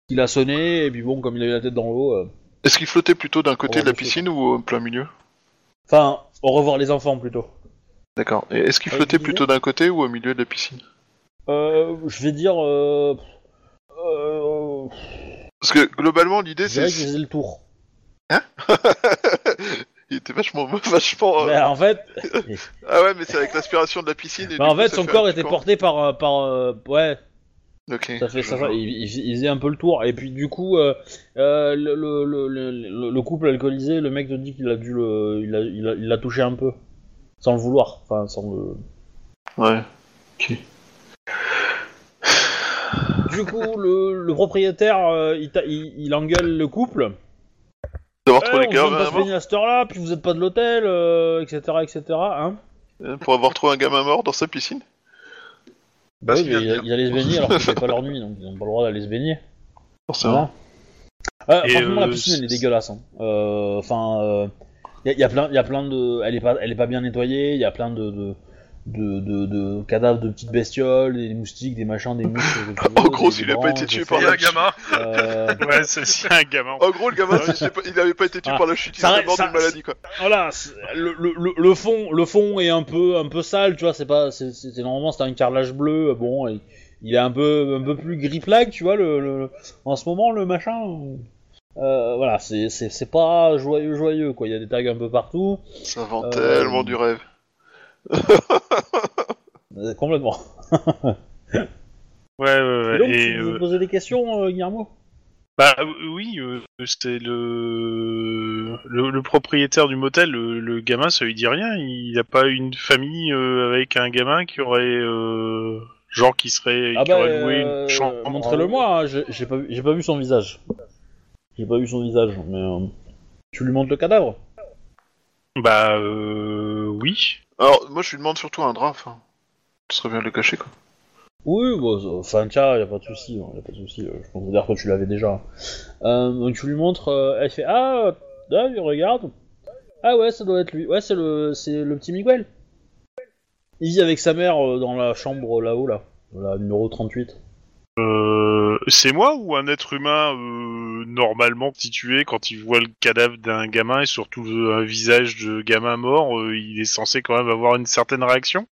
S1: Il a sonné, et puis bon, comme il a eu la tête dans l'eau. euh,
S5: Est-ce qu'il flottait plutôt d'un côté
S1: Oh,
S5: de la
S1: je sais
S5: piscine ou au plein milieu
S1: Enfin, au revoir les enfants plutôt.
S5: D'accord. Et est-ce qu'il
S1: Euh,
S5: flottait
S1: je disais-
S5: plutôt d'un côté ou au milieu de la piscine
S1: Euh, je vais dire. Euh, euh,
S5: Parce que globalement l'idée
S1: je dirais que
S5: c'est...
S1: j'ai le tour.
S5: il était vachement... vachement... euh,
S1: Bah, en fait,
S5: Ah ouais mais c'est avec l'aspiration de la piscine et
S1: bah, en
S5: du coup,
S1: fait
S5: ça
S1: son
S5: fait un
S1: corps
S5: petit
S1: était
S5: coin.
S1: porté par. euh, par euh, ouais,
S5: Ok.
S1: ça fait, ça
S5: Je-
S1: fait- il, il- il faisait un peu le tour. Et puis du coup, euh, euh, le, le, le- le- le couple alcoolisé, le mec te dit qu'il a dû le. Il l'a il a, il l'a touché un peu. Sans le vouloir. Enfin, sans le.
S5: Ouais.
S1: Du coup, le, le propriétaire, euh, il, t'a- il, il engueule le couple.
S5: D'avoir
S1: Eh,
S5: trop les
S1: on
S5: gamins
S1: vient pas se
S5: à mort.
S1: baigner à cette heure-là, puis vous êtes pas de l'hôtel, euh, etc., etc., hein
S5: euh, Pour avoir trouvé un gamin mort dans sa piscine
S2: Bah,
S1: Oui,
S2: c'est
S1: mais
S2: bien
S1: il,
S2: de dire.
S1: il allait se baigner alors que c'était pas leur nuit, donc ils ont pas le droit d'aller se baigner.
S5: Forcément.
S1: Voilà. Euh,
S4: Et,
S1: franchement, la
S4: euh,
S1: piscine, elle est
S4: c'est-
S1: dégueulasse. hein. Euh, Enfin, il y, a plein, y a plein de, elle est pas, elle est pas bien nettoyée. Il y a plein de, de, de, de- de cadavres de petites bestioles, des moustiques, des machins, des mouches. que tu veux,
S5: En gros,
S1: des-
S5: s'il
S1: des
S5: a pas été
S1: branches,
S5: tué
S1: etc.
S5: par
S2: Il y a un gamin.
S1: Euh,
S4: Ouais, c'est c'est un gamin.
S5: En gros, le gamin, c'est- c'est pas- il avait pas été tué
S1: Ah.
S5: par la chute, il
S1: Ça
S5: était
S1: reste-
S5: mort
S1: ça-
S5: d'une maladie, quoi.
S1: voilà, c'est- le, le, le- le fond, le fond est un peu, un peu sale, tu vois. C'est pas, c'est c'est- normalement c'est un carrelage bleu. euh, Bon, il, il est un peu, un peu plus gris plaque, tu vois. Le, le- en ce moment, le machin. euh, voilà, c'est- c'est c'est pas joyeux, joyeux quoi. Il y a des tags un peu partout.
S5: Ça vend
S1: Euh,
S5: tellement du rêve.
S1: Euh, Complètement.
S4: Ouais, ouais, ouais.
S1: Et donc,
S4: et,
S1: tu
S4: euh,
S1: veux poser des questions, euh, Guillermo
S4: Bah euh, oui, euh, c'est le... le le propriétaire du motel, le, le gamin, ça lui dit rien. Il n'a pas une famille euh, avec un gamin qui aurait euh, genre qui serait qui aurait loué
S1: euh,
S4: une chambre.
S1: montrez-le-moi, hein, j'ai j'ai pas, vu- j'ai pas vu son visage. J'ai pas vu son visage, mais... euh, tu lui montres le cadavre
S4: Bah euh, oui.
S5: Alors, moi, je lui demande surtout un drap, enfin. Ce serait bien de le cacher, quoi.
S1: Oui, bon, ça- enfin, tiens, y a pas de souci, hein, y a pas de souci. euh, Je considère que tu l'avais déjà. Euh, donc tu lui montres, euh, elle fait ah, euh, ah, il regarde. Ah ouais, ça doit être lui. Ouais, c'est le, c'est le petit Miguel. Il vit avec sa mère euh, dans la chambre là-haut, là, la numéro 38.
S4: Euh, c'est moi ou un être humain euh, normalement constitué quand il voit le cadavre d'un gamin et surtout euh, un visage de gamin mort, euh, il est censé quand même avoir une certaine réaction.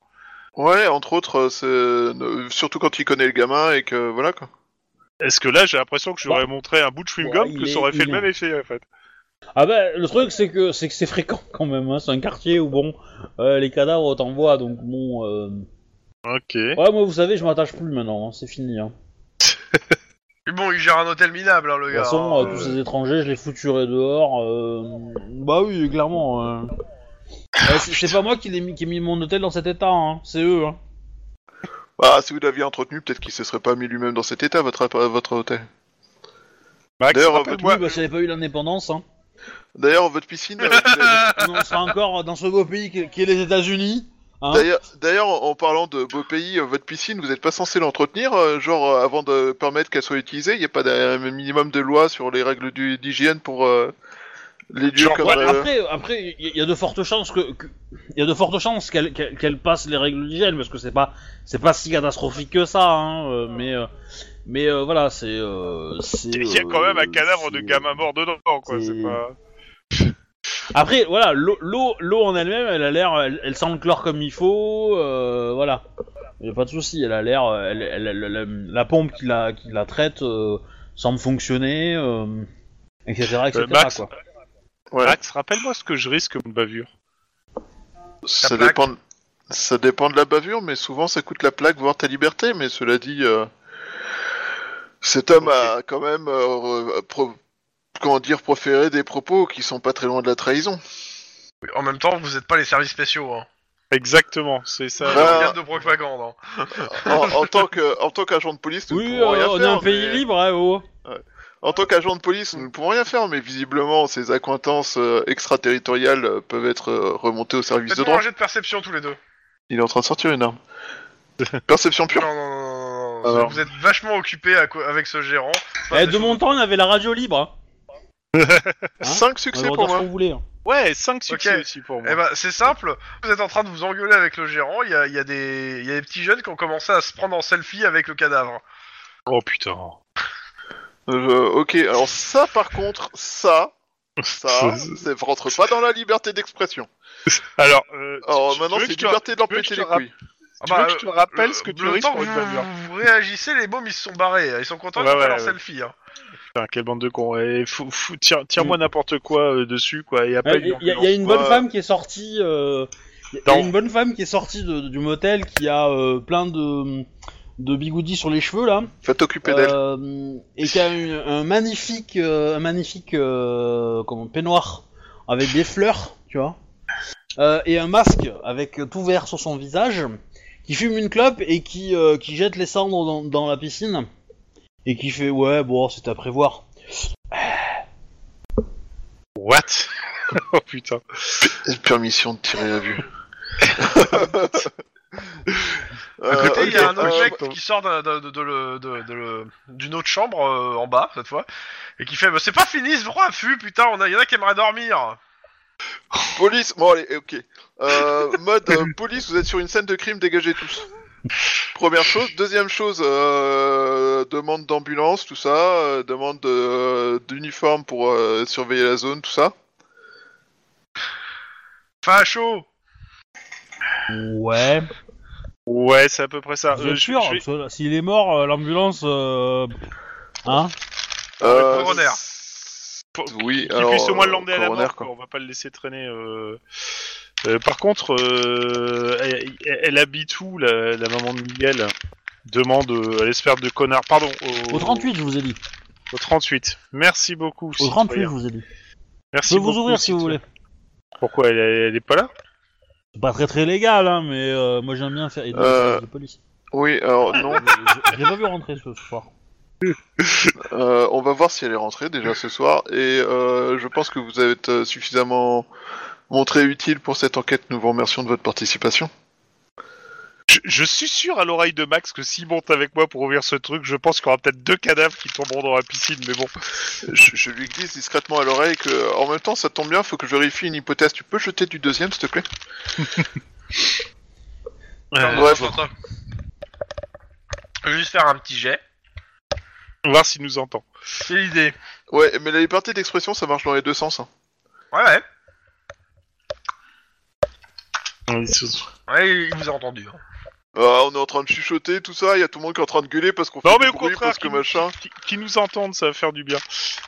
S5: Ouais, entre autres, euh, c'est... euh, surtout quand il connaît le gamin et que, voilà, quoi.
S4: Est-ce que là j'ai l'impression que j'aurais
S1: Bah,
S4: montré un bout de chewing
S1: ouais,
S4: gum
S1: il
S4: que
S1: est-
S4: ça aurait fait
S1: il
S4: le
S1: est-
S4: même effet en fait.
S1: Ah bah, le truc, c'est que c'est que c'est fréquent quand même. hein, C'est un quartier où, bon, euh, les cadavres, t'en vois, donc bon... euh,
S4: Ok.
S1: Ouais, moi, vous savez, je m'attache plus maintenant, hein, c'est fini. Hein.
S2: Mais bon, il gère un hôtel minable, hein, le
S1: De
S2: gars.
S1: toute façon,
S2: hein,
S1: euh, tous
S2: euh,
S1: ces étrangers, je les fouturais dehors. euh, Bah oui, clairement. euh.
S4: Ah,
S1: Ouais, c'est c'est pas moi qui, l'ai mis, qui ai mis mon hôtel dans cet état, hein. c'est eux. Hein.
S5: Ah, si vous l'aviez entretenu, peut-être qu'il se serait pas mis lui-même dans cet état, votre, votre hôtel.
S1: Bah,
S4: Max,
S5: D'ailleurs,
S4: rappelle-moi,
S1: Oui, bah, s'il n'y avait pas eu l'indépendance, hein.
S5: D'ailleurs, votre piscine... euh, vous l'avez-
S1: on serait encore dans ce beau pays qui qui est les États-Unis. Hein.
S5: D'ailleurs, d'ailleurs, en en parlant de beau pays, euh, votre piscine, vous n'êtes pas censé l'entretenir, euh, genre euh, avant de permettre qu'elle soit utilisée, il n'y a pas d'un minimum de loi sur les règles du- d'hygiène pour euh, les lieux
S4: Genre,
S5: comme.
S1: Ouais,
S5: euh,
S1: Après, après, il y a de fortes chances que, que- il y a de fortes chances qu'elle qu'elle- qu'elle passe les règles d'hygiène parce que c'est pas, c'est pas si catastrophique que ça. Hein. euh, Mais, euh, mais euh, voilà, c'est. euh, c'est, euh,
S4: il y a quand même un cadavre de
S1: c'est-
S4: gamin mort dedans, quoi.
S1: c'est-
S4: C'est pas.
S1: Après, voilà, l'eau- l'eau l'eau en elle-même, elle a l'air, elle, elle sent le chlore comme il faut, euh, voilà. Y a pas de souci, elle a l'air, euh, elle- elle- elle- elle- la pompe qui la, qui la traite euh, semble fonctionner, euh, etc., etc.
S4: Euh, Max,
S1: quoi.
S5: Ouais.
S4: Max, rappelle-moi ce que je risque comme bavure.
S5: ça
S2: plaque.
S5: dépend. de- Ça dépend de la bavure, mais souvent ça coûte la plaque, voire ta liberté. Mais cela dit, euh, cet homme a quand même, euh, re- pro- comment dire, proféré des propos qui sont pas très loin de la trahison.
S2: En même temps, vous êtes pas les services spéciaux. Hein.
S4: Exactement, c'est ça.
S5: Bah,
S2: Organe de propagande. hein.
S5: En, en tant que, en tant qu'agent de police, nous ne
S1: Oui,
S5: pouvons
S1: euh,
S5: rien
S1: on est
S5: faire,
S1: un pays
S5: mais-
S1: libre, hein, oh.
S5: En tant qu'agent de police, nous ne pouvons rien faire, mais visiblement, ces accointances euh, extraterritoriales euh, peuvent être euh, remontées au service de
S2: Faites-moi un
S5: droit.
S2: jet de perception tous les deux.
S5: Il est en train de sortir une arme. Perception
S2: Non,
S5: pure.
S2: non, non, non, non,
S5: Alors.
S2: Vous êtes vachement occupé à co- avec ce gérant.
S1: Eh, de mon temps, on avait la radio libre. hein. Hein
S5: 5
S1: On
S5: succès
S1: avait autant
S5: pour
S1: ce
S5: moi.
S1: qu'on voulait. hein.
S4: Ouais, 5 succès
S2: Ok.
S4: aussi pour moi.
S2: Eh ben, c'est simple. Vous êtes en train de vous engueuler avec le gérant. Il y a, il y a des, il y a des petits jeunes qui ont commencé à se prendre en selfie avec le cadavre.
S4: Oh putain.
S5: Euh, ok, alors ça, par contre, ça, ça, ça rentre pas dans la liberté d'expression.
S4: Alors, euh,
S5: Alors
S4: tu- tu
S5: Oh, maintenant,
S4: veux
S5: c'est
S4: que je te-
S5: liberté de leur
S4: tu veux que
S5: péter
S4: je
S5: les
S4: te
S5: couilles.
S2: Ah
S4: tu veux
S2: bah,
S4: que je te rappelle ce que
S2: euh,
S4: tu
S2: le
S4: risques
S2: temps
S4: pour
S2: que
S4: une
S2: vous,
S4: bavure
S2: vous réagissez, les mômes ils se sont barrés. Ils sont contents
S4: Ouais,
S2: de faire
S4: ouais,
S2: leur
S4: ouais.
S2: selfie. hein.
S4: Putain, quelle bande de cons. Et fou- fou- tire- Tire-moi n'importe quoi euh, dessus, quoi. Et
S1: Mm. Ouais,
S4: appelle
S1: Il Eh, y, a- il y a une bonne femme qui est sortie. euh, il y a- il y a
S4: Dans-
S1: une bonne femme qui est sortie de- du motel qui a euh, plein de, de bigoudis sur les cheveux là.
S5: Va t'occuper d'elle.
S1: Euh, et qui a une- un magnifique, euh, un magnifique euh, comment, peignoir avec des fleurs, tu vois, Euh, et un masque avec euh, tout vert sur son visage, qui fume une clope et qui, euh, qui jette les cendres dans, dans la piscine, et qui fait ouais bon c'est à prévoir.
S4: What Oh putain.
S5: Permission de tirer à vue.
S2: À
S5: Euh,
S2: côté, il y a un
S5: ok,
S2: autre
S5: euh,
S2: mec qui sort d'un- d'un- de- de le- de- de le- d'une autre chambre euh, en bas, cette fois, et qui fait bah, C'est pas fini ce droit à fût, putain, on a- il y en a qui aimeraient dormir.
S5: Police, bon allez, ok. Euh, mode euh, police, vous êtes sur une scène de crime, dégagez tous. Première chose. Deuxième chose, euh, demande d'ambulance, tout ça. euh, demande de- d'uniforme pour euh, surveiller la zone, tout ça.
S2: Facho
S1: Ouais.
S4: Ouais, c'est à peu près ça.
S1: Vous
S4: Euh,
S1: êtes
S4: je-
S1: sûr
S4: je vais-
S1: Parce que là, S'il est mort, euh, l'ambulance. euh, Hein
S5: Euh,
S2: le coroner.
S5: s-
S4: Pour-
S5: Oui,
S4: Qu'il puisse au moins l'emmener à la
S5: euh, coroner,
S4: mort,
S5: quoi.
S4: quoi. on va pas le laisser traîner. euh. Euh, par contre, euh, elle, elle- elle habite où, la, la maman de Miguel Demande euh, à l'espère de connard, pardon. Au,
S1: Au 38, je vous ai dit.
S4: Au 38. Merci beaucoup.
S1: Au
S4: citoyen.
S1: 38, je vous ai dit. Je
S4: Merci
S1: peux vous
S4: beaucoup,
S1: ouvrir si vous
S4: citoyen.
S1: voulez.
S4: Pourquoi elle, elle est pas là
S1: C'est pas très très légal, hein, mais euh, moi j'aime bien faire. aider les
S5: Euh,
S1: services de police.
S5: Oui, alors non.
S1: Euh, Je l'ai pas vu rentrer ce soir.
S5: Euh, on va voir si elle est rentrée déjà ce soir. Et euh, je pense que vous êtes euh, suffisamment montré utile pour cette enquête. Nous vous remercions de votre participation.
S4: je, je suis sûr à l'oreille de Max que s'il monte avec moi pour ouvrir ce truc, je pense qu'il y aura peut-être deux cadavres qui tomberont dans la piscine, mais bon.
S5: Je, je lui glisse discrètement à l'oreille que, en même temps, ça tombe bien, faut que je vérifie une hypothèse. Tu peux jeter du deuxième, s'il te plaît
S2: Attends,
S5: bref.
S2: attends, attends. Euh, Je vais juste faire un petit jet.
S4: On va voir s'il nous entend.
S2: C'est l'idée.
S5: Ouais, mais la liberté d'expression, ça marche dans les deux sens. hein.
S2: Ouais, ouais.
S4: Il se-
S2: Ouais, il vous a entendu. hein.
S5: Ah, on est en train de chuchoter, tout ça, il y a tout le monde qui est en train de gueuler parce qu'on fait
S4: Non
S5: du
S4: mais au
S5: bruit,
S4: contraire,
S5: parce que
S4: qui,
S5: machin.
S4: qui- qui nous entendent, ça va faire du bien.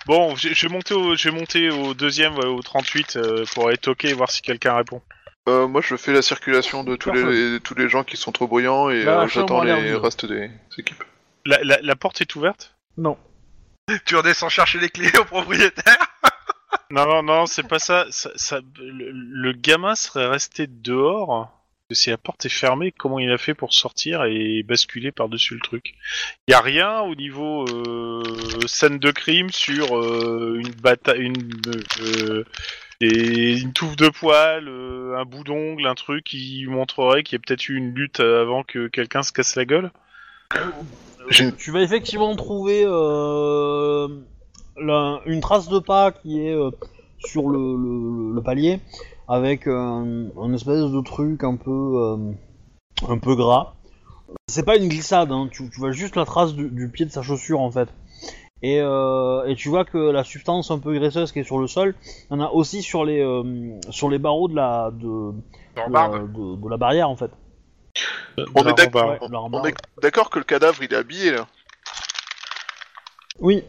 S4: Bon, je je vais monter au, je vais monter au deuxième, ouais, au 38, euh, pour aller toquer et voir si quelqu'un répond.
S5: Euh, moi, je fais la circulation de tous les, tous les gens qui sont trop bruyants et
S1: Là,
S5: euh,
S1: la chambre
S5: j'attends
S1: a l'air
S5: les
S1: vide.
S5: restes des équipes.
S4: La, la- la porte est ouverte
S1: Non.
S2: Tu redescends chercher les clés au propriétaire
S4: Non, non, non, c'est pas ça. ça, ça- le, le gamin serait resté dehors. Que si la porte est fermée, comment il a fait pour sortir et basculer par-dessus le truc Il y a rien au niveau euh, scène de crime sur euh, une bataille, une, euh, des- une touffe de poils, euh, un bout d'ongle, un truc qui montrerait qu'il y a peut-être eu une lutte avant que quelqu'un se casse la gueule.
S5: J'ai une-
S1: Tu vas effectivement trouver euh, la- une trace de pas qui est euh, sur le, le- le palier avec un, un espèce de truc un peu euh, un peu gras. C'est pas une glissade, hein, tu, tu vois juste la trace du, du pied de sa chaussure en fait. Et, euh, et tu vois que la substance un peu graisseuse qui est sur le sol, il y en a aussi sur les euh, sur les barreaux de la de,
S2: Dans
S1: de la,
S2: barbe.
S1: de- de la barrière en fait.
S5: On est
S4: Bah,
S5: d'accord.
S4: va-
S1: Ouais, de la
S5: On
S1: rambarde.
S5: est d'accord que le cadavre, il est habillé, là.
S1: Oui.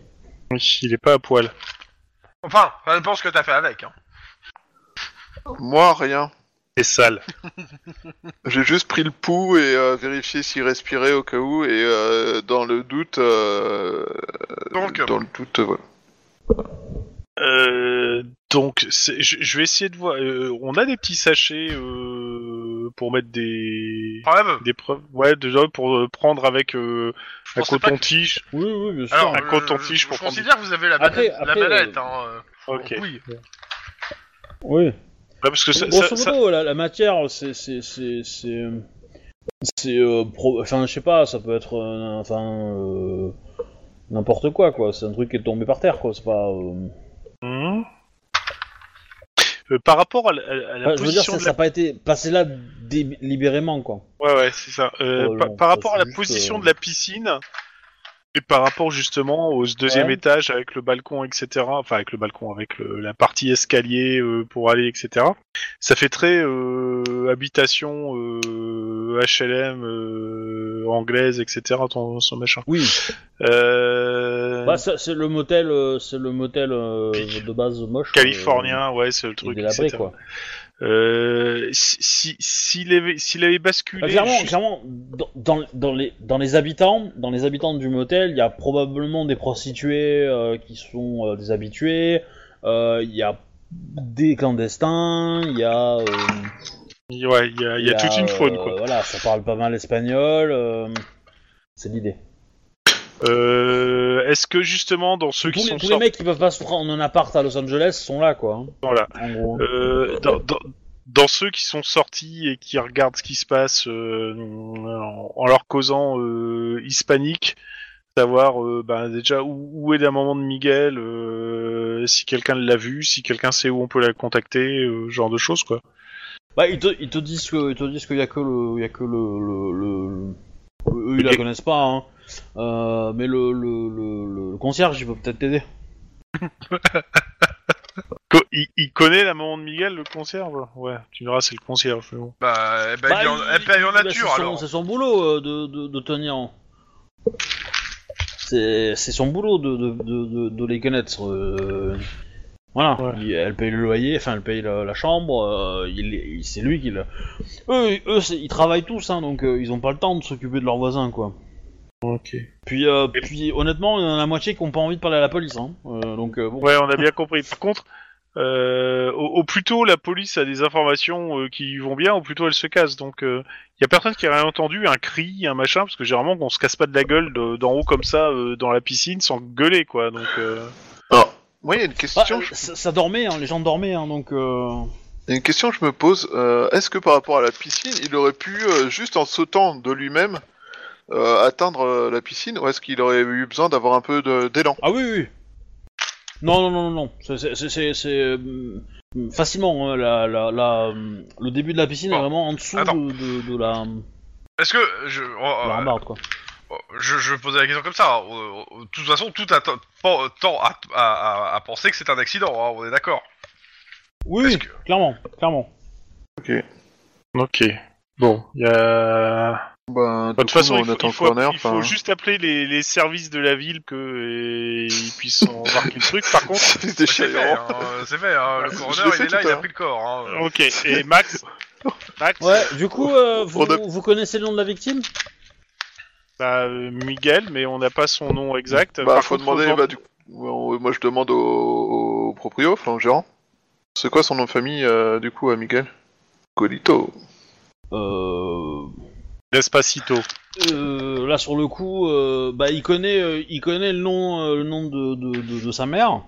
S4: Oui, il est pas à poil.
S2: Enfin, ça dépend ce que t'as fait avec. Hein.
S5: Moi, rien.
S4: C'est sale.
S5: J'ai juste pris le pouls et euh, vérifié s'il respirait au cas où et euh, dans le doute, euh,
S2: Donc,
S5: dans le doute, euh, voilà.
S4: Euh, donc, c'est- je, je vais essayer de voir. euh, on a des petits sachets euh, pour mettre des
S2: problème.
S4: des preuves. Ouais, déjà pour euh, prendre avec euh,
S2: Je
S4: un
S2: pensais pas que-
S4: coton-tige.
S1: Oui, oui, bien sûr.
S2: Alors,
S4: un
S2: je-
S4: coton-tige
S2: je-
S4: pour
S2: Je
S4: prendre
S2: considère que vous avez la
S1: Après-
S2: mallette. La
S1: après,
S2: mallette,
S1: euh,
S2: hein. euh,
S4: Ok.
S2: donc Oui.
S1: oui.
S4: Ouais, parce que ça, ça-
S1: Grosso
S4: ça-
S1: modo, la, la matière, c'est. C'est. C'est. c'est- c'est, euh, pro- Enfin, je sais pas, ça peut être. euh, enfin. euh, N'importe quoi, quoi. C'est un truc qui est tombé par terre, quoi. C'est pas. euh,
S4: Hmm. Euh, par rapport à, la- à la
S1: enfin, Euh, je veux dire,
S4: position
S1: ça
S4: de
S1: n'a
S4: la...
S1: pas été passé là délibérément, quoi.
S4: Ouais, ouais, c'est ça. Euh,
S1: Oh,
S4: par-
S1: non,
S4: par
S1: ça,
S4: rapport à
S1: c'est
S4: la
S1: juste,
S4: position
S1: euh,
S4: de la piscine et par rapport justement au deuxième
S1: Ouais.
S4: étage avec le balcon, etc. Enfin, avec le balcon, avec le- la partie escalier euh, pour aller, etc. Ça fait très euh, habitation euh, HLM euh, anglaise, etc. Ton, son machin.
S1: Oui.
S4: Euh,
S1: Bah, ça, c'est le motel, euh, c'est le motel euh,
S4: Pic.
S1: de base moche. euh,
S4: Californien, ouais, c'est le
S1: et
S4: truc.
S1: délabré,
S4: etc..
S1: quoi.
S4: Euh, si si- s'il avait, s'il avait basculé.
S1: Bah, clairement,
S4: juste-
S1: clairement, dans, dans- dans les, dans les habitants, dans les habitants du motel, il y a probablement des prostituées euh, qui sont euh, des habituées, euh, il y a des clandestins, il y a, euh,
S4: Ouais, il y a, il y a toute une faune,
S1: euh,
S4: quoi.
S1: Voilà, ça parle pas mal espagnol, euh, c'est l'idée.
S4: Euh, Est-ce que justement dans ceux qui
S1: Tous, les,
S4: sont
S1: tous les mecs qui peuvent pas se prendre un appart à Los Angeles sont là, quoi. hein,
S4: sortis- voilà.
S1: en gros.
S4: Euh, dans, dans- dans ceux qui sont sortis et qui regardent ce qui se passe euh, en, en leur causant euh, hispanique, savoir euh, ben, déjà où, où est la maman de Miguel, euh, si quelqu'un l'a vu, si quelqu'un sait où on peut la contacter, euh, ce genre de choses quoi.
S1: Bah, ils te, ils te disent que- ils te disent qu'il y a que le, il y a que le, le, le- le- eux, ils la
S4: Ok.
S1: connaissent pas, hein. Euh, mais le, le, le, le concierge, il peut peut-être t'aider.
S4: Co- il, il connaît la maman de Miguel, le concierve Ouais, tu me diras, c'est le concierge. mais bon.
S2: Bah, eh ben,
S1: Bah,
S2: il est en,
S1: il-
S2: eh ben, il est en
S1: bah,
S2: nature
S1: c'est son-
S2: alors.
S1: C'est son boulot euh, de, de, de tenir. en- C'est c'est son boulot de, de, de, de, de les connaître. euh, Voilà,
S4: Ouais.
S1: Il- elle paye le loyer, enfin elle paye la, la chambre, euh, il, il- c'est lui qui le... Eux, eux c'est- ils travaillent tous, hein, donc euh, ils ont pas le temps de s'occuper de leurs voisins, quoi. Puis, euh, puis honnêtement, il y en a la moitié qui ont pas envie de parler à la police, hein. Euh, donc euh, bon.
S4: Ouais, on a bien compris. Par contre, euh, au, au plus tôt la police a des informations euh, qui vont bien, au plus tôt elle se casse. Donc, il y a personne qui a rien entendu, un cri, un machin, parce que généralement, on se casse pas de la gueule de- d'en haut comme ça, euh, dans la piscine, sans gueuler, quoi. Donc, euh,
S5: Ah. Moi, il y a une
S1: Bah,
S5: question. je-
S1: ça, ça dormait, hein, les gens dormaient, hein, donc... euh,
S5: Il y a Une question que je me pose, euh, est-ce que par rapport à la piscine, il aurait pu, euh, juste en sautant de lui-même, euh, atteindre euh, la piscine, ou est-ce qu'il aurait eu besoin d'avoir un peu de- d'élan
S1: Ah oui, oui, oui. Non, non, non, non, non. C'est- c'est- C'est c'est- c'est, euh, facilement hein, la, la, la, euh, le début de la piscine
S2: Bon.
S1: est vraiment en dessous
S2: Attends.
S1: de, de, de la,
S2: Est-ce que. Je, oh,
S1: de
S2: oh,
S1: la rambarde, quoi.
S2: je, je posais la question comme ça. euh, euh, De toute façon, tout a t- pan- tend à, à- à- à penser que c'est un accident, hein, on est d'accord.
S1: Oui,
S2: Est-ce
S1: oui,
S2: que-
S1: clairement, clairement.
S4: ok. Bon, il y a.
S5: Ben,
S4: Bah, De toute façon, il
S5: on
S4: faut,
S5: attend
S4: il
S5: le
S4: faut-
S5: corner.
S4: il faut
S5: enfin. hein.
S4: juste appeler les, les services de la ville que et ils puissent embarquer le truc. Par contre,
S5: C'est des
S2: C'est fait, hein, euh, c'est fait. hein, le
S5: Je
S2: coroner,
S5: l'ai fait
S2: il est là,
S5: tout à
S2: il a
S5: l'heure.
S2: pris le corps. hein.
S4: ok. Et Max, Max,
S1: Ouais, du coup, euh, vous,
S5: On a-
S1: vous connaissez le nom de la victime
S4: bah, euh, Miguel, mais on n'a pas son nom exact.
S5: Bah,
S4: Par
S5: faut
S4: contre,
S5: demander,
S4: vend-
S5: bah, du... ouais, moi je demande au, au proprio, enfin au gérant. C'est quoi son nom de famille, euh, du coup, à Miguel Colito.
S1: euh,
S4: Despacito.
S1: euh, Là, sur le coup, euh, bah, il connaît, euh, il connaît le nom, euh, le nom de, de, de, de sa mère.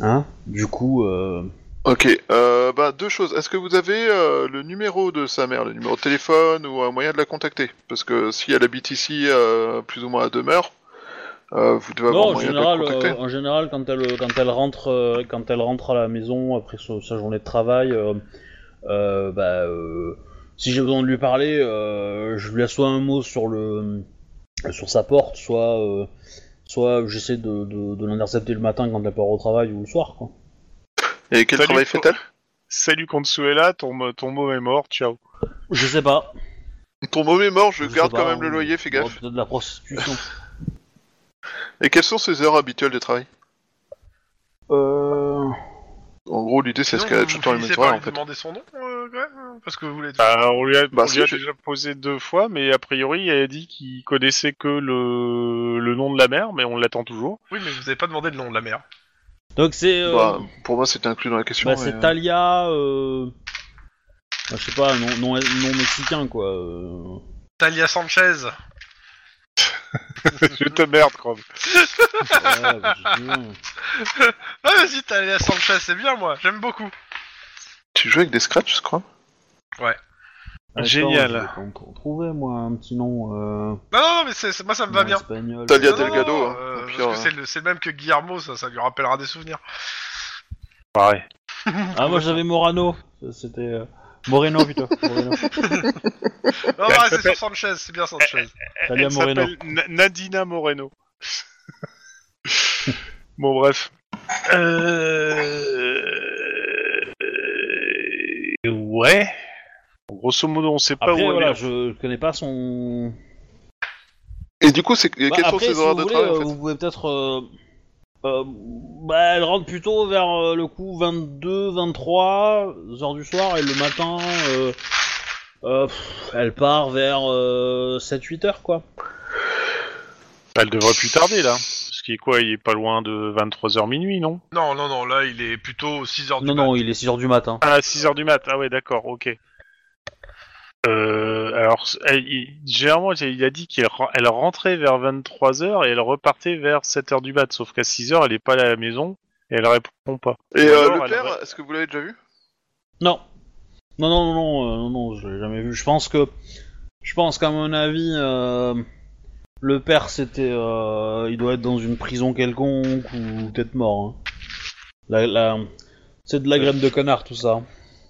S1: Hein Du coup, euh,
S5: Ok, euh, bah, deux choses. Est-ce que vous avez euh, le numéro de sa mère, le numéro de téléphone ou un moyen de la contacter Parce que si elle habite ici, euh, plus ou moins à demeure, euh, vous devez avoir
S1: Non, en
S5: moyen
S1: général,
S5: de la contacter.
S1: euh, en général, quand elle, quand elle rentre, euh, quand elle rentre à la maison après sa, sa journée de travail, euh, euh, bah, euh, si j'ai besoin de lui parler, euh, je lui laisse soit un mot sur le, euh, sur sa porte, soit, euh, soit j'essaie de, de, de l'intercepter le matin quand elle part au travail ou le soir, quoi.
S5: Et quel
S4: Salut,
S5: travail
S4: faut-
S5: fait-elle
S4: Salut Consuela, ton, mo- ton mot est mort, ciao.
S1: Je sais pas.
S5: Ton mauvais mort, je,
S1: sais
S5: garde
S1: pas,
S5: quand même le
S1: ou-
S5: loyer, fais
S1: ou
S5: gaffe.
S1: peut-être de la prostitution.
S5: Et quelles sont ses heures habituelles de travail
S1: euh...
S5: En gros, l'idée, c'est ce
S2: Sinon,
S5: qu'elle a
S2: vous
S5: tout le temps les mêmes
S2: finissez par
S5: horaires, en
S2: lui
S5: fait.
S2: demander son nom, euh, quand même, hein, parce que vous l'avez
S4: Bah, on lui a,
S5: Bah,
S4: on
S5: si,
S4: lui a
S5: je-
S4: déjà posé deux fois, mais a priori, elle a dit qu'il connaissait que le, le nom de la mère, mais on l'attend toujours.
S2: Oui, mais vous n'avez pas demandé le nom de la mère.
S1: Donc c'est. euh,
S5: Bah, pour moi, c'était inclus dans la question.
S1: Bah,
S5: mais,
S1: c'est
S5: euh,
S1: Talia, euh... bah, je sais pas, non, non, non mexicain quoi. euh.
S2: Talia Sanchez.
S4: Je te merde, Chrome.
S1: Ouais, bah, c'est bien.
S2: Ah, vas-y, Talia Sanchez, c'est bien, moi, j'aime beaucoup.
S5: Tu joues avec des scratchs, je crois
S1: Attends,
S4: Génial.
S1: je vais quand même tr- trouver moi un petit nom. Euh,
S2: Non, non, non, mais c'est- c'est- moi, ça me
S1: nom
S2: va bien.
S1: espagnol.
S5: Talia
S2: Non, non,
S5: Delgado,
S2: non,
S5: hein,
S2: euh,
S5: au
S2: parce
S5: pire,
S2: que
S5: hein.
S2: c'est le, c'est le même que Guillermo, ça, ça lui rappellera des souvenirs.
S4: Pareil.
S1: Ah moi j'avais Morano. Ça, C'était euh, Moreno plutôt. Moreno.
S2: Non,
S4: Elle
S2: non, c'est
S4: s'appelle-
S2: sur Sanchez, c'est bien Sanchez.
S1: Talia
S4: Elle
S1: Moreno.
S4: s'appelle Na- Nadina Moreno. bon, bref. Euh... euh, Ouais. Grosso modo, on sait pas
S1: Après
S4: où elle
S1: voilà,
S4: est.
S1: je connais pas son.
S5: Et du coup, c'est et
S1: Bah,
S5: quels sont
S1: après, si
S5: ses horaires
S1: vous
S5: de
S1: voulez, euh,
S5: travail, en fait
S1: vous pouvez peut-être. euh, euh, bah, elle rentre plutôt vers euh, le coup 22, 23 heures du soir et le matin, euh, euh, pff, elle part vers 7-8 heures quoi.
S4: Elle devrait plus tarder, là. Ce qui est quoi Il est pas loin de 23h minuit, non
S2: Non, non, non, là, il est plutôt 6h du
S1: Non,
S2: mat.
S1: non, il est 6 heures du matin.
S4: Ah, 6h du mat. Ah ouais, d'accord, ok. Euh, alors, c- elle- il- généralement, il a dit qu'elle ren- elle rentrait vers 23h et elle repartait vers 7h du mat, sauf qu'à 6h, elle est pas à la maison et elle répond pas.
S3: Et
S4: Ou
S3: euh,
S4: alors,
S3: le
S4: elle
S3: père,
S4: aurait-
S3: est-ce que vous l'avez déjà vu
S1: Non. Non, non, non, non, euh, non, non, je l'ai jamais vu. Je pense que. Je pense qu'à mon avis, euh, le père, c'était. euh, il doit être dans une prison quelconque ou peut-être mort. hein. La- la- C'est de la graine de connard, tout ça.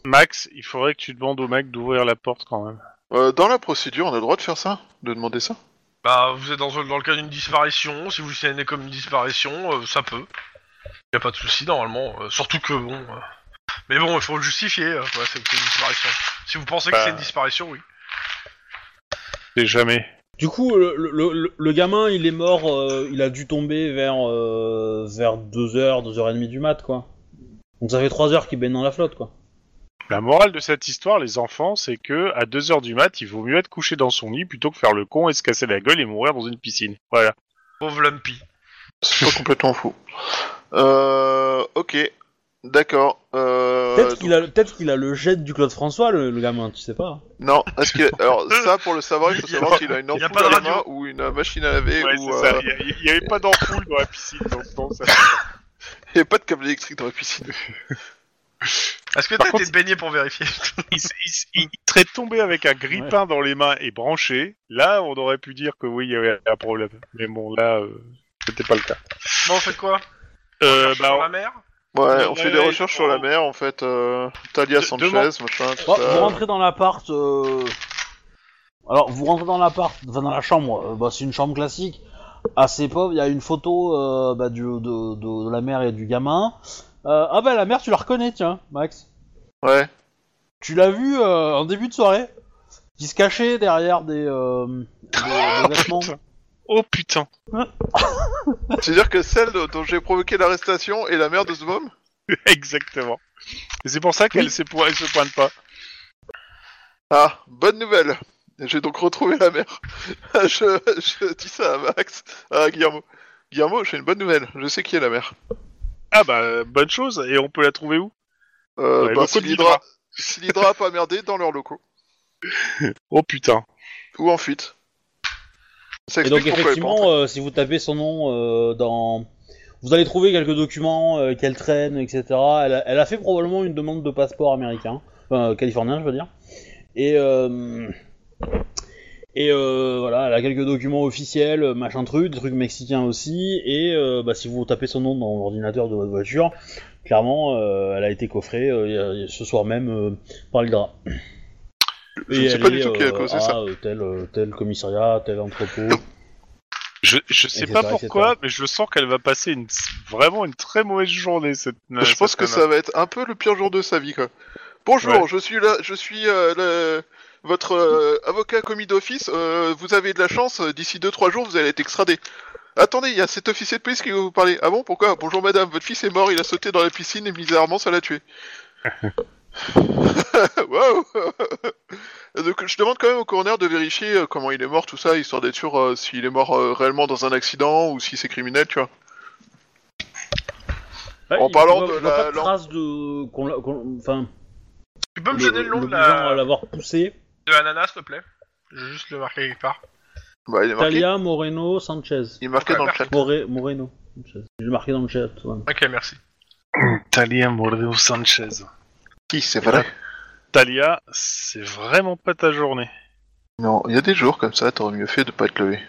S4: Max, il faudrait que tu demandes au mec d'ouvrir la porte quand même.
S3: Euh, dans la procédure, on a le droit de faire ça De demander ça
S2: Bah, vous êtes dans, un- dans le cas d'une disparition, si vous signalez comme une disparition, euh, ça peut. Y a pas de souci normalement, euh, surtout que bon. euh, Mais bon, il faut le justifier, euh, quoi, c'est que c'est une disparition. Si vous pensez que
S4: Bah.
S2: c'est une disparition, oui.
S4: C'est jamais.
S1: Du coup, le, le- le- le gamin, il est mort, euh, il a dû tomber vers, euh, vers 2h, 2h30 du mat, quoi. Donc ça fait 3 heures qu'il baigne dans la flotte, quoi.
S4: La morale de cette histoire, les enfants, c'est que à 2h du mat, il vaut mieux être couché dans son lit plutôt que faire le con et se casser la gueule et mourir dans une piscine. Voilà.
S2: Pauvre Lumpy.
S3: C'est pas complètement fou.
S5: Euh, ok, d'accord. Euh,
S1: Peut-être qu'il a, peut qu'il a le jet du Claude François, le, le gamin, tu sais pas.
S5: Non, est-ce qu'il a- alors ça pour le savoir, il faut
S2: Il y a
S5: savoir
S2: pas-
S5: s'il a une
S2: il y a
S5: ampoule
S2: pas de
S5: à la
S2: radio.
S5: main ou une euh, machine à laver
S4: Ouais,
S5: ou
S4: c'est
S5: euh,
S4: ça. Il y a- Il n'y avait pas d'ampoule dans la piscine, donc non, ça.
S5: il y a pas de câble électrique dans la piscine.
S2: Est-ce que
S4: Par
S2: t'as
S4: contre,
S2: été baigné pour vérifier
S4: il, s- il s- il serait tombé avec un grippin dans les mains et branché, là on aurait pu dire que oui, il y avait un problème. Mais bon, là, euh, c'était pas le cas.
S2: Bon, on fait quoi
S4: Euh,
S2: Sur
S4: bah,
S2: la mer
S5: Ouais,
S4: Ouais,
S5: on fait
S4: ouais,
S5: des
S4: ouais,
S5: recherches sur
S4: on-
S5: la mer en fait. Euh, Talia
S4: De-
S5: Sanchez,
S4: demande-
S5: machin, tout
S1: Bon, vous
S5: ça.
S1: rentrez dans l'appart. euh, Alors, vous rentrez dans l'appart, enfin dans la chambre. euh, bah, c'est une chambre classique, assez pauvre. Il y a une photo euh, bah, du- de, de- de la mère et du gamin. Euh, ah bah la mère, tu la reconnais, tiens, Max.
S5: Ouais.
S1: Tu l'as vu euh, en début de soirée, qui se cachait derrière des, euh, des- des vêtements.
S4: Oh putain
S5: C'est-à-dire que celle de- dont j'ai provoqué l'arrestation est la mère de ce môme
S4: Exactement. Et c'est pour ça qu'elle s'est po- elle se pointe pas.
S5: Ah, bonne nouvelle. J'ai donc retrouvé la mère. je, je dis ça à Max, à Guillermo. Guillermo, j'ai une bonne nouvelle. Je sais qui est la mère.
S4: Ah bah, bonne chose, et on peut la trouver où
S5: Euh,
S4: Ouais,
S5: bah,
S4: locaux
S5: si
S4: de
S5: l'Hydra, si l'Hydra a pas merdé dans leurs locaux
S4: Oh putain
S5: ou en fuite. Ça
S1: Et donc
S5: explique pourquoi elle est pas
S1: effectivement, euh, si vous tapez son nom euh, dans, vous allez trouver quelques documents euh, qu'elle traîne, etc. Elle a, elle a fait probablement une demande de passeport américain, enfin euh, californien, je veux dire. Et euh, et euh, voilà, elle a quelques documents officiels, euh, machin truc, des trucs mexicains aussi. Et euh, bah, si vous tapez son nom dans l'ordinateur de votre voiture, clairement, euh, elle a été coffrée euh, ce soir même euh, par l'Hydra.
S5: Je ne sais pas du tout qui a causé ça.
S1: tel, euh, tel commissariat, tel entrepôt.
S4: Je, je sais
S1: Etc.,
S4: pas pourquoi, mais je sens qu'elle va passer une, vraiment une très mauvaise journée, cette
S5: Je pense que ça va être un peu le pire jour de sa vie, quoi. Bonjour,
S4: Ouais.
S5: je suis là, je suis euh, le- votre euh, avocat commis d'office. euh, vous avez de la chance, euh, d'ici 2-3 jours, vous allez être extradé. Attendez, il y a cet officier de police qui veut vous parler. Ah bon, pourquoi Bonjour madame, votre fils est mort, il a sauté dans la piscine et bizarrement ça l'a tué. Waouh Donc je demande quand même au coroner de vérifier euh, comment il est mort, tout ça, histoire d'être sûr euh, s'il est mort euh, réellement dans un accident ou si c'est criminel, tu vois.
S1: Ouais,
S5: En
S1: il-
S5: parlant
S1: il va-
S5: de
S1: il va
S5: la-
S1: pas de
S5: la-
S1: trace de qu'on l'a- qu'on- enfin
S2: Tu peux me donner le nom de
S1: l'obligeant à
S2: la...
S1: l'avoir poussé.
S2: de l'ananas, s'il te plaît Je vais juste le marquer quelque part.
S5: Bah il est marqué,
S1: Talia Moreno Sanchez.
S5: il est marqué dans le chat.
S1: More- Moreno. Sanchez. Je l'ai marqué dans le chat. ouais.
S2: Ok, merci.
S4: Talia Mordeo Sanchez.
S5: Si, c'est vrai.
S4: Talia, c'est vraiment pas ta journée.
S5: Non, il y a des jours comme ça, t'aurais mieux fait de pas te lever.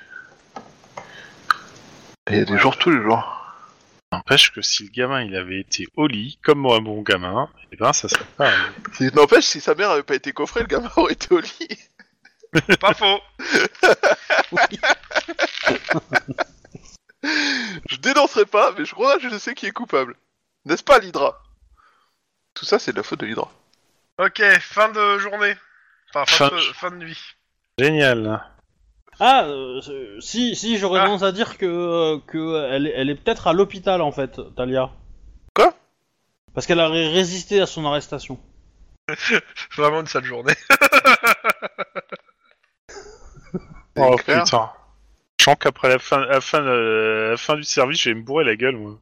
S5: Et il y a des jours tous les jours.
S4: N'empêche que si le gamin il avait été au lit, comme un bon gamin, eh ben ça serait pas arrivé.
S5: Si- N'empêche, si sa mère avait pas été coffrée, le gamin aurait été au lit.
S2: Pas faux
S5: Je dénoncerai pas, mais je crois que je sais qui est coupable. N'est-ce pas l'Hydra Tout ça, c'est de la faute de l'Hydra.
S2: Ok, fin de journée. Enfin, fin,
S4: Fin-
S2: de, fin de nuit.
S4: Génial.
S1: Ah, euh, euh, si, si, j'aurais
S2: Ah.
S1: tendance à dire que, euh, que elle, est- elle est peut-être à l'hôpital en fait, Talia.
S5: Quoi
S1: Parce qu'elle a ré- résisté à son arrestation.
S2: Vraiment une sale journée.
S5: C'est
S4: Oh
S5: clair.
S4: putain. Je sens qu'après la fin, la, fin, euh, la fin du service, je vais me bourrer la gueule, moi.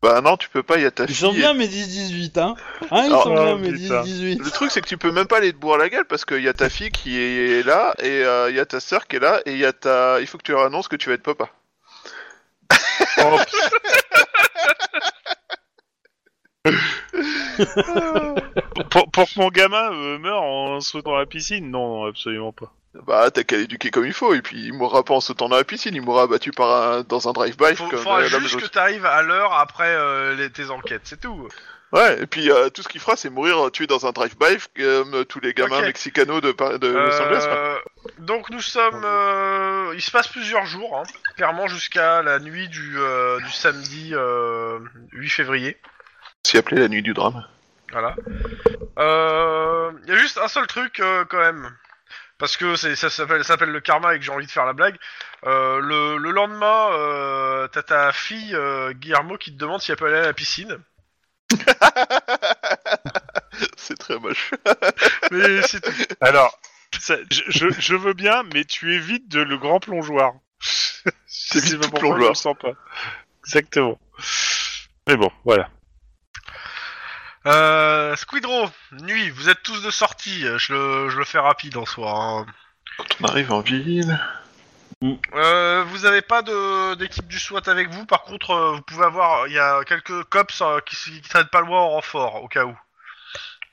S5: Bah non, tu peux pas, il y a ta
S1: Ils
S5: fille.
S1: sont
S5: et-
S1: bien mes 10-18, hein Hein, ils
S5: Ah,
S1: sont bien
S4: oh,
S1: mes
S4: putain.
S1: 10-18.
S5: Le truc, c'est que tu peux même pas aller te boire la gueule parce qu'il y a ta fille qui est là, et euh, il y a ta sœur qui est là, et il y a ta. Il faut que tu leur annonces que tu vas être papa.
S4: Oh, pour, pour que mon gamin euh, meure en sautant dans la piscine Non, absolument pas.
S5: Bah, t'as qu'à l'éduquer comme il faut, et puis il mourra pas en sautant dans la piscine, il mourra battu par un... dans un drive-by.
S2: Faut,
S5: comme,
S2: faudra
S5: euh, la
S2: juste
S5: majorité.
S2: que t'arrives à l'heure après euh, les- tes enquêtes, c'est tout. hein.
S5: Ouais, et puis euh, tout ce qu'il fera, c'est mourir euh, tué dans un drive-by comme euh, tous les gamins
S2: Ok.
S5: mexicanos de, Par- de Los Angeles. quoi.
S2: Euh, donc nous sommes... euh, il se passe plusieurs jours, hein, clairement jusqu'à la nuit du, euh, du samedi euh, 8 février.
S5: C'est appelé la nuit du drame.
S2: Voilà. Euh, Il y a juste un seul truc euh, quand même. Parce que c'est- ça s'appelle ça s'appelle le karma et que j'ai envie de faire la blague. Euh, le, le lendemain, euh, t'as ta fille euh, Guillermo qui te demande si elle peut aller à la piscine.
S5: c'est très moche.
S2: Mais c'est tout.
S4: Alors, ça- je, je- je veux bien, mais tu évites de le grand plongeoir. C'est
S5: T'évites tout plongeoir.
S4: Je le sens pas. Exactement. Mais bon, voilà.
S2: Euh, Squidro, nuit, vous êtes tous de sortie. Je le, je le fais rapide en soi. hein.
S5: Quand on arrive en ville.
S2: Euh, vous avez pas de d'équipe du SWAT avec vous. Par contre, euh, vous pouvez avoir. Il y a quelques cops euh, qui, s- qui traînent pas loin en renfort au cas où.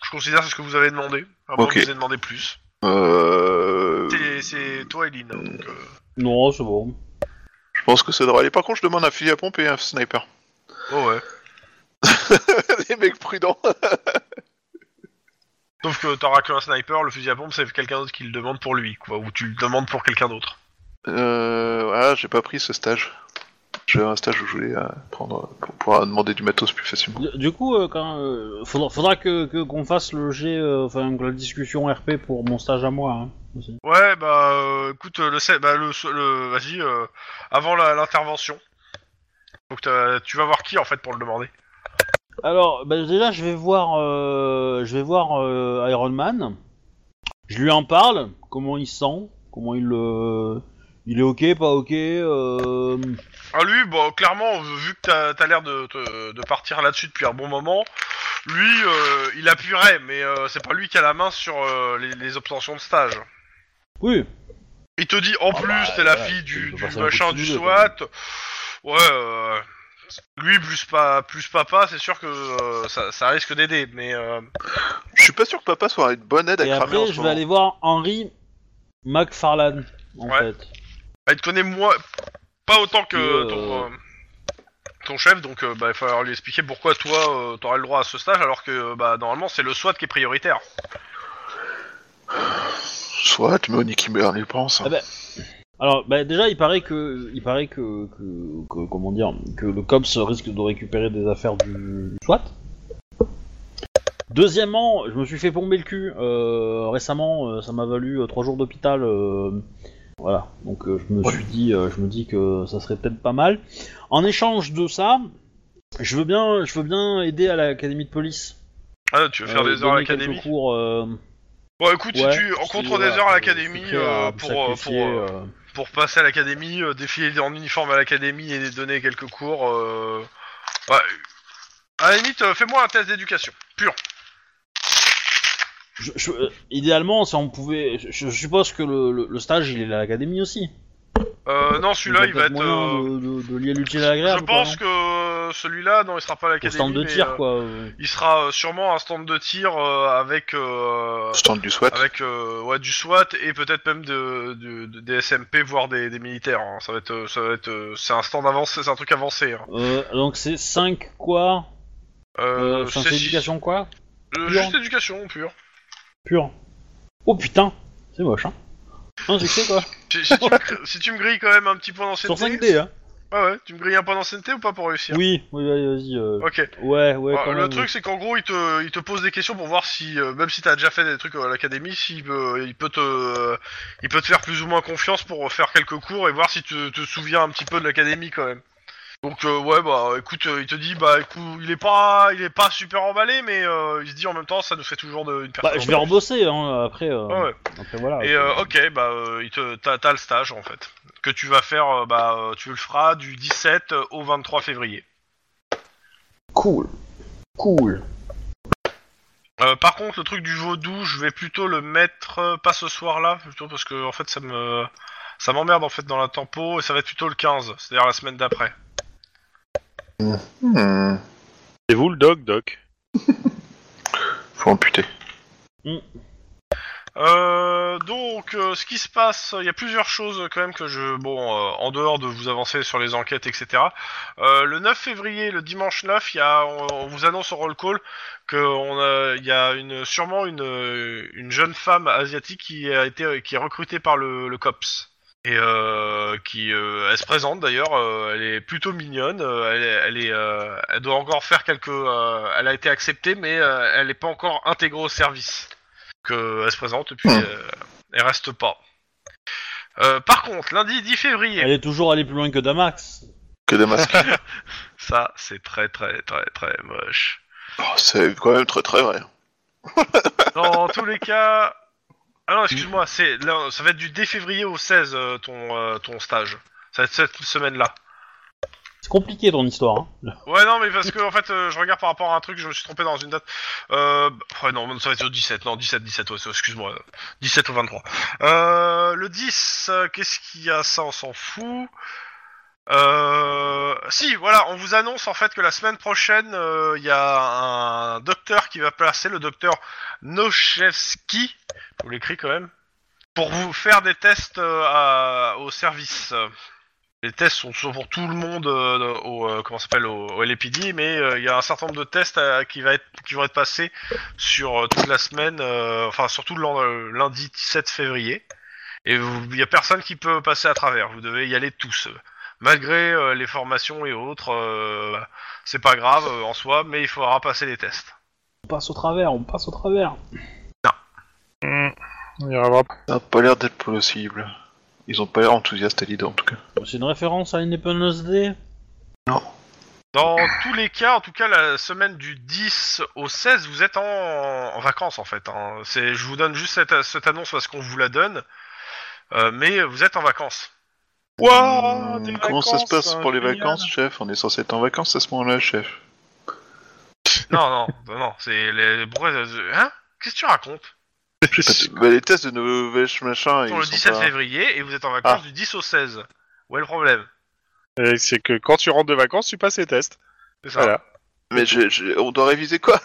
S2: Je considère que c'est ce que vous avez demandé. À moins
S5: Ok.
S2: que vous ayez demandé plus.
S5: Euh...
S2: C'est- C'est toi et Lynn. hein, donc, euh.
S1: Non, c'est bon.
S5: Je pense que ça devrait aller. Par contre, je demande un fusil à pompe et un sniper.
S2: Oh ouais.
S5: Les mecs prudents.
S2: Sauf que t'auras qu'un sniper, le fusil à pompe, c'est quelqu'un d'autre qui le demande pour lui, quoi. Ou tu le demandes pour quelqu'un d'autre.
S5: Euh... Ah, j'ai pas pris ce stage. J'ai un stage où je voulais euh, prendre pour pouvoir demander du matos plus facilement.
S1: Du- Du coup, euh, quand, euh, faudra, faudra que que- qu'on fasse le jet, euh, enfin que la discussion RP pour mon stage à moi. Hein, aussi.
S2: Ouais, bah euh, écoute, euh, le, se- bah, le, le- vas-y, euh, avant la- l'intervention. Donc t'as- tu vas voir qui en fait pour le demander.
S1: Alors, bah, déjà, je vais voir, euh, je vais voir euh, Iron Man. Je lui en parle. Comment il se sent Comment il le, il est ok, pas ok euh,
S2: Ah lui, bon, clairement, vu que t'as as, l'air de, te- de partir là-dessus depuis un bon moment, lui, euh, il appuierait, mais euh, c'est pas lui qui a la main sur euh, les, les obtentions de stage.
S1: Oui.
S2: Il te dit en
S1: Ah
S2: plus
S1: bah,
S2: t'es la
S1: voilà,
S2: fille
S1: tu
S2: du,
S1: peux
S2: du
S1: passer un
S2: machin
S1: coup de
S2: du
S1: fil,
S2: SWAT. Ouais, euh, lui plus pas plus papa, c'est sûr que euh, ça, ça risque d'aider, mais euh,
S5: Je suis pas sûr que papa soit une bonne aide à
S1: Et
S5: cramer en
S1: après,
S5: ce
S1: je vais
S5: moment.
S1: aller voir Henry McFarlane, en
S2: Ouais.
S1: fait.
S2: bah, il te connaît moins, pas autant que
S1: Euh.
S2: ton, euh, ton chef, donc euh, bah, il va falloir lui expliquer pourquoi toi euh, t'aurais le droit à ce stage alors que euh, bah, normalement c'est le SWAT qui est prioritaire.
S5: Soit, mais on y qui meurt, on y pense. hein.
S1: Ah bah, Alors, bah, déjà, il paraît que, il paraît que, que, que- comment dire, que le cops risque de récupérer des affaires du SWAT. Deuxièmement, je me suis fait bomber le cul euh, récemment. euh, ça m'a valu euh, trois jours d'hôpital. euh, voilà. Donc, euh, je me suis dit, euh, je me dis que ça serait peut-être pas mal. En échange de ça, je veux bien, je veux bien aider à l'académie de police.
S2: Ah, tu veux faire
S1: Euh,
S2: des heures à
S1: donner
S2: l'académie
S1: quelques cours. euh,
S2: Bon écoute,
S1: ouais,
S2: si tu
S1: si,
S2: rencontres
S1: voilà,
S2: des heures à
S1: euh,
S2: l'académie
S1: je suis prêt à
S2: euh,
S1: me
S2: pour euh, pour
S1: sacrifier,
S2: euh,
S1: euh,
S2: pour passer à l'académie, euh, défiler en uniforme à l'académie et donner quelques cours. euh, bah, à la limite, euh, fais-moi un test d'éducation. Pur.
S1: Je- je- euh, idéalement, si on pouvait, je, je suppose que le, le- le stage il est à l'académie aussi.
S2: Euh, non, celui-là, il va
S1: peut-être
S2: être.
S1: moyen
S2: euh,
S1: de, de, de lier l'utile à
S2: je
S1: l'agréable.
S2: pense que euh, celui-là, non, il sera pas à
S1: au
S2: l'académie.
S1: stand de
S2: mais,
S1: tir
S2: euh,
S1: quoi. euh.
S2: Il sera euh, sûrement un stand de tir euh, avec.
S1: bah-
S2: euh,
S5: Stand du SWAT.
S2: avec euh, ouais, du SWAT et peut-être même de, de- de- des SMP, voire des, des militaires. hein. Ça va être. euh, ça va être euh, c'est un stand avancé, c'est un truc avancé. hein.
S1: Euh, donc c'est 5 quoi
S2: Euh,
S1: euh, enfin,
S2: c'est-
S1: C'est éducation quoi
S2: euh,
S1: pure.
S2: Juste éducation, pure.
S1: Pure. Oh putain, c'est moche hein. Un succès quoi.
S2: Si, si tu, me, si tu me grilles quand même un petit point d'ancienneté.
S1: Sur 5D hein.
S2: Ah ouais, tu me grilles un point d'ancienneté ou pas pour réussir
S1: Oui, oui, oui, vas-y. euh,
S2: Ok.
S1: Ouais, ouais.
S2: Bah,
S1: quand
S2: le
S1: même.
S2: truc, c'est qu'en gros, il te, il te pose des questions pour voir si, euh, même si t'as déjà fait des trucs à l'académie, s'il peut, il peut te, euh, il peut te faire plus ou moins confiance pour faire quelques cours et voir si tu te souviens un petit peu de l'académie quand même. Donc euh, ouais, bah écoute, euh, il te dit, bah écoute, il est pas, il est pas super emballé, mais euh, il se dit en même temps, ça nous fait toujours de, une personne.
S1: Bah, je vais rebosser hein, après. euh,
S2: Ah ouais.
S1: Après voilà.
S2: Et euh, ok, bah euh, il te, t'as, t'as le stage en fait que tu vas faire, euh, bah euh, tu le feras du 17 au 23 février.
S1: Cool. Cool.
S2: Euh, par contre, le truc du vaudou, je vais plutôt le mettre euh, pas ce soir-là, plutôt parce que en fait ça me ça m'emmerde en fait dans la tempo et ça va être plutôt le 15, c'est-à-dire la semaine d'après.
S5: Hmm.
S4: C'est vous le doc, doc
S5: Faut amputer.
S2: Euh, donc, euh, ce qui se passe, il y a plusieurs choses euh, quand même que je, bon, euh, en dehors de vous avancer sur les enquêtes, etc. Euh, le 9 février, le dimanche 9, il y a, on, on vous annonce en roll call que on a- il y a une, sûrement une, euh, une jeune femme asiatique qui a été, qui est recrutée par le, le cops. Et euh, qui, euh, elle se présente d'ailleurs, euh, elle est plutôt mignonne, euh, elle, est- elle est, euh, elle doit encore faire quelques, euh, elle a été acceptée, mais euh, elle n'est pas encore intégrée au service qu'elle se présente et puis
S5: Hmm.
S2: euh, elle reste pas. Euh, par contre, lundi 10 février,
S1: Elle est toujours allée plus loin que Damax.
S5: Que des masques.
S2: ça c'est très très très très moche.
S5: Oh, c'est quand même très très vrai.
S2: Dans tous les cas, ah non excuse-moi, c'est là, ça va être du 10 février au 16 euh, ton euh, ton stage. Ça va être cette semaine-là.
S1: C'est compliqué ton histoire. hein.
S2: Ouais non mais parce que en fait euh, je regarde par rapport à un truc, je me suis trompé dans une date. Euh, ouais non ça va être au 17, non 17 17 ouais, excuse-moi, 17 au 23. Euh, le 10, euh, qu'est-ce qu'il y a ça on s'en fout. Euh, si, voilà, on vous annonce en fait que la semaine prochaine, euh, il y a un docteur qui va placer, le docteur Nochevski, je vous l'écris quand même, pour vous faire des tests euh, à- au service. Les tests sont, sont pour tout le monde euh, au, euh, comment ça s'appelle, au, au LAPD, mais euh, il y a un certain nombre de tests euh, qui, va être, qui vont être passés sur euh, toute la semaine, euh, enfin surtout le lend- euh, lundi 17 février. Et vous- il y a personne qui peut passer à travers, vous devez y aller tous. euh, Malgré euh, les formations et autres, euh, c'est pas grave euh, en soi, mais il faudra passer les tests.
S1: On passe au travers, on passe au travers.
S4: Hmm, On ira voir.
S5: Ça a Ah, pas l'air d'être possible. Ils ont pas l'air enthousiastes à l'idée en tout cas.
S1: C'est une référence à Independence Day.
S2: Dans tous les cas, en tout cas la semaine du 10 au 16, vous êtes en, en vacances en fait. hein. C'est, je vous donne juste cette, cette annonce parce qu'on vous la donne, euh, mais vous êtes en vacances.
S4: Wouah,
S2: Ah,
S5: Hmm,
S4: des
S5: Comment ça se
S4: vacances,
S5: passe
S4: euh,
S5: pour les
S4: génial.
S5: vacances, chef On est censé être en vacances à ce moment-là, chef.
S2: non, non, non, non, c'est les... pourquoi- euh, Hein Qu'est-ce que tu racontes
S5: Bah, les tests de Novèche machin, Ah, ils
S2: Pour le
S5: sont
S2: 17
S5: pas- Ah.
S2: février et vous êtes en vacances du 10 au 16. Où est le problème
S4: Euh, C'est que quand tu rentres de vacances, tu passes les tests.
S2: C'est ça.
S4: Voilà.
S5: Mais je- je- on doit réviser quoi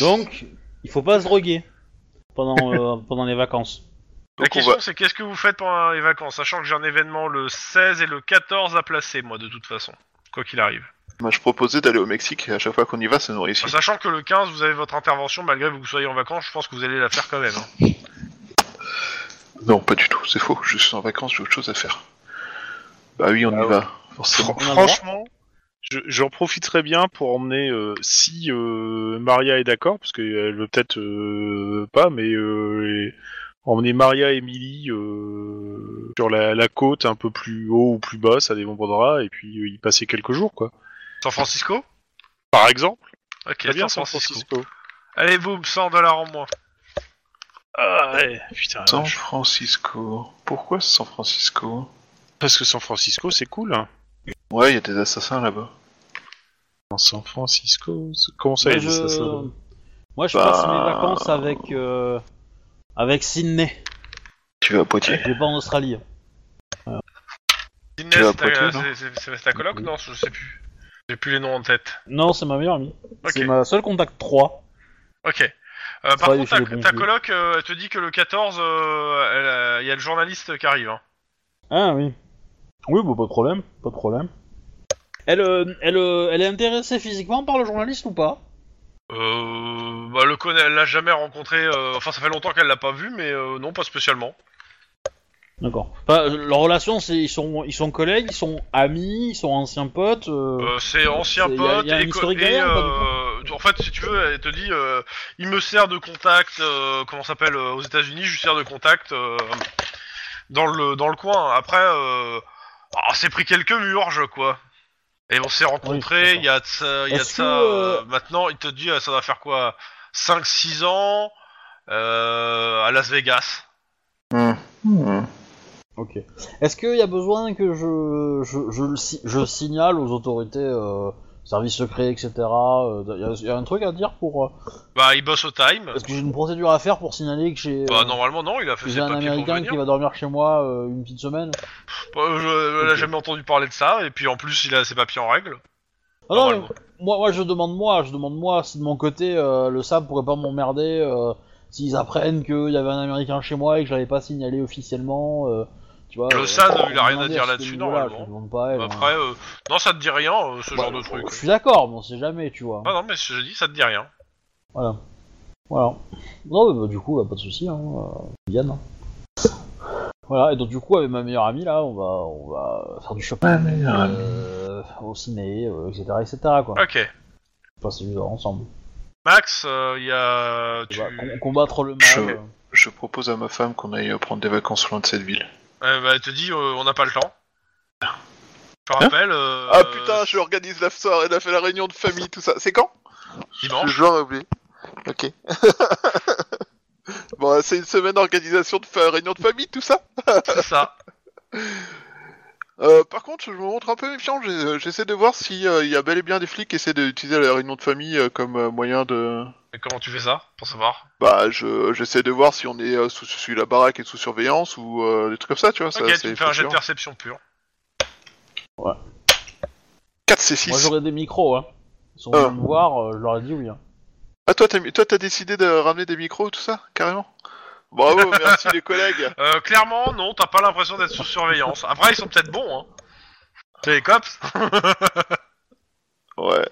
S1: Donc, il faut pas se droguer pendant, euh, pendant les vacances.
S2: La
S5: Donc on
S2: question
S5: va-
S2: c'est qu'est-ce que vous faites pendant les vacances, sachant que j'ai un événement le 16 et le 14 à placer, moi de toute façon, quoi qu'il arrive.
S5: Moi, je proposais d'aller au Mexique et à chaque fois qu'on y va, ça nous réussit.
S2: Enfin, sachant que le 15 vous avez votre intervention, malgré que vous soyez en vacances, je pense que vous allez la faire quand même. hein.
S5: Non, pas du tout, c'est faux. Je suis en vacances, j'ai autre chose à faire. Bah oui, on
S4: Ah
S5: y
S4: ouais.
S5: va, forcément.
S4: Fran-
S1: On a le
S4: franchement, je- j'en profiterai bien pour emmener euh, si euh, Maria est d'accord, parce qu'elle veut peut-être euh, pas, mais euh, et- emmener Maria et Emily euh, sur la, la côte un peu plus haut ou plus bas, ça dépendra, et puis euh, y passer quelques jours, quoi.
S2: San Francisco
S4: Par exemple,
S2: Ok,
S4: très bien
S2: San
S4: San
S2: Francisco.
S4: Francisco.
S2: Allez, boum, 100 dollars en moins.
S4: Ah ouais, putain.
S5: San Francisco. Pourquoi San Francisco
S4: Parce que San Francisco, c'est cool. hein.
S5: Ouais, il y a des assassins là-bas.
S4: Dans San Francisco, c'est- comment ça
S1: Moi,
S4: il dit ça, ça
S1: je... Moi, je
S5: Bah.
S1: passe mes vacances avec, euh, avec Sydney.
S5: Tu vas à Poitiers
S1: Je vais pas en Australie.
S2: Sydney,
S5: Tu vas à
S2: c'est ta-
S5: Poitiers, non
S2: c'est- c'est- c'est ta coloc Non, je sais plus. J'ai plus les noms en tête.
S1: Non, c'est ma meilleure amie.
S2: Ok.
S1: C'est ma seule contact 3.
S2: Ok. Euh, par
S1: Ouais,
S2: contre,
S1: il fait
S2: ta,
S1: les bons
S2: ta
S1: jeux.
S2: coloc, euh, elle te dit que le 14, euh, elle a- il y a le journaliste qui arrive. hein.
S1: Ah oui. Oui, bah, pas de problème, pas de problème. Elle, euh, elle, euh, elle est intéressée physiquement par le journaliste ou pas
S2: Euh, bah, le connaît, elle l'a jamais rencontré. euh, enfin, ça fait longtemps qu'elle l'a pas vu, mais euh, non, pas spécialement.
S1: D'accord. Enfin, euh, leur relation, c'est ils sont, ils sont collègues, ils sont amis, ils sont anciens potes. euh,
S2: Euh, c'est ancien
S1: c'est- y a-
S2: pote
S1: y a un
S2: et, co-
S1: historique
S2: et,
S1: derrière ou pas,
S2: euh, en fait si tu veux elle te dit euh, il me sert de contact euh, comment ça s'appelle euh, aux États-Unis je lui sers de contact euh, dans le dans le coin après euh, ah, on s'est pris quelques murges quoi et on s'est rencontrés
S1: d'accord.
S2: il y a de ça, il y a de
S1: Est-ce
S2: ça
S1: que,
S2: euh,
S1: euh,
S2: maintenant il te dit euh, ça va faire quoi 5 6 ans euh, à Las Vegas
S5: Hmm.
S1: Ok. Est-ce qu'il y a besoin que je, je, je, le si- je signale aux autorités euh, service secret, etc. Il euh, y, a un truc à dire pour. euh,
S2: Bah, il bosse au time.
S1: Est-ce que j'ai une procédure à faire pour signaler que j'ai euh,
S2: Bah, normalement, non, il a
S1: que
S2: fait
S1: j'ai
S2: ses
S1: un
S2: papiers pour
S1: Américain qui
S2: venir.
S1: va dormir chez moi euh, une petite semaine
S2: Euh, je- elle a
S1: Ok.
S2: jamais entendu parler de ça, et puis en plus, il a ses papiers en règle.
S1: Ah non,
S2: Normalement.
S1: mais moi, moi, je demande moi, je demande moi si de mon côté euh, le SAB pourrait pas m'emmerder euh, s'ils apprennent qu'il y avait un Américain chez moi et que je l'avais pas signalé officiellement. euh, tu vois,
S2: Le
S1: euh,
S2: SAD,
S1: je
S2: il a rien à
S1: demandais
S2: dire
S1: ce
S2: là-dessus,
S1: niveau-là,
S2: normalement.
S1: Je lui demande pas à elle, hein.
S2: Après, euh, non, ça te dit rien, euh, ce
S1: Bah,
S2: genre de truc.
S1: Je suis d'accord, mais on sait jamais, tu vois.
S2: Ah non, mais je dis, ça te dit rien.
S1: Voilà. Voilà. Non, mais bah, du coup, bah, pas de soucis, hein. euh, Yann. hein. Voilà, et donc du coup, avec ma meilleure amie, là, on va, on va faire du shopping, euh, au ciné, euh, etc., etc., quoi.
S2: Ok.
S1: Passer du temps ensemble.
S2: Max, euh, il y a. Tu...
S1: Bah, com- combattre le mal.
S5: Je-
S1: euh.
S5: Je propose à ma femme qu'on aille euh, prendre des vacances loin de cette ville.
S2: Euh, bah, elle te dit, euh, on n'a pas le temps. Je
S1: Hein
S2: te rappelle. euh,
S3: Ah putain, je organise la soirée, elle a fait la réunion de famille, tout ça. C'est quand
S2: Dimanche.
S3: Je l'aurais oublié. Ok. bon, c'est une semaine d'organisation de fa- réunion de famille, tout ça.
S2: C'est ça.
S3: Euh, par contre, je me montre un peu méfiant. j'ai- euh, J'essaie de voir si euh, il y a bel et bien des flics qui essaient d'utiliser la réunion de famille euh, comme euh, moyen de.
S2: Mais comment tu fais ça Pour savoir.
S3: Bah, je j'essaie de voir si on est euh, sous, sous la baraque et sous surveillance ou euh, des trucs comme ça, tu vois. ça,
S2: Ok, tu
S3: c'est
S2: me fais un jet de
S3: fascinant.
S2: perception pure.
S3: 4 C6.
S1: Moi j'aurais des micros, hein. Ils sont
S2: Ah.
S1: venus me voir, euh, je leur ai dit oui. Hein.
S3: Ah, toi, t'as mis- toi, t'as décidé de ramener des micros, tout ça, carrément. Bravo, merci les collègues.
S2: Euh, clairement, non, t'as pas l'impression d'être sous surveillance. Après, ils sont peut-être bons, hein. C'est les cops.
S3: Ouais.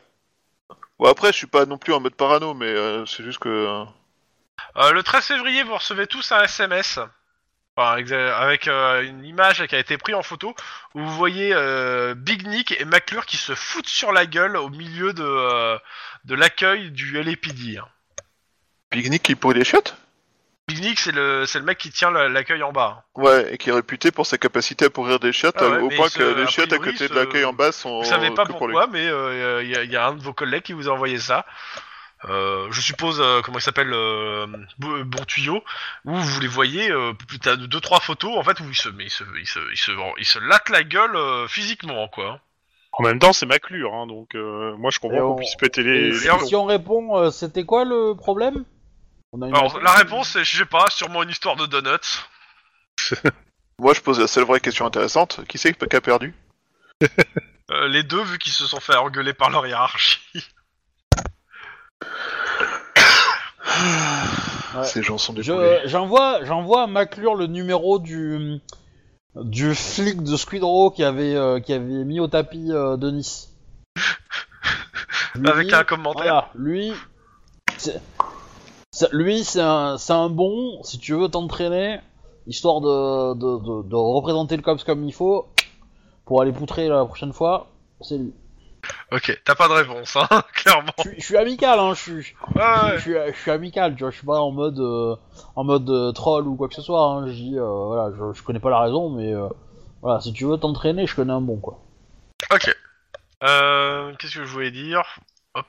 S3: Bon, après, je suis pas non plus en mode parano, mais euh, c'est juste que. euh,
S2: Euh, le 13 février, vous recevez tous un SMS. Enfin, exa- avec euh, une image qui a été prise en photo où vous voyez euh, Big Nick et McClure qui se foutent sur la gueule au milieu de, euh, de l'accueil du LAPD. hein.
S3: Big Nick qui pourrit les chiottes
S2: Big Nick, c'est le, c'est le mec qui tient la- l'accueil en bas. hein.
S3: Ouais, et qui est réputé pour sa capacité à pourrir des chiottes, euh,
S2: Ah ouais,
S3: au
S2: mais
S3: point
S2: ce-
S3: que
S2: a
S3: les chiottes à
S2: priori,
S3: côté de
S2: ce-
S3: l'accueil en bas sont.
S2: Vous savez pas
S3: Oh, que pour les-
S2: pourquoi, mais euh, il y, a- y a un de vos collègues qui vous a envoyé ça. Euh, je suppose, euh, comment il s'appelle euh, Bo- Bon Tuyau, où vous les voyez, euh, putain, deux, trois photos, en fait, où ils se, mais ils se, ils se, ils se, ils se latent la gueule euh, physiquement, quoi.
S4: En même temps, c'est Maclure, hein, donc euh, moi je comprends
S1: Et
S4: qu'on
S1: on-
S4: puisse péter les.
S1: Et si,
S4: les
S2: alors-
S4: plombs.
S1: si on répond, euh, c'était quoi le problème On a une
S2: Alors, la réponse, c'est, je sais pas, sûrement une histoire de donuts.
S3: Moi, je pose la seule vraie question intéressante qui c'est qui a perdu
S2: Euh, les deux, vu qu'ils se sont fait engueuler par leur hiérarchie.
S1: Ouais.
S5: Ces gens sont des
S1: Je- J'envoie, j'envoie à Maclure le numéro du du flic de Squid Row qui avait euh, qui avait mis au tapis euh, de Nice. Je lui
S2: Avec
S1: dis,
S2: un commentaire.
S1: Voilà, lui, c'est- c'est- lui c'est un, c'est un bon. Si tu veux t'entraîner, histoire de, de, de, de représenter le cops comme il faut, pour aller poutrer la prochaine fois, c'est lui.
S2: Ok, t'as pas de réponse, hein, clairement.
S1: Je suis- je suis amical, hein, je suis.
S2: Ouais,
S3: Ah
S2: ouais.
S1: Je, suis, je suis amical, tu vois, je suis pas en mode euh, en mode euh, troll ou quoi que ce soit. hein, Je dis, euh, voilà, je, je connais pas la raison, mais euh, voilà, si tu veux t'entraîner, je connais un bon quoi.
S2: Ok. Euh, Qu'est-ce que je voulais dire Hop.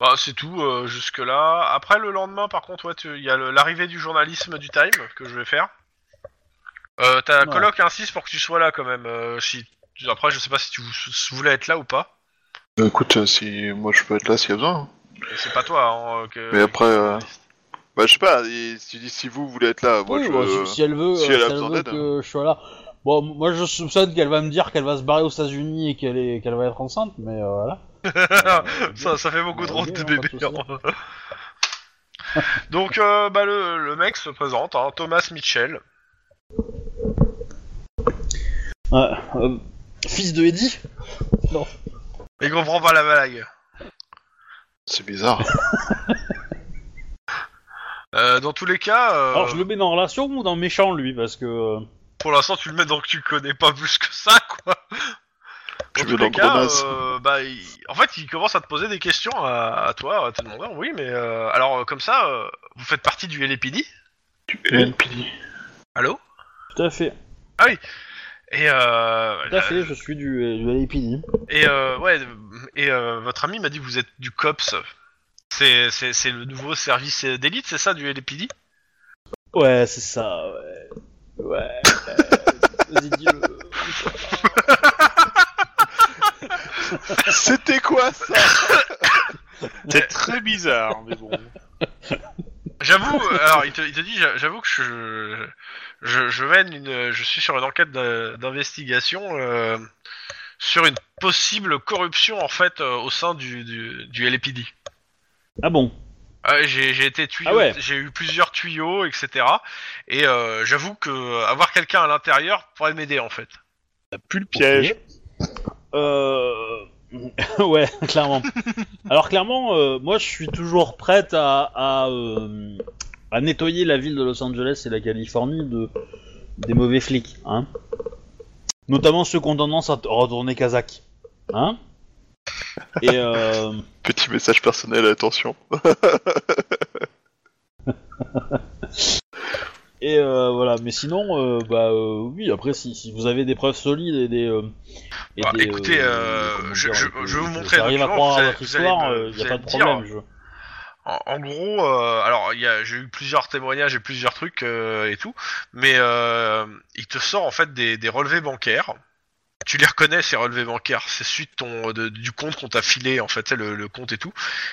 S2: Bah, c'est tout euh, jusque-là. Après, le lendemain, par contre, ouais, tu- il y a le- l'arrivée du journalisme du Time que je vais faire. Euh, T'as
S1: Ouais.
S2: Coloc insiste pour que tu sois là quand même. euh, si... Après, je sais pas si tu vou- si voulais être là ou pas.
S5: Euh, écoute, euh, si moi je peux être là s'il y a besoin. hein.
S2: Mais C'est pas toi. Hein, euh, que...
S5: Mais après, euh,
S3: Bah, je sais pas, et si tu dis si vous voulez être là, moi
S1: Oui,
S3: je.
S1: bah, si, si elle veut,
S3: si elle
S1: euh,
S3: a
S1: si elle
S3: besoin
S1: veut
S3: d'aide.
S1: que je sois là. Bon, moi je soupçonne qu'elle va me dire qu'elle va se barrer aux États-Unis et qu'elle est qu'elle va être enceinte, mais euh, voilà.
S2: ça, ça fait beaucoup trop
S1: Ouais,
S2: de
S1: ouais,
S2: bébés.
S1: pas de soucis.
S2: hein. Donc, euh, bah, le, le mec se présente, hein, Thomas Mitchell.
S1: Ouais, euh, fils de Eddie
S3: Euh.
S2: Il comprend pas la blague.
S5: c'est bizarre.
S2: Euh, dans tous les cas. euh,
S1: Alors je le mets dans relation ou dans méchant lui parce que euh,
S2: pour l'instant, tu le mets donc tu le connais pas plus que ça, quoi.
S5: Je
S2: Dans
S5: veux
S2: tous les cas,
S5: l'engrenage.
S2: euh, bah, il- en fait, il commence à te poser des questions à, à toi, à te demander, oui, mais euh, alors euh, comme ça, euh, vous faites partie du LAPD
S5: LNPD.
S2: Allô
S1: tout à fait,
S2: Et euh,
S1: tout à fait, je suis du, du LAPD.
S2: et euh, ouais, et euh, votre ami m'a dit que vous êtes du COPS. C'est c'est- c'est le nouveau service d'élite, c'est ça, du LAPD
S1: Ouais, c'est ça. Ouais. Ouais. Vas-y, dis-le.
S3: C'était quoi ça
S4: C'est très bizarre, mais bon.
S2: J'avoue, euh, alors il te, il te dit, j'a- j'avoue que je, je, je mène une, je suis sur une enquête d'in- d'investigation euh, sur une possible corruption en fait euh, au sein du, du, du LAPD.
S1: Ah bon
S2: Ah, j'ai j'ai été tuyau,
S1: Ah ouais.
S2: j'ai eu plusieurs tuyaux, etc. Et euh, j'avoue que avoir quelqu'un à l'intérieur pourrait m'aider en fait.
S4: Plus le piège.
S1: Euh... ouais, clairement. Alors clairement, euh, moi je suis toujours prête à, à, euh, à nettoyer la ville de Los Angeles et la Californie de des mauvais flics, hein. Notamment ceux qui ont tendance à t- retourner kazakh, hein. Et euh,
S3: Petit message personnel, attention.
S1: Et euh, voilà, mais sinon, euh, bah euh, oui, après, si, si vous avez des preuves solides et des. euh, et
S2: Bah,
S1: des,
S2: écoutez, euh,
S1: comment
S2: je- je-
S1: que-
S2: je vais vous
S1: que
S2: montrer
S1: ça arrive
S2: les
S1: à croire à
S2: documents,
S1: votre
S2: vous allez- vous
S1: histoire,
S2: allez me-
S1: il n'y a
S2: vous
S1: pas
S2: allez
S1: de
S2: me dire.
S1: problème. je-
S2: En, en gros, euh, alors il y a- j'ai eu plusieurs témoignages et plusieurs trucs euh, et tout, mais euh, il te sort en fait des, des relevés bancaires. Tu les reconnais ces relevés bancaires, c'est suite ton, de- du compte qu'on t'a filé en fait, c'est le, le compte et tout.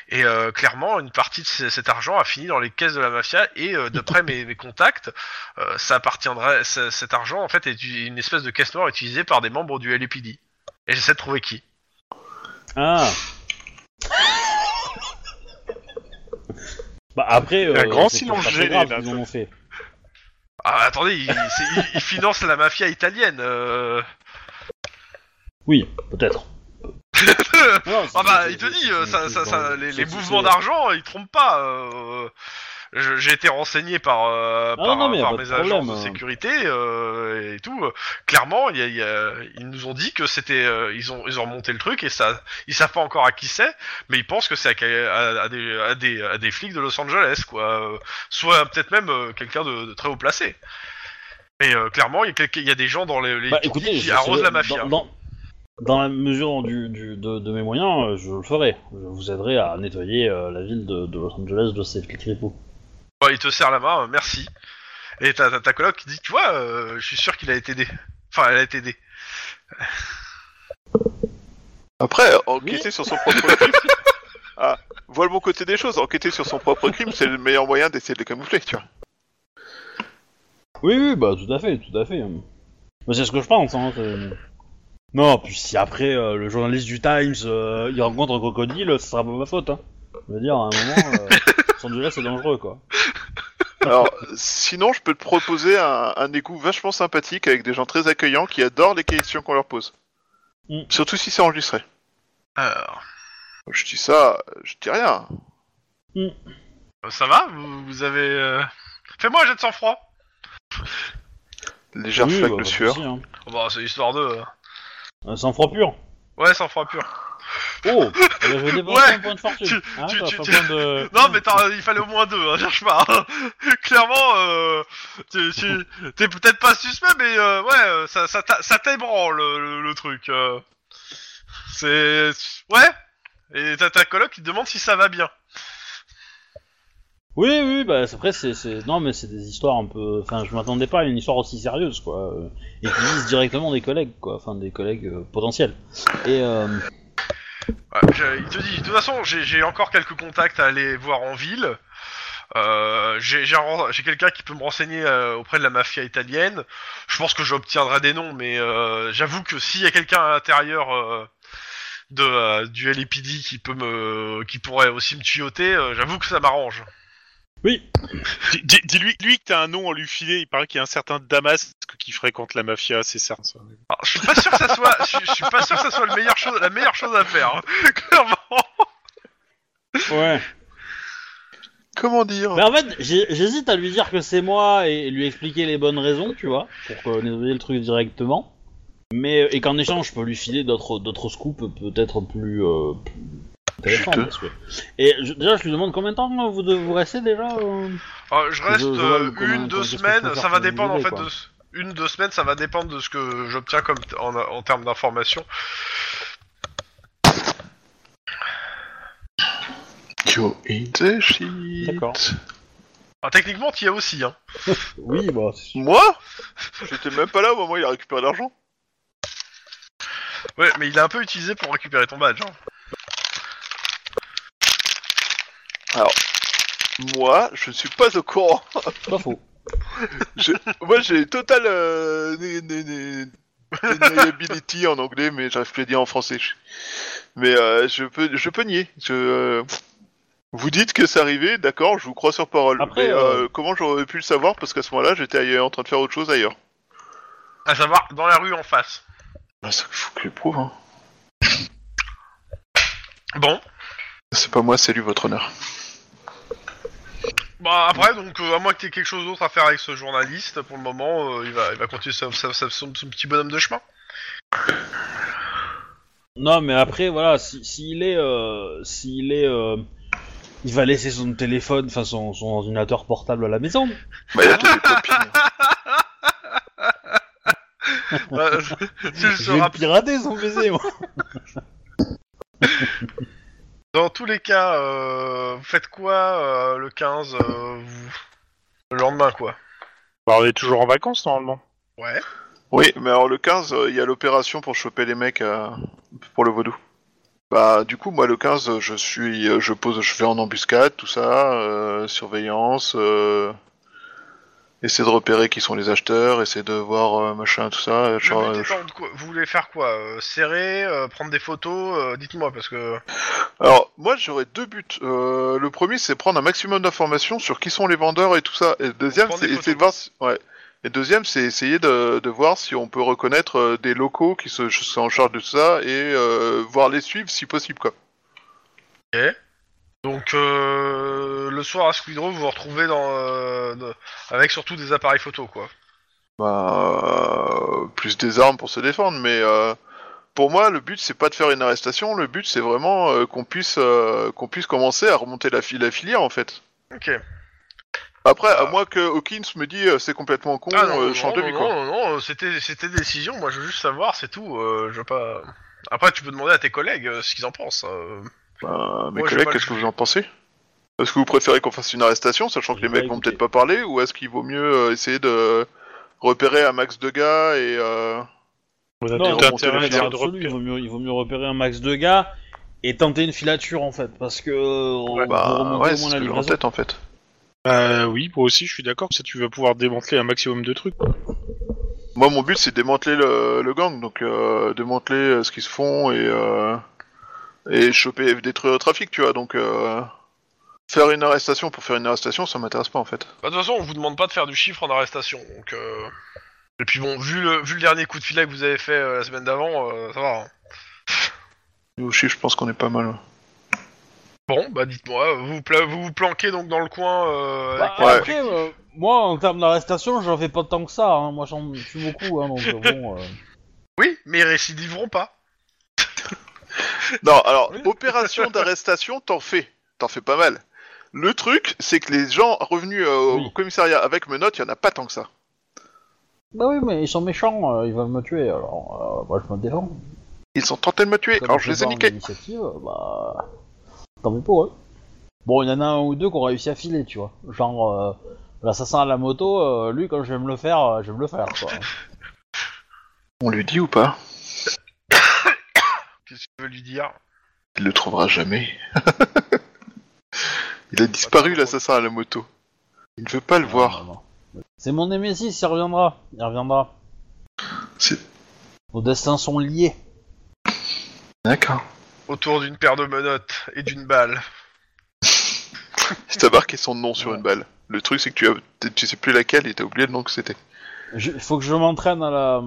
S2: Et euh, clairement, une partie de ce- cet argent a fini dans les caisses de la mafia et euh, d'après mes, mes contacts, euh, ça appartiendrait, c- cet argent en fait est u- une espèce de caisse noire utilisée par des membres du LAPD. Et j'essaie de trouver qui.
S1: Ah Bah après, euh,
S4: Un grand
S1: c'est
S4: silence
S1: pas très
S4: gêné,
S1: grave
S4: là,
S1: qu'ils en ont fait.
S2: Ah, attendez, il, c'est- il- il finance la mafia italienne. euh.
S1: Oui, peut-être. Non, c'est-
S2: Ah bah,
S1: c'est-
S2: il te
S1: c'est-
S2: dit,
S1: c'est-
S2: euh, ça,
S1: c'est-
S2: ça,
S1: c'est-
S2: ça, les,
S1: c'est-
S2: les
S1: c'est-
S2: mouvements
S1: c'est-
S2: d'argent, ils trompent pas. euh, je- J'ai été renseigné par, euh,
S1: Ah
S2: par,
S1: non, mais y a
S2: par
S1: pas de
S2: mes agences
S1: problème,
S2: de
S1: euh.
S2: sécurité euh, et tout. Clairement, il y a- il y a- ils nous ont dit que c'était, euh, ils ont, ils ont remonté le truc et ça, ils savent pas encore à qui c'est, mais ils pensent que c'est à, à- à des, à des, à des flics de Los Angeles, quoi. Euh, Soit peut-être même euh, quelqu'un de, de très haut placé. Mais euh, clairement, il y, a quelqu'un- il y a des gens dans les, les
S1: Bah
S2: tourtis
S1: écoutez,
S2: qui
S1: je-
S2: arrosent
S1: je-
S2: la mafia.
S1: Dans, dans- dans la mesure du, du- de, de mes moyens, euh, je le ferai. Je vous aiderai à nettoyer euh, la ville de, de Los Angeles de ces flics ripoux.
S2: Bah, il te serre la main, euh, merci. Et ta, ta, ta coloc qui dit, tu vois, euh, je suis sûr qu'il a été aidé. Enfin, elle a été aidée.
S3: Après, enquêter sur son propre crime. Ah, vois le bon côté des choses. Enquêter sur son propre crime, c'est le meilleur moyen d'essayer de le camoufler, tu vois.
S1: Oui, oui, bah tout à fait, tout à fait. Mais c'est ce que je pense. Hein, c'est- non, puis si après euh, le journaliste du Times euh, il rencontre un crocodile, ce sera pas ma faute. Hein. Je veux dire, à un moment, euh, Los Angeles c'est dangereux quoi.
S3: Alors, sinon, je peux te proposer un, un égout vachement sympathique avec des gens très accueillants qui adorent les questions qu'on leur pose.
S1: Mm.
S3: Surtout si c'est enregistré.
S2: Alors,
S3: Je dis ça, je dis rien.
S2: euh, ça va vous, vous avez... euh, Fais-moi un jet de sang-froid.
S3: Légère
S1: Oui,
S3: flaque
S1: bah,
S3: de
S1: pas de
S3: sueur.
S1: souci, hein.
S2: Oh, bah, c'est histoire de... euh,
S1: Un sang-froid pur.
S2: Ouais, sang-froid pur.
S1: Oh, eh ben, je vais dépenser
S2: Ouais,
S1: un point de fortune.
S2: tu-
S1: Hein,
S2: tu-
S1: ça
S2: tu-
S1: fait
S2: tu-
S1: plein de-
S2: Non, mais t'en- il fallait au moins deux, hein, cherche pas. hein. Clairement, euh, tu- tu- t'es peut-être pas suspect, mais euh, ouais, euh, ça, ça, t'a- ça t'ébranle, le, le truc. euh. C'est... Ouais Et t'as ta coloc qui te demande si ça va bien.
S1: Oui, oui, bah c'est- après c'est, c'est- non mais c'est des histoires un peu, enfin je m'attendais pas à une histoire aussi sérieuse quoi, euh, et qui vise directement des collègues quoi, enfin des collègues euh, potentiels. Et euh,
S2: Ouais, je- il te dit, de toute façon, j'ai j'ai encore quelques contacts à aller voir en ville. Euh, j'ai j'ai un- j'ai quelqu'un qui peut me renseigner euh, auprès de la mafia italienne. Je pense que j'obtiendrai des noms, mais euh, j'avoue que s'il y a quelqu'un à l'intérieur euh, de euh, du LAPD qui peut me, qui pourrait aussi me tuyauter, euh, j'avoue que ça m'arrange.
S4: Dis- dis- Dis-lui lui que t'as un nom à lui filer. Il paraît qu'il y a un certain Damas qui fréquente la mafia, c'est certain. ça.
S2: Alors, Je suis pas sûr que ça soit, je, je suis pas sûr que ça soit le meilleur chose, la meilleure chose à faire. hein. Clairement.
S1: ouais.
S3: Comment dire
S1: Mais en fait, j'ai- j'hésite à lui dire que c'est moi et lui expliquer les bonnes raisons, tu vois, pour qu'on nettoyer le truc directement. Mais et qu'en échange, je peux lui filer d'autres d'autres scoops peut-être plus, euh, plus intéressants.
S3: Juteux.
S1: parce que- Et je- déjà, je lui demande combien de temps euh, vous de- vous restez déjà. euh
S2: Euh, je reste
S1: Je- je vois
S2: euh,
S1: le- comment-
S2: une, deux
S1: qu'est-ce que je peux
S2: semaines,
S1: faire
S2: ça
S1: pour
S2: va
S1: vous
S2: dépendre en
S1: aider,
S2: fait
S1: quoi.
S2: de ce- une, deux semaines, ça va dépendre de ce que j'obtiens comme t- en, en termes d'informations.
S3: You in the shit.
S4: D'accord.
S2: Ah, techniquement, tu y es aussi, hein.
S1: Oui, bah. c'est sûr.
S3: Moi J'étais même pas là au moment où il a récupéré l'argent.
S2: Ouais, mais il l'a un peu utilisé pour récupérer ton badge. Hein.
S5: Moi, je ne suis pas au courant.
S1: C'est Pas faux.
S5: Moi, j'ai total euh, né- né- né- deniability en anglais, mais j'arrive plus à dire en français. Je- Mais euh, je peux, je peux nier. Je, euh, Vous dites que c'est arrivé, d'accord, je vous crois sur parole.
S1: Après,
S5: mais euh,
S1: euh,
S5: comment j'aurais pu le savoir Parce qu'à ce moment-là, j'étais ailleurs, en train de faire autre chose ailleurs.
S2: À savoir, dans la rue en face.
S5: Bah, ça, faut que je le prouve. Hein.
S2: Bon.
S5: C'est pas moi, c'est lui, votre honneur.
S2: Bah après, donc, euh, à moins que t'aies quelque chose d'autre à faire avec ce journaliste, pour le moment, euh, il, va, il va continuer sa- sa- sa- son, son petit bonhomme de chemin.
S1: Non, mais après, voilà, si- s'il est. euh, s'il est. euh, il va laisser son téléphone, enfin son, son ordinateur portable à la maison.
S5: Bah, il a tous les copines.
S2: Bah, tu le
S1: Je vais
S2: sauras
S1: le pirater son baiser, moi.
S2: Dans tous les cas, euh, vous faites quoi euh, le 15 euh, vous- Le lendemain, quoi.
S4: Bah, on est toujours en vacances normalement.
S2: Ouais.
S5: Oui, mais alors le 15, euh, il y a l'opération pour choper les mecs euh, pour le vaudou. Bah du coup moi le 15 euh, je suis euh, je pose je vais en embuscade tout ça euh, surveillance euh, essayer de repérer qui sont les acheteurs essayer de voir euh, machin tout ça euh, genre,
S2: Le but
S5: euh, je-
S2: étant de quoi- vous voulez faire quoi Euh, Serrer, euh, prendre des photos euh, Dites-moi, parce que...
S5: alors moi j'aurais deux buts Euh, le premier c'est prendre un maximum d'informations sur qui sont les vendeurs et tout ça et le deuxième
S2: prend
S5: c'est
S2: des photos.
S5: essayer de voir si- ouais et le deuxième c'est essayer de, de voir si on peut reconnaître euh, des locaux qui se sont en charge de tout ça et euh, voir les suivre si possible quoi
S2: Donc, euh, le soir à Squidrow, vous vous retrouvez dans, euh, de- avec surtout des appareils photo, quoi.
S5: Bah, Ben, euh, plus des armes pour se défendre, mais euh, pour moi, le but c'est pas de faire une arrestation, le but c'est vraiment euh, qu'on puisse euh, qu'on puisse commencer à remonter la, fi- la filière en fait.
S2: Ok.
S5: Après, à
S2: Ah.
S5: moins que Hawkins me dise euh, c'est complètement con, euh, change de vie
S2: non,
S5: quoi.
S2: non, non, euh, c'était, c'était décision, moi je veux juste savoir, c'est tout. euh, je veux pas... Après, tu peux demander à tes collègues euh, ce qu'ils en pensent. euh.
S5: Bah, mes
S2: Moi, je vais
S5: collègues,
S2: pas le
S5: qu'est-ce que vous en pensez Est-ce que vous préférez qu'on fasse une arrestation, sachant que les
S1: Bah,
S5: mecs vont
S1: écoutez.
S5: peut-être pas parler, ou est-ce qu'il vaut mieux euh, essayer de repérer un max de gars et euh,
S4: On a
S1: Non,
S4: tout
S5: on
S4: intérêt à
S5: remonte
S1: Ouais,
S5: les
S4: essayer
S1: dans
S4: de
S1: l'absolu, il,
S4: repérer.
S1: vaut mieux, il vaut mieux repérer un max de gars et tenter une filature en fait, parce que euh, on
S5: ouais,
S1: peut
S5: bah
S1: remonter
S5: ouais,
S1: au
S5: c'est
S1: moins la
S5: ce que j'ai en
S1: livraison.
S5: tête en fait.
S4: Euh, oui, moi aussi je suis d'accord, si tu vas pouvoir démanteler un maximum de trucs.
S5: Moi, mon but, c'est de démanteler le, le gang, donc euh, démanteler euh, ce qu'ils se font et, euh, et choper, détruire le trafic, tu vois. Donc, euh, faire une arrestation pour faire une arrestation, ça m'intéresse pas en fait.
S2: Bah, de toute façon, on vous demande pas de faire du chiffre en arrestation, donc... euh, Et puis bon, vu le, vu le dernier coup de filet que vous avez fait euh, la semaine d'avant, euh, ça va. hein.
S5: Nous, chiffres, je pense qu'on est pas mal. ouais.
S2: Bon, bah dites-moi, vous vous, pla- vous vous planquez donc dans le coin... euh,
S1: Bah,
S2: avec-
S1: Après, euh, moi en termes d'arrestation, j'en fais pas tant que ça, hein. moi j'en tue beaucoup, hein, donc euh, bon. euh.
S2: Oui, mais ils récidiveront pas.
S5: Non, alors,
S2: Oui.
S5: opération d'arrestation, t'en fais. T'en fais pas mal. Le truc, c'est que les gens revenus euh, au
S1: Oui.
S5: commissariat avec menottes, il y en a pas tant que ça.
S1: Bah oui, mais ils sont méchants, euh, ils veulent me tuer, alors euh, moi je me défends.
S5: Ils ont tenté de me tuer,
S1: Comme
S5: alors je
S1: fais
S5: les ai
S1: pas en
S5: niqués.
S1: initiative, bah. Tant mieux pour eux. hein. Bon, il y en a un ou deux qui ont réussi à filer, tu vois. Genre, euh, l'assassin à la moto, euh, lui, quand je vais me le faire, euh, je vais me le faire, quoi.
S5: On lui dit ou pas
S2: Qu'est-ce que tu veux lui dire
S5: Il le trouvera jamais. il a disparu, l'assassin à la moto. Il ne veut pas le
S1: Ah,
S5: voir.
S1: Non, non, non. C'est mon Némésis, il reviendra. Il reviendra.
S5: C'est-
S1: Nos destins sont liés.
S5: D'accord.
S2: Autour d'une paire de menottes et d'une balle.
S5: Si t'as marqué son nom sur une balle. Le truc, c'est que tu, as... tu sais plus laquelle et t'as oublié le nom que c'était.
S1: Je- faut que je m'entraîne à la.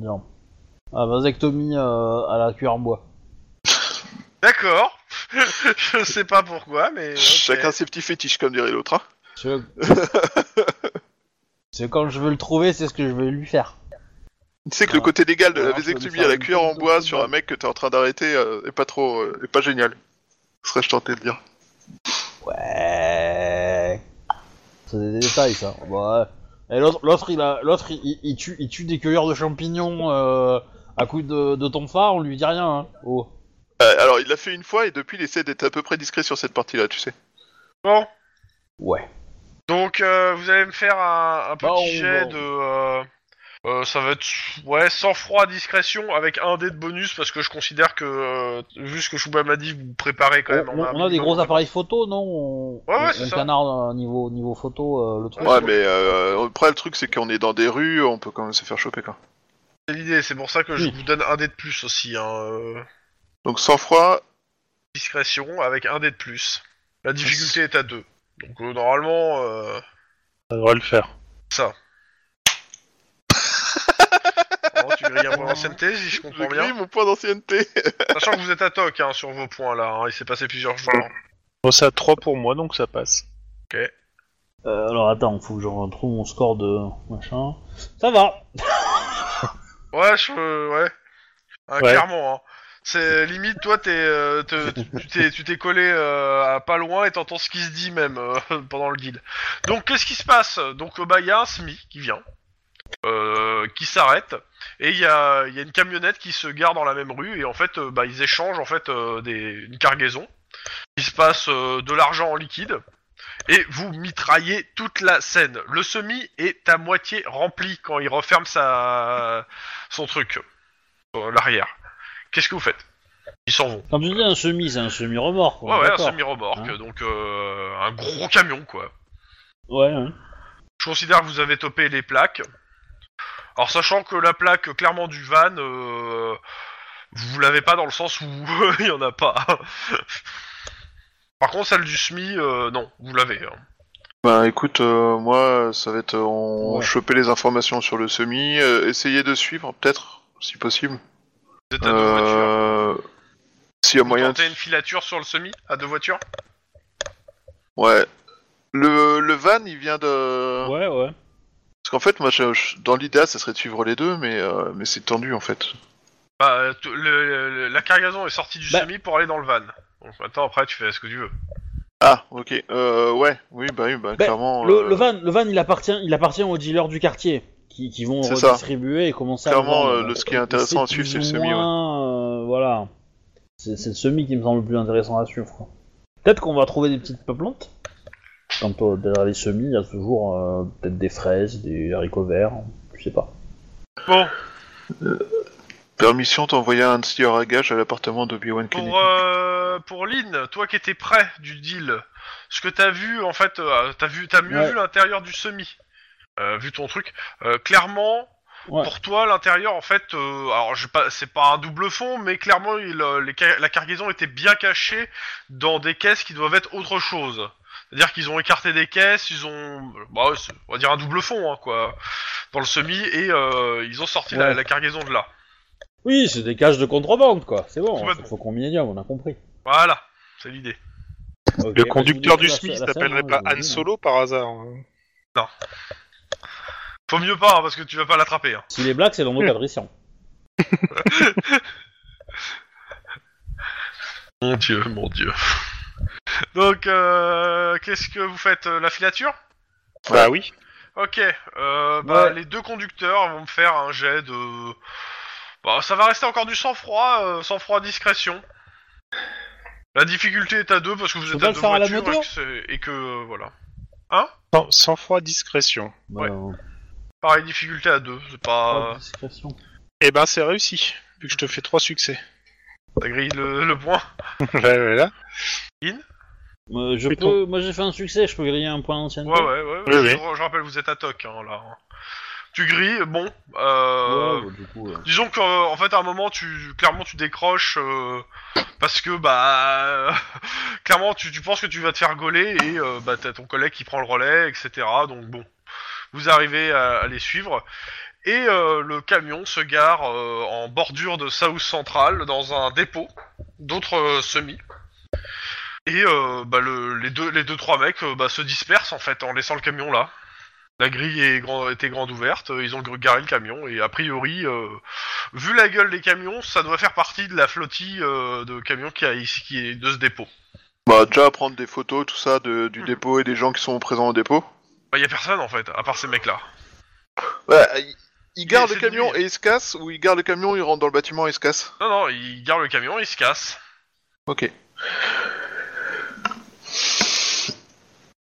S1: Non. Ah, À la vasectomie euh, à la cuillère en bois.
S2: D'accord. Je sais pas pourquoi, mais... ok.
S5: Chacun ses petits fétiches, comme dirait l'autre. Hein.
S1: C'est C'est quand je veux le trouver, c'est ce que je vais lui faire.
S5: Tu sais que le côté légal de la
S1: Alors, je vais lui
S5: vasectomie
S1: faire
S5: à la
S1: une
S5: cuillère en
S1: petite
S5: bois
S1: seconde.
S5: sur un mec que t'es en train d'arrêter euh, est pas trop. euh, est pas génial. Serais-je tenté de dire.
S1: Ouais. Euh, C'est des détails, ça. Bah, Ouais. Et l'autre, l'autre, il a, l'autre, il, il- il tue, il tue des cueilleurs de champignons euh, à coup de, de ton phare, on lui dit rien. Hein. Oh.
S5: Euh, alors, il l'a fait une fois et depuis, il essaie d'être à peu près discret sur cette partie-là, tu sais.
S2: Bon,
S1: Ouais.
S2: donc euh, vous allez me faire un, un petit
S1: Bah, on
S2: jet
S1: va-
S2: de... euh, Euh, ça va être ouais sans froid discrétion avec un dé de bonus parce que je considère que euh, vu ce que Chouba m'a dit vous préparez quand
S1: On,
S2: même.
S1: on-
S2: un
S1: on a des
S2: minimum.
S1: gros appareils photo, non On,
S2: Ouais, ouais,
S1: on-
S2: c'est
S1: on
S2: ça.
S1: canarde euh, niveau, niveau photo euh, le truc.
S5: Ouais, mais euh, après, le truc, c'est qu'on est dans des rues, on peut quand même se faire choper, quoi.
S2: C'est l'idée, c'est pour ça que je
S1: Oui.
S2: vous donne un dé de plus aussi. Hein, euh,
S5: Donc, sang-froid,
S2: discrétion avec un dé de plus. La difficulté est à 2. Donc euh, normalement euh,
S4: Ça devrait le faire.
S2: ça. Alors, tu grilles un point d'ancienneté si je
S5: je
S2: comprends
S5: grille
S2: bien.
S5: mon point d'ancienneté.
S2: Sachant que vous êtes à toc hein, sur vos points là, hein, il s'est passé plusieurs jours. hein.
S4: Bon, c'est à 3 pour moi, donc ça passe.
S1: Euh, alors attends, faut que je retrouve mon score de machin. Ça va
S2: Ouais, je, euh, ouais. Hein,
S4: Ouais.
S2: Clairement, hein. C'est limite, toi, t'es, euh, te- tu t'es, tu t'es collé euh, à pas loin et t'entends ce qui se dit même euh, pendant le guide. Donc, qu'est-ce qui se passe Donc, euh, bah, il y a un SMI qui vient, euh, qui s'arrête, et il y a, il y a une camionnette qui se gare dans la même rue, et en fait, euh, bah, ils échangent en fait euh, des, une cargaison. Il se passe euh, de l'argent en liquide, et vous mitraillez toute la scène. Le semi est à moitié rempli quand il referme sa, son truc, euh, l'arrière. Qu'est-ce que vous faites Ils s'en vont.
S1: Quand tu dis un semi, c'est un semi-remorque.
S2: Ouais, ouais, un
S1: d'accord.
S2: semi-remorque,
S1: Hein.
S2: donc euh, un gros camion, quoi.
S1: Ouais, hein. ouais.
S2: Je considère que vous avez topé les plaques. Alors, sachant que la plaque, euh, clairement, du van, euh, vous l'avez pas dans le sens où il y en a pas. Par contre, celle du SMI, euh, non, vous l'avez. hein.
S5: Ben, écoute, euh, moi, ça va être, euh, on
S1: Ouais.
S5: choper les informations sur le semi, euh, essayer de suivre, peut-être, si possible.
S2: Vous êtes à deux voitures.
S5: Euh... S'il y a
S2: Vous
S5: moyen de
S2: tentez une filature sur le semi à deux voitures
S5: Ouais. Le, le van, il vient de.
S1: Ouais, ouais.
S5: Parce qu'en fait, moi, je- je- dans l'idéal, ça serait de suivre les deux, mais, euh, mais c'est tendu en fait.
S2: Bah, euh, t- le- le- la cargaison est sortie du
S1: Bah.
S2: semi pour aller dans le van. Donc maintenant, après, tu fais ce que tu veux.
S5: Ah, ok. Euh, ouais, oui, bah oui, bah,
S1: Ben,
S5: clairement.
S1: Le,
S5: euh,
S1: le van, le van il, appartient, il appartient aux dealers du quartier qui, qui vont
S5: C'est ça.
S1: redistribuer et commencer à.
S5: Clairement,
S1: le
S5: euh,
S1: vendre.
S5: le- ce qui est intéressant à suivre,
S1: plus
S5: c'est le
S1: ou
S5: semi, ouais.
S1: moins, euh, voilà. C'est c'est le semi qui me semble le plus intéressant à suivre. quoi. Peut-être qu'on va trouver des petites plantes. Quand euh, derrière les semis, il y a toujours euh, peut-être des fraises, des haricots verts, je sais pas.
S2: Bon,
S5: Permission d'envoyer un skieur à gage à l'appartement de Obi-Wan Kennedy.
S2: pour, euh, pour Lynn, toi qui étais près du deal, ce que t'as vu, en fait, euh, t'as vu, t'as mieux
S1: Ouais.
S2: vu l'intérieur du semi, euh, vu ton truc. Euh, clairement,
S1: Ouais.
S2: pour toi, l'intérieur, en fait, euh, alors je pas, c'est pas un double fond, mais clairement, il, euh, les car- la cargaison était bien cachée dans des caisses qui doivent être autre chose. C'est-à-dire qu'ils ont écarté des caisses, ils ont, bah, ouais, c'est- on va dire un double fond, hein, quoi, dans le semi, et euh, ils ont sorti la,
S1: Ouais.
S2: la cargaison de là.
S1: Oui, c'est des cages de contrebande quoi, c'est bon,
S2: Complètement.
S1: faut, faut qu'on m'y aille, on a compris.
S2: Voilà, c'est l'idée.
S1: Ok,
S4: Le
S1: bah,
S4: conducteur
S1: je
S4: du
S1: vous dis la-
S4: SMI
S1: la scène,
S4: s'appellerait
S1: hein,
S4: pas
S1: je vous
S4: Han
S1: dis, hein.
S4: Solo par hasard. hein.
S2: Faut mieux pas, hein, parce que tu vas pas l'attraper. hein.
S1: S'il est black, c'est dans nos quadriciens.
S2: Mon dieu, mon dieu. Donc, euh, qu'est-ce que vous faites euh, La filature
S4: Bah oui.
S2: Ok, euh, bah,
S1: Ouais.
S2: les deux conducteurs vont me faire un jet de... Bah, ça va rester encore du sang-froid, euh, sang-froid discrétion. La difficulté est à deux parce que vous
S1: Faut
S2: êtes
S1: pas
S2: à
S1: le
S2: deux
S1: faire à la
S2: voitures et
S1: moto
S2: que, c'est- et que, euh, voilà.
S4: Sans, sans froid discrétion.
S2: Ouais.
S1: Bah, oh, euh,
S2: Pareil, difficulté à deux, c'est
S1: pas
S5: Euh,
S2: pas...
S1: de discrétion.
S4: Eh ben c'est réussi, vu que je te fais trois succès.
S2: Ça grille le, le point.
S4: Là, là, là.
S1: Euh, je
S4: Python.
S1: peux, moi j'ai fait un succès, je peux griller un point d'ancienneté.
S2: Ouais, ouais, ouais.
S4: Oui, oui.
S2: Je, je rappelle, vous êtes à toc, hein, là. Tu grilles, bon... Euh...
S1: Ouais, bah, du coup, euh,
S2: Disons qu'en en fait à un moment tu clairement tu décroches euh, parce que bah clairement tu, tu penses que tu vas te faire gauler et euh, bah t'as ton collègue qui prend le relais etc donc bon vous arrivez à, à les suivre et euh, le camion se gare euh, en bordure de South Central dans un dépôt d'autres euh, semis et euh, bah, le- les deux les deux trois mecs euh, bah, se dispersent en fait en laissant le camion là la grille est grand- était grande ouverte, euh, ils ont garé le camion et a priori, euh, vu la gueule des camions, ça doit faire partie de la flottille euh, de camions qui, a ici, qui est de ce dépôt.
S5: Bah, déjà prendre des photos, tout ça, de,
S2: Hmm.
S5: du dépôt et des gens qui sont présents au dépôt.
S2: Bah y a personne en fait, à part ces mecs là.
S5: Ouais, il, il garde
S2: Et
S5: le
S2: c'est de
S5: camion
S2: nuit.
S5: et il se casse, ou il garde le camion, il rentre dans le bâtiment et il se casse.
S2: Non non, ils garent le camion, ils se cassent.
S5: Ok.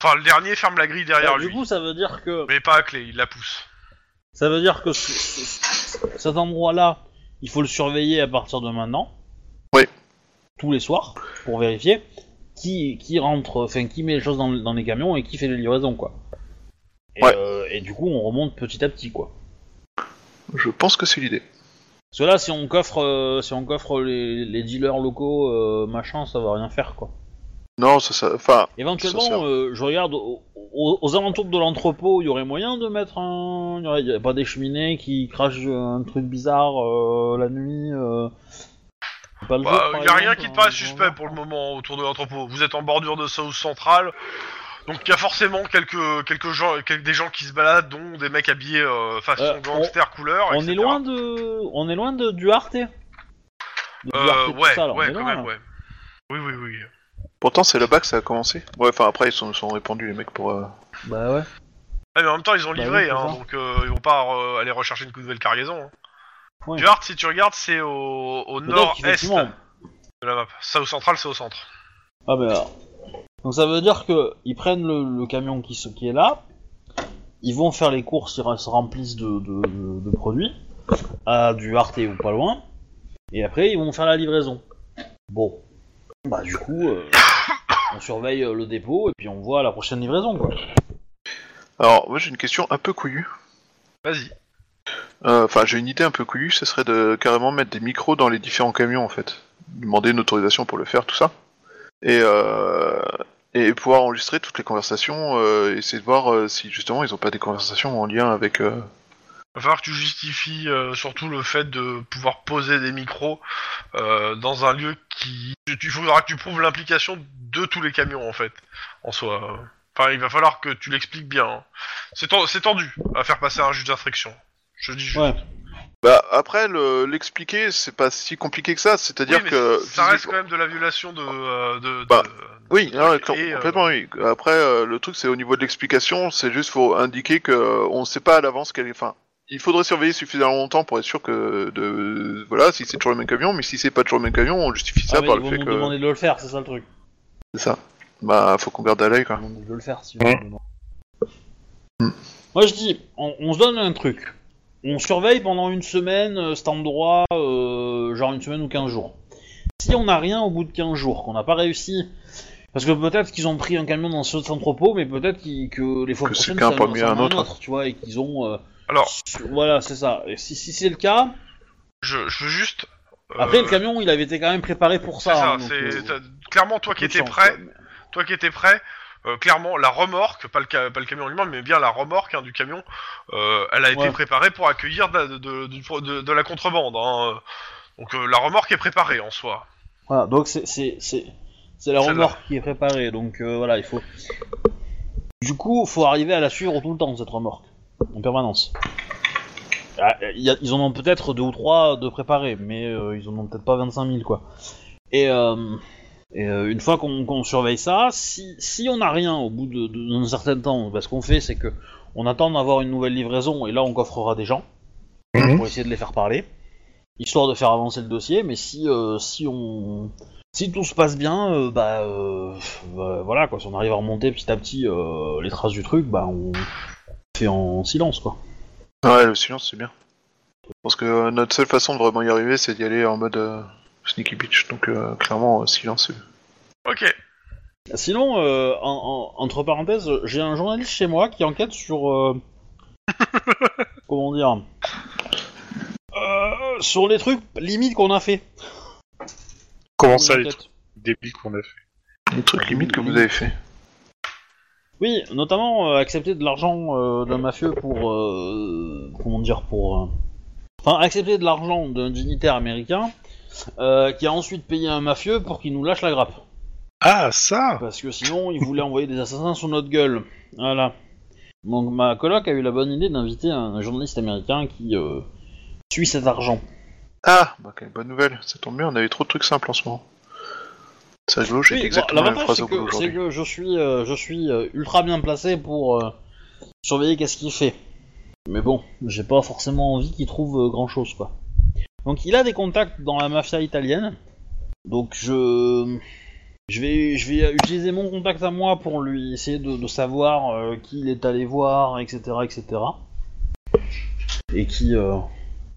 S2: Enfin le dernier ferme la grille derrière
S1: alors, du
S2: lui,
S1: Ah, coup, ça veut dire que
S2: mais pas à clé, il la pousse.
S1: Ça veut dire que ce- ce- ce- cet endroit-là, il faut le surveiller à partir de maintenant.
S5: Oui.
S1: Tous les soirs, pour vérifier qui, qui rentre, enfin qui met les choses dans, dans les camions et qui fait les livraisons, quoi. Et,
S5: Ouais.
S1: euh, et du coup, on remonte petit à petit, quoi.
S5: Je pense que c'est l'idée.
S1: Parce que là, si on coffre, euh, si on coffre les, les dealers locaux, euh, machin, ça va rien faire, quoi.
S5: Non, ça, ça- enfin, Ça sert.
S1: Éventuellement, euh, je regarde au- au- aux, alentours de l'entrepôt, il y aurait moyen de mettre un. Il y aurait- il y a pas des cheminées qui crachent un truc bizarre euh, la nuit. euh, Pas le jour,
S2: Bah,
S1: par
S2: y a rien
S1: exemple,
S2: qui te
S1: euh,
S2: paraît
S1: on
S2: suspect
S1: va.
S2: pour le moment autour de l'entrepôt. Vous êtes en bordure de South Central, donc il y a forcément quelques, quelques gens, quelques- des gens qui se baladent, dont des mecs habillés euh, façon
S1: Euh, on-
S2: gangster couleur.
S1: On
S2: etc.
S1: est loin de, on est loin de Duarte. De
S2: Euh,
S1: Duarte, tout
S2: ouais,
S1: ça, là, on est
S2: ouais,
S1: loin,
S2: quand même,
S1: là.
S2: ouais. Oui, oui, oui.
S5: pourtant c'est là-bas que ça a commencé. Ouais, enfin après ils sont, sont répandus les mecs pour. euh,
S1: Bah ouais.
S2: Ah, mais en même temps, ils ont
S1: Bah
S2: livré,
S1: oui, c'est
S2: hein,
S1: ça.
S2: donc euh, ils vont pas euh, aller rechercher une nouvelle cargaison. Hein.
S1: Ouais.
S2: Duarte, si tu regardes, c'est au, au
S1: Peut-être
S2: nord-est
S1: qu'effectivement-
S2: de la map. South Central, c'est au centre.
S1: Ah ben alors. Donc ça veut dire que ils prennent le, le camion qui, se- qui est là, ils vont faire les courses, ils ra- se remplissent de, de- de- de produits, à du Arte ou pas loin, et après ils vont faire la livraison. Bon. Bah du coup, euh, on surveille euh, le dépôt et puis on voit la prochaine livraison quoi.
S5: Alors moi j'ai une question un peu couillue.
S2: Vas-y.
S5: Euh, Enfin j'ai une idée un peu couillue, ce serait de carrément mettre des micros dans les différents camions en fait. Demander une autorisation pour le faire, tout ça. Et euh, et pouvoir enregistrer toutes les conversations, euh, essayer de voir euh, si justement ils ont pas des conversations en lien avec. euh,
S2: Va falloir que tu justifies euh, surtout le fait de pouvoir poser des micros euh, dans un lieu qui. Il faudra que tu prouves l'implication de tous les camions en fait, en soi. Enfin, il va falloir que tu l'expliques bien. hein. C'est ten- c'est tendu à faire passer à un juge d'instruction. Je dis juste.
S1: Ouais.
S5: Bah après le- l'expliquer c'est pas si compliqué que ça,
S2: Oui,
S5: c'est-à-dire
S2: mais
S5: que
S2: ça reste quand même de la violation de. euh, de, de-
S5: Bah, Oui, non,
S2: Et,
S5: com-
S2: euh,
S5: complètement oui. Après, euh, le truc c'est au niveau de l'explication, c'est juste faut indiquer que euh, on ne sait pas à l'avance quelle est. Enfin, il faudrait surveiller suffisamment longtemps pour être sûr que de voilà si c'est toujours le même camion, mais si c'est pas toujours le même camion, on justifie ça
S1: Ah, mais
S5: par
S1: ils
S5: le
S1: vont
S5: fait
S1: nous
S5: que
S1: demander de le faire, c'est ça le truc.
S5: c'est ça. Bah faut qu'on garde à l'œil
S1: Ils
S5: quoi.
S1: vont nous demander de le faire si
S4: Ouais.
S1: on le demande. Moi je dis, on, on se donne un truc. On surveille pendant une semaine euh, cet endroit, euh, genre une semaine ou 15 jours. Si on n'a rien au bout de 15 jours, qu'on n'a pas réussi, parce que peut-être qu'ils ont pris un camion dans cet entrepôt, mais peut-être qu'ils- que les fois
S5: Que c'est
S1: prochaines,
S5: qu'un
S1: ça-
S5: parmi
S1: ça en
S5: un
S1: a
S5: autre.
S1: tu vois, et qu'ils ont. euh,
S2: Alors,
S1: su- voilà, c'est ça. Et si si c'est le cas,
S2: je, je veux juste. euh,
S1: après le camion, il avait été quand même préparé pour
S2: C'est
S1: ça.
S2: ça,
S1: hein, donc,
S2: c'est-
S1: euh,
S2: t'as- clairement toi qui
S1: peu de
S2: étais
S1: chance,
S2: prêt,
S1: quoi, mais-
S2: toi qui étais prêt, euh, clairement la remorque, pas le, ca- pas le camion lui-même, mais bien la remorque hein, du camion, euh, elle a été
S1: Ouais.
S2: préparée pour accueillir de, de- de- du- de- de la contrebande. hein. Donc euh, la remorque est préparée en soi.
S1: Voilà, donc c'est c'est c'est c'est la
S2: Celle-là.
S1: remorque qui est préparée, donc euh, voilà, il faut. Du coup, faut arriver à la suivre tout le temps cette remorque, en permanence. Ah, il y a- ils en ont peut-être deux ou trois de préparés, mais euh, ils en ont peut-être pas 25 000 quoi. Et, euh, et, euh, une fois qu'on qu'on surveille ça, si, si on n'a rien au bout de- de- d'un certain temps, bah, ce qu'on fait c'est que on attend d'avoir une nouvelle livraison et là on coffrera des gens
S4: Mhm.
S1: pour essayer de les faire parler, histoire de faire avancer le dossier. Mais si euh, si on si tout se passe bien, euh, bah, euh, bah, voilà quoi, si on arrive à remonter petit à petit euh, les traces du truc, bah on fait en silence quoi.
S5: Ouais, le silence c'est bien. Je pense que euh, notre seule façon de vraiment y arriver, c'est d'y aller en mode euh, sneaky bitch. Donc euh, clairement euh, silence. c'est-
S2: Ok.
S1: Sinon, euh, en- en- entre parenthèses, j'ai un journaliste chez moi qui enquête sur. euh, comment dire Euh, Sur les trucs limites qu'on a fait.
S4: Comment ça,
S1: Une
S4: les
S1: enquête.
S4: trucs débiles qu'on a fait
S5: Les
S1: Bah,
S5: trucs limites que vous avez fait.
S1: Oui, notamment euh, accepter de l'argent euh, d'un mafieux pour. euh, comment dire Pour. euh, Enfin, accepter de l'argent d'un dignitaire américain euh, qui a ensuite payé un mafieux pour qu'il nous lâche la grappe.
S4: Ah, ça
S1: Parce que sinon, ils voulaient envoyer des assassins sous notre gueule. Voilà. Donc ma coloc a eu la bonne idée d'inviter un journaliste américain qui euh, suit cet argent.
S5: Ah, bah quelle bonne nouvelle. Ça tombe bien, on avait trop de trucs simples en ce moment. Ça joue, j'ai dit
S1: Oui, bon,
S5: exactement la même
S1: l'avantage
S5: phrase
S1: c'est
S5: au bout
S1: que, c'est
S5: aujourd'hui.
S1: que je suis, euh, je suis euh, ultra bien placé pour euh, surveiller qu'est-ce qu'il fait. Mais bon, j'ai pas forcément envie qu'il trouve grand chose quoi. Donc il a des contacts dans la mafia italienne. Donc je je vais je vais utiliser mon contact à moi pour lui essayer de, de savoir euh, qui il est allé voir, etc., etc. et qui. euh,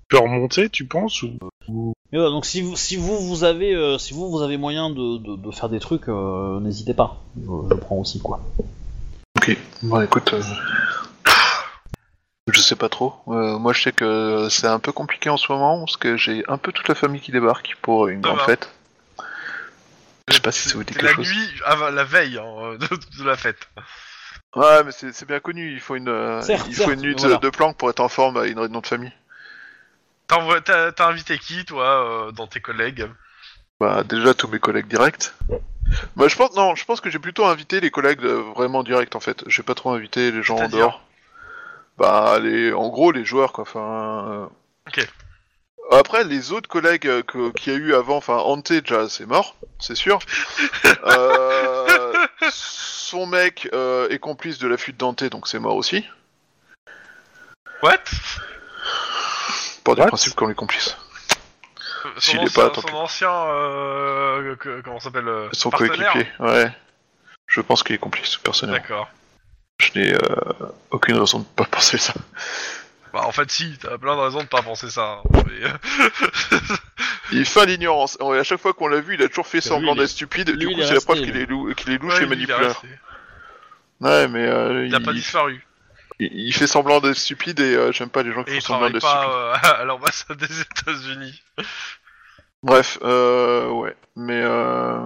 S4: peut remonter, tu penses ou...
S1: Mais voilà, donc si vous, si vous, vous avez, euh, si vous, vous avez moyen de, de- de faire des trucs, euh, n'hésitez pas. Je, je prends aussi quoi.
S5: Ok, bon écoute, euh, je sais pas trop. Euh, moi je sais que c'est un peu compliqué en ce moment parce que j'ai un peu toute la famille qui débarque pour une
S2: Ça
S5: grande
S2: va.
S5: fête. Je sais pas si ça vous dit
S2: C'est
S5: quelque
S2: la
S5: chose.
S2: nuit, avant- la veille hein, de, de la fête.
S5: Ouais, mais c'est c'est bien connu, il faut une, euh,
S1: Certes,
S5: il faut
S1: certes,
S5: une nuit de-
S1: voilà.
S5: de planque pour être en forme à une réunion de famille.
S2: T'envoies- T'as t'as invité qui, toi, euh, dans tes collègues
S5: Bah déjà tous mes collègues directs. Bah je pense non, je pense que j'ai plutôt invité les collègues euh, vraiment directs en fait. J'ai pas trop invité les gens en
S2: C'est-à-dire
S5: dehors. Bah les en gros les joueurs quoi. Enfin. euh.
S2: Ok.
S5: Après les autres collègues euh, que- qu'il y a eu avant, enfin Ante déjà c'est mort, c'est sûr. Euh, son mec euh, est complice de la fuite d'Ante donc c'est mort aussi.
S2: What
S5: Par du
S4: What
S5: principe qu'on est complice.
S2: Euh,
S5: S'il
S2: son
S5: est pas,
S2: ancien-
S5: tant
S2: son
S5: pis.
S2: ancien euh, que- comment ça s'appelle euh,
S5: Son
S2: partenaire
S5: coéquipier, ouais. Je pense qu'il est complice personnellement.
S2: D'accord.
S5: Je n'ai euh, aucune raison de pas penser ça.
S2: Bah en fait si, t'as plein de raisons de pas penser ça. hein, mais, euh,
S5: Il est fin d'ignorance. Ouais, À chaque fois qu'on l'a vu, il a toujours fait
S1: Lui,
S5: semblant
S1: il est-
S5: d'être stupide.
S1: lui,
S5: Du
S1: il
S5: coup,
S1: est
S5: c'est la
S1: resté,
S5: preuve
S1: lui.
S5: qu'il est, lou- qu'il est louche
S2: ouais, lui, il
S5: et
S2: est
S5: manipulateur.
S2: resté.
S5: Ouais, mais euh,
S2: Il a pas
S5: il,
S2: disparu.
S5: il- il fait semblant d'être stupide et euh, j'aime pas les gens qui
S2: Et il
S5: font semblant
S2: travaille pas
S5: d'être stupides.
S2: euh, à l'ambassade des États-Unis.
S5: Bref, euh, ouais. Mais euh,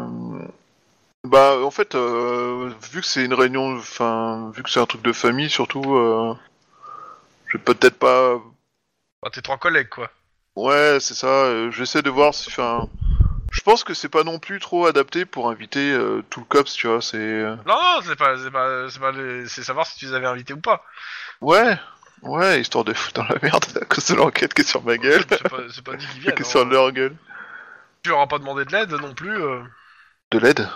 S5: bah, en fait, euh, vu que c'est une réunion, enfin, vu que c'est un truc de famille, surtout, euh, je vais peut-être pas
S2: Bah tes trois collègues quoi.
S5: Ouais, c'est ça. euh, J'essaie de voir si. Enfin, je pense que c'est pas non plus trop adapté pour inviter euh, tout le cops, tu vois. C'est. euh,
S2: Non non, c'est pas c'est pas c'est pas les- c'est savoir si tu les avais invités ou pas.
S5: Ouais, ouais, histoire de foutre dans la merde à cause de l'enquête qui est sur ma gueule,
S2: C'est pas, c'est pas dit qu'ils
S5: qui
S2: viennent.
S5: est sur
S2: hein.
S5: leur gueule.
S2: Tu leur as pas demandé de l'aide non plus. euh.
S5: De l'aide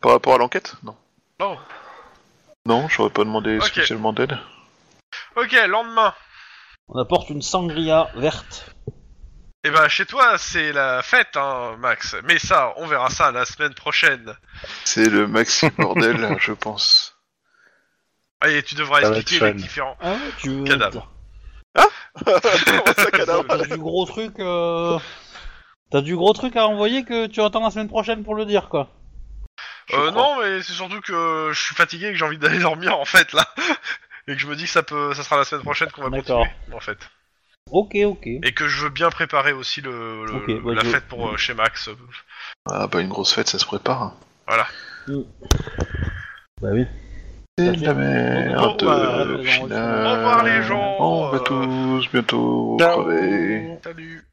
S5: Par rapport à l'enquête Non.
S2: Non.
S5: Non, j'aurais pas demandé
S2: Ok.
S5: spécialement d'aide.
S2: Ok, lendemain.
S1: On apporte une sangria verte.
S2: Et ben chez toi c'est la fête hein Max. Mais ça, on verra ça la semaine prochaine.
S5: C'est le maxi bordel, je pense.
S2: Et tu devras
S4: Ça va
S2: expliquer
S4: être
S2: les
S4: fun.
S2: différents.
S1: Ah, tu veux
S2: Cadavre.
S5: Comment ça,
S1: T'as
S5: cadavre
S1: t'as du gros truc. euh, T'as du gros truc à envoyer que tu attends la semaine prochaine pour le dire quoi.
S5: Je
S2: Euh,
S5: crois.
S2: non, mais c'est surtout que je suis fatigué et que j'ai envie d'aller dormir en fait là. Et que je me dis que ça peut, ça sera la semaine prochaine qu'on va
S1: D'accord.
S2: continuer en fait.
S1: Ok, ok.
S2: Et que je veux bien préparer aussi le, le-
S1: Ok, bah,
S2: la
S1: je-
S2: fête pour euh, chez Max.
S5: Ah, bah, une grosse fête, ça se prépare.
S1: Bah oui.
S5: C'est
S1: Ok.
S5: de la merde,
S1: Bon, bah,
S5: au final.
S2: Au revoir, les gens.
S5: On va
S2: Euh,
S5: tous bientôt
S4: Ciao.
S5: crever.
S2: Salut.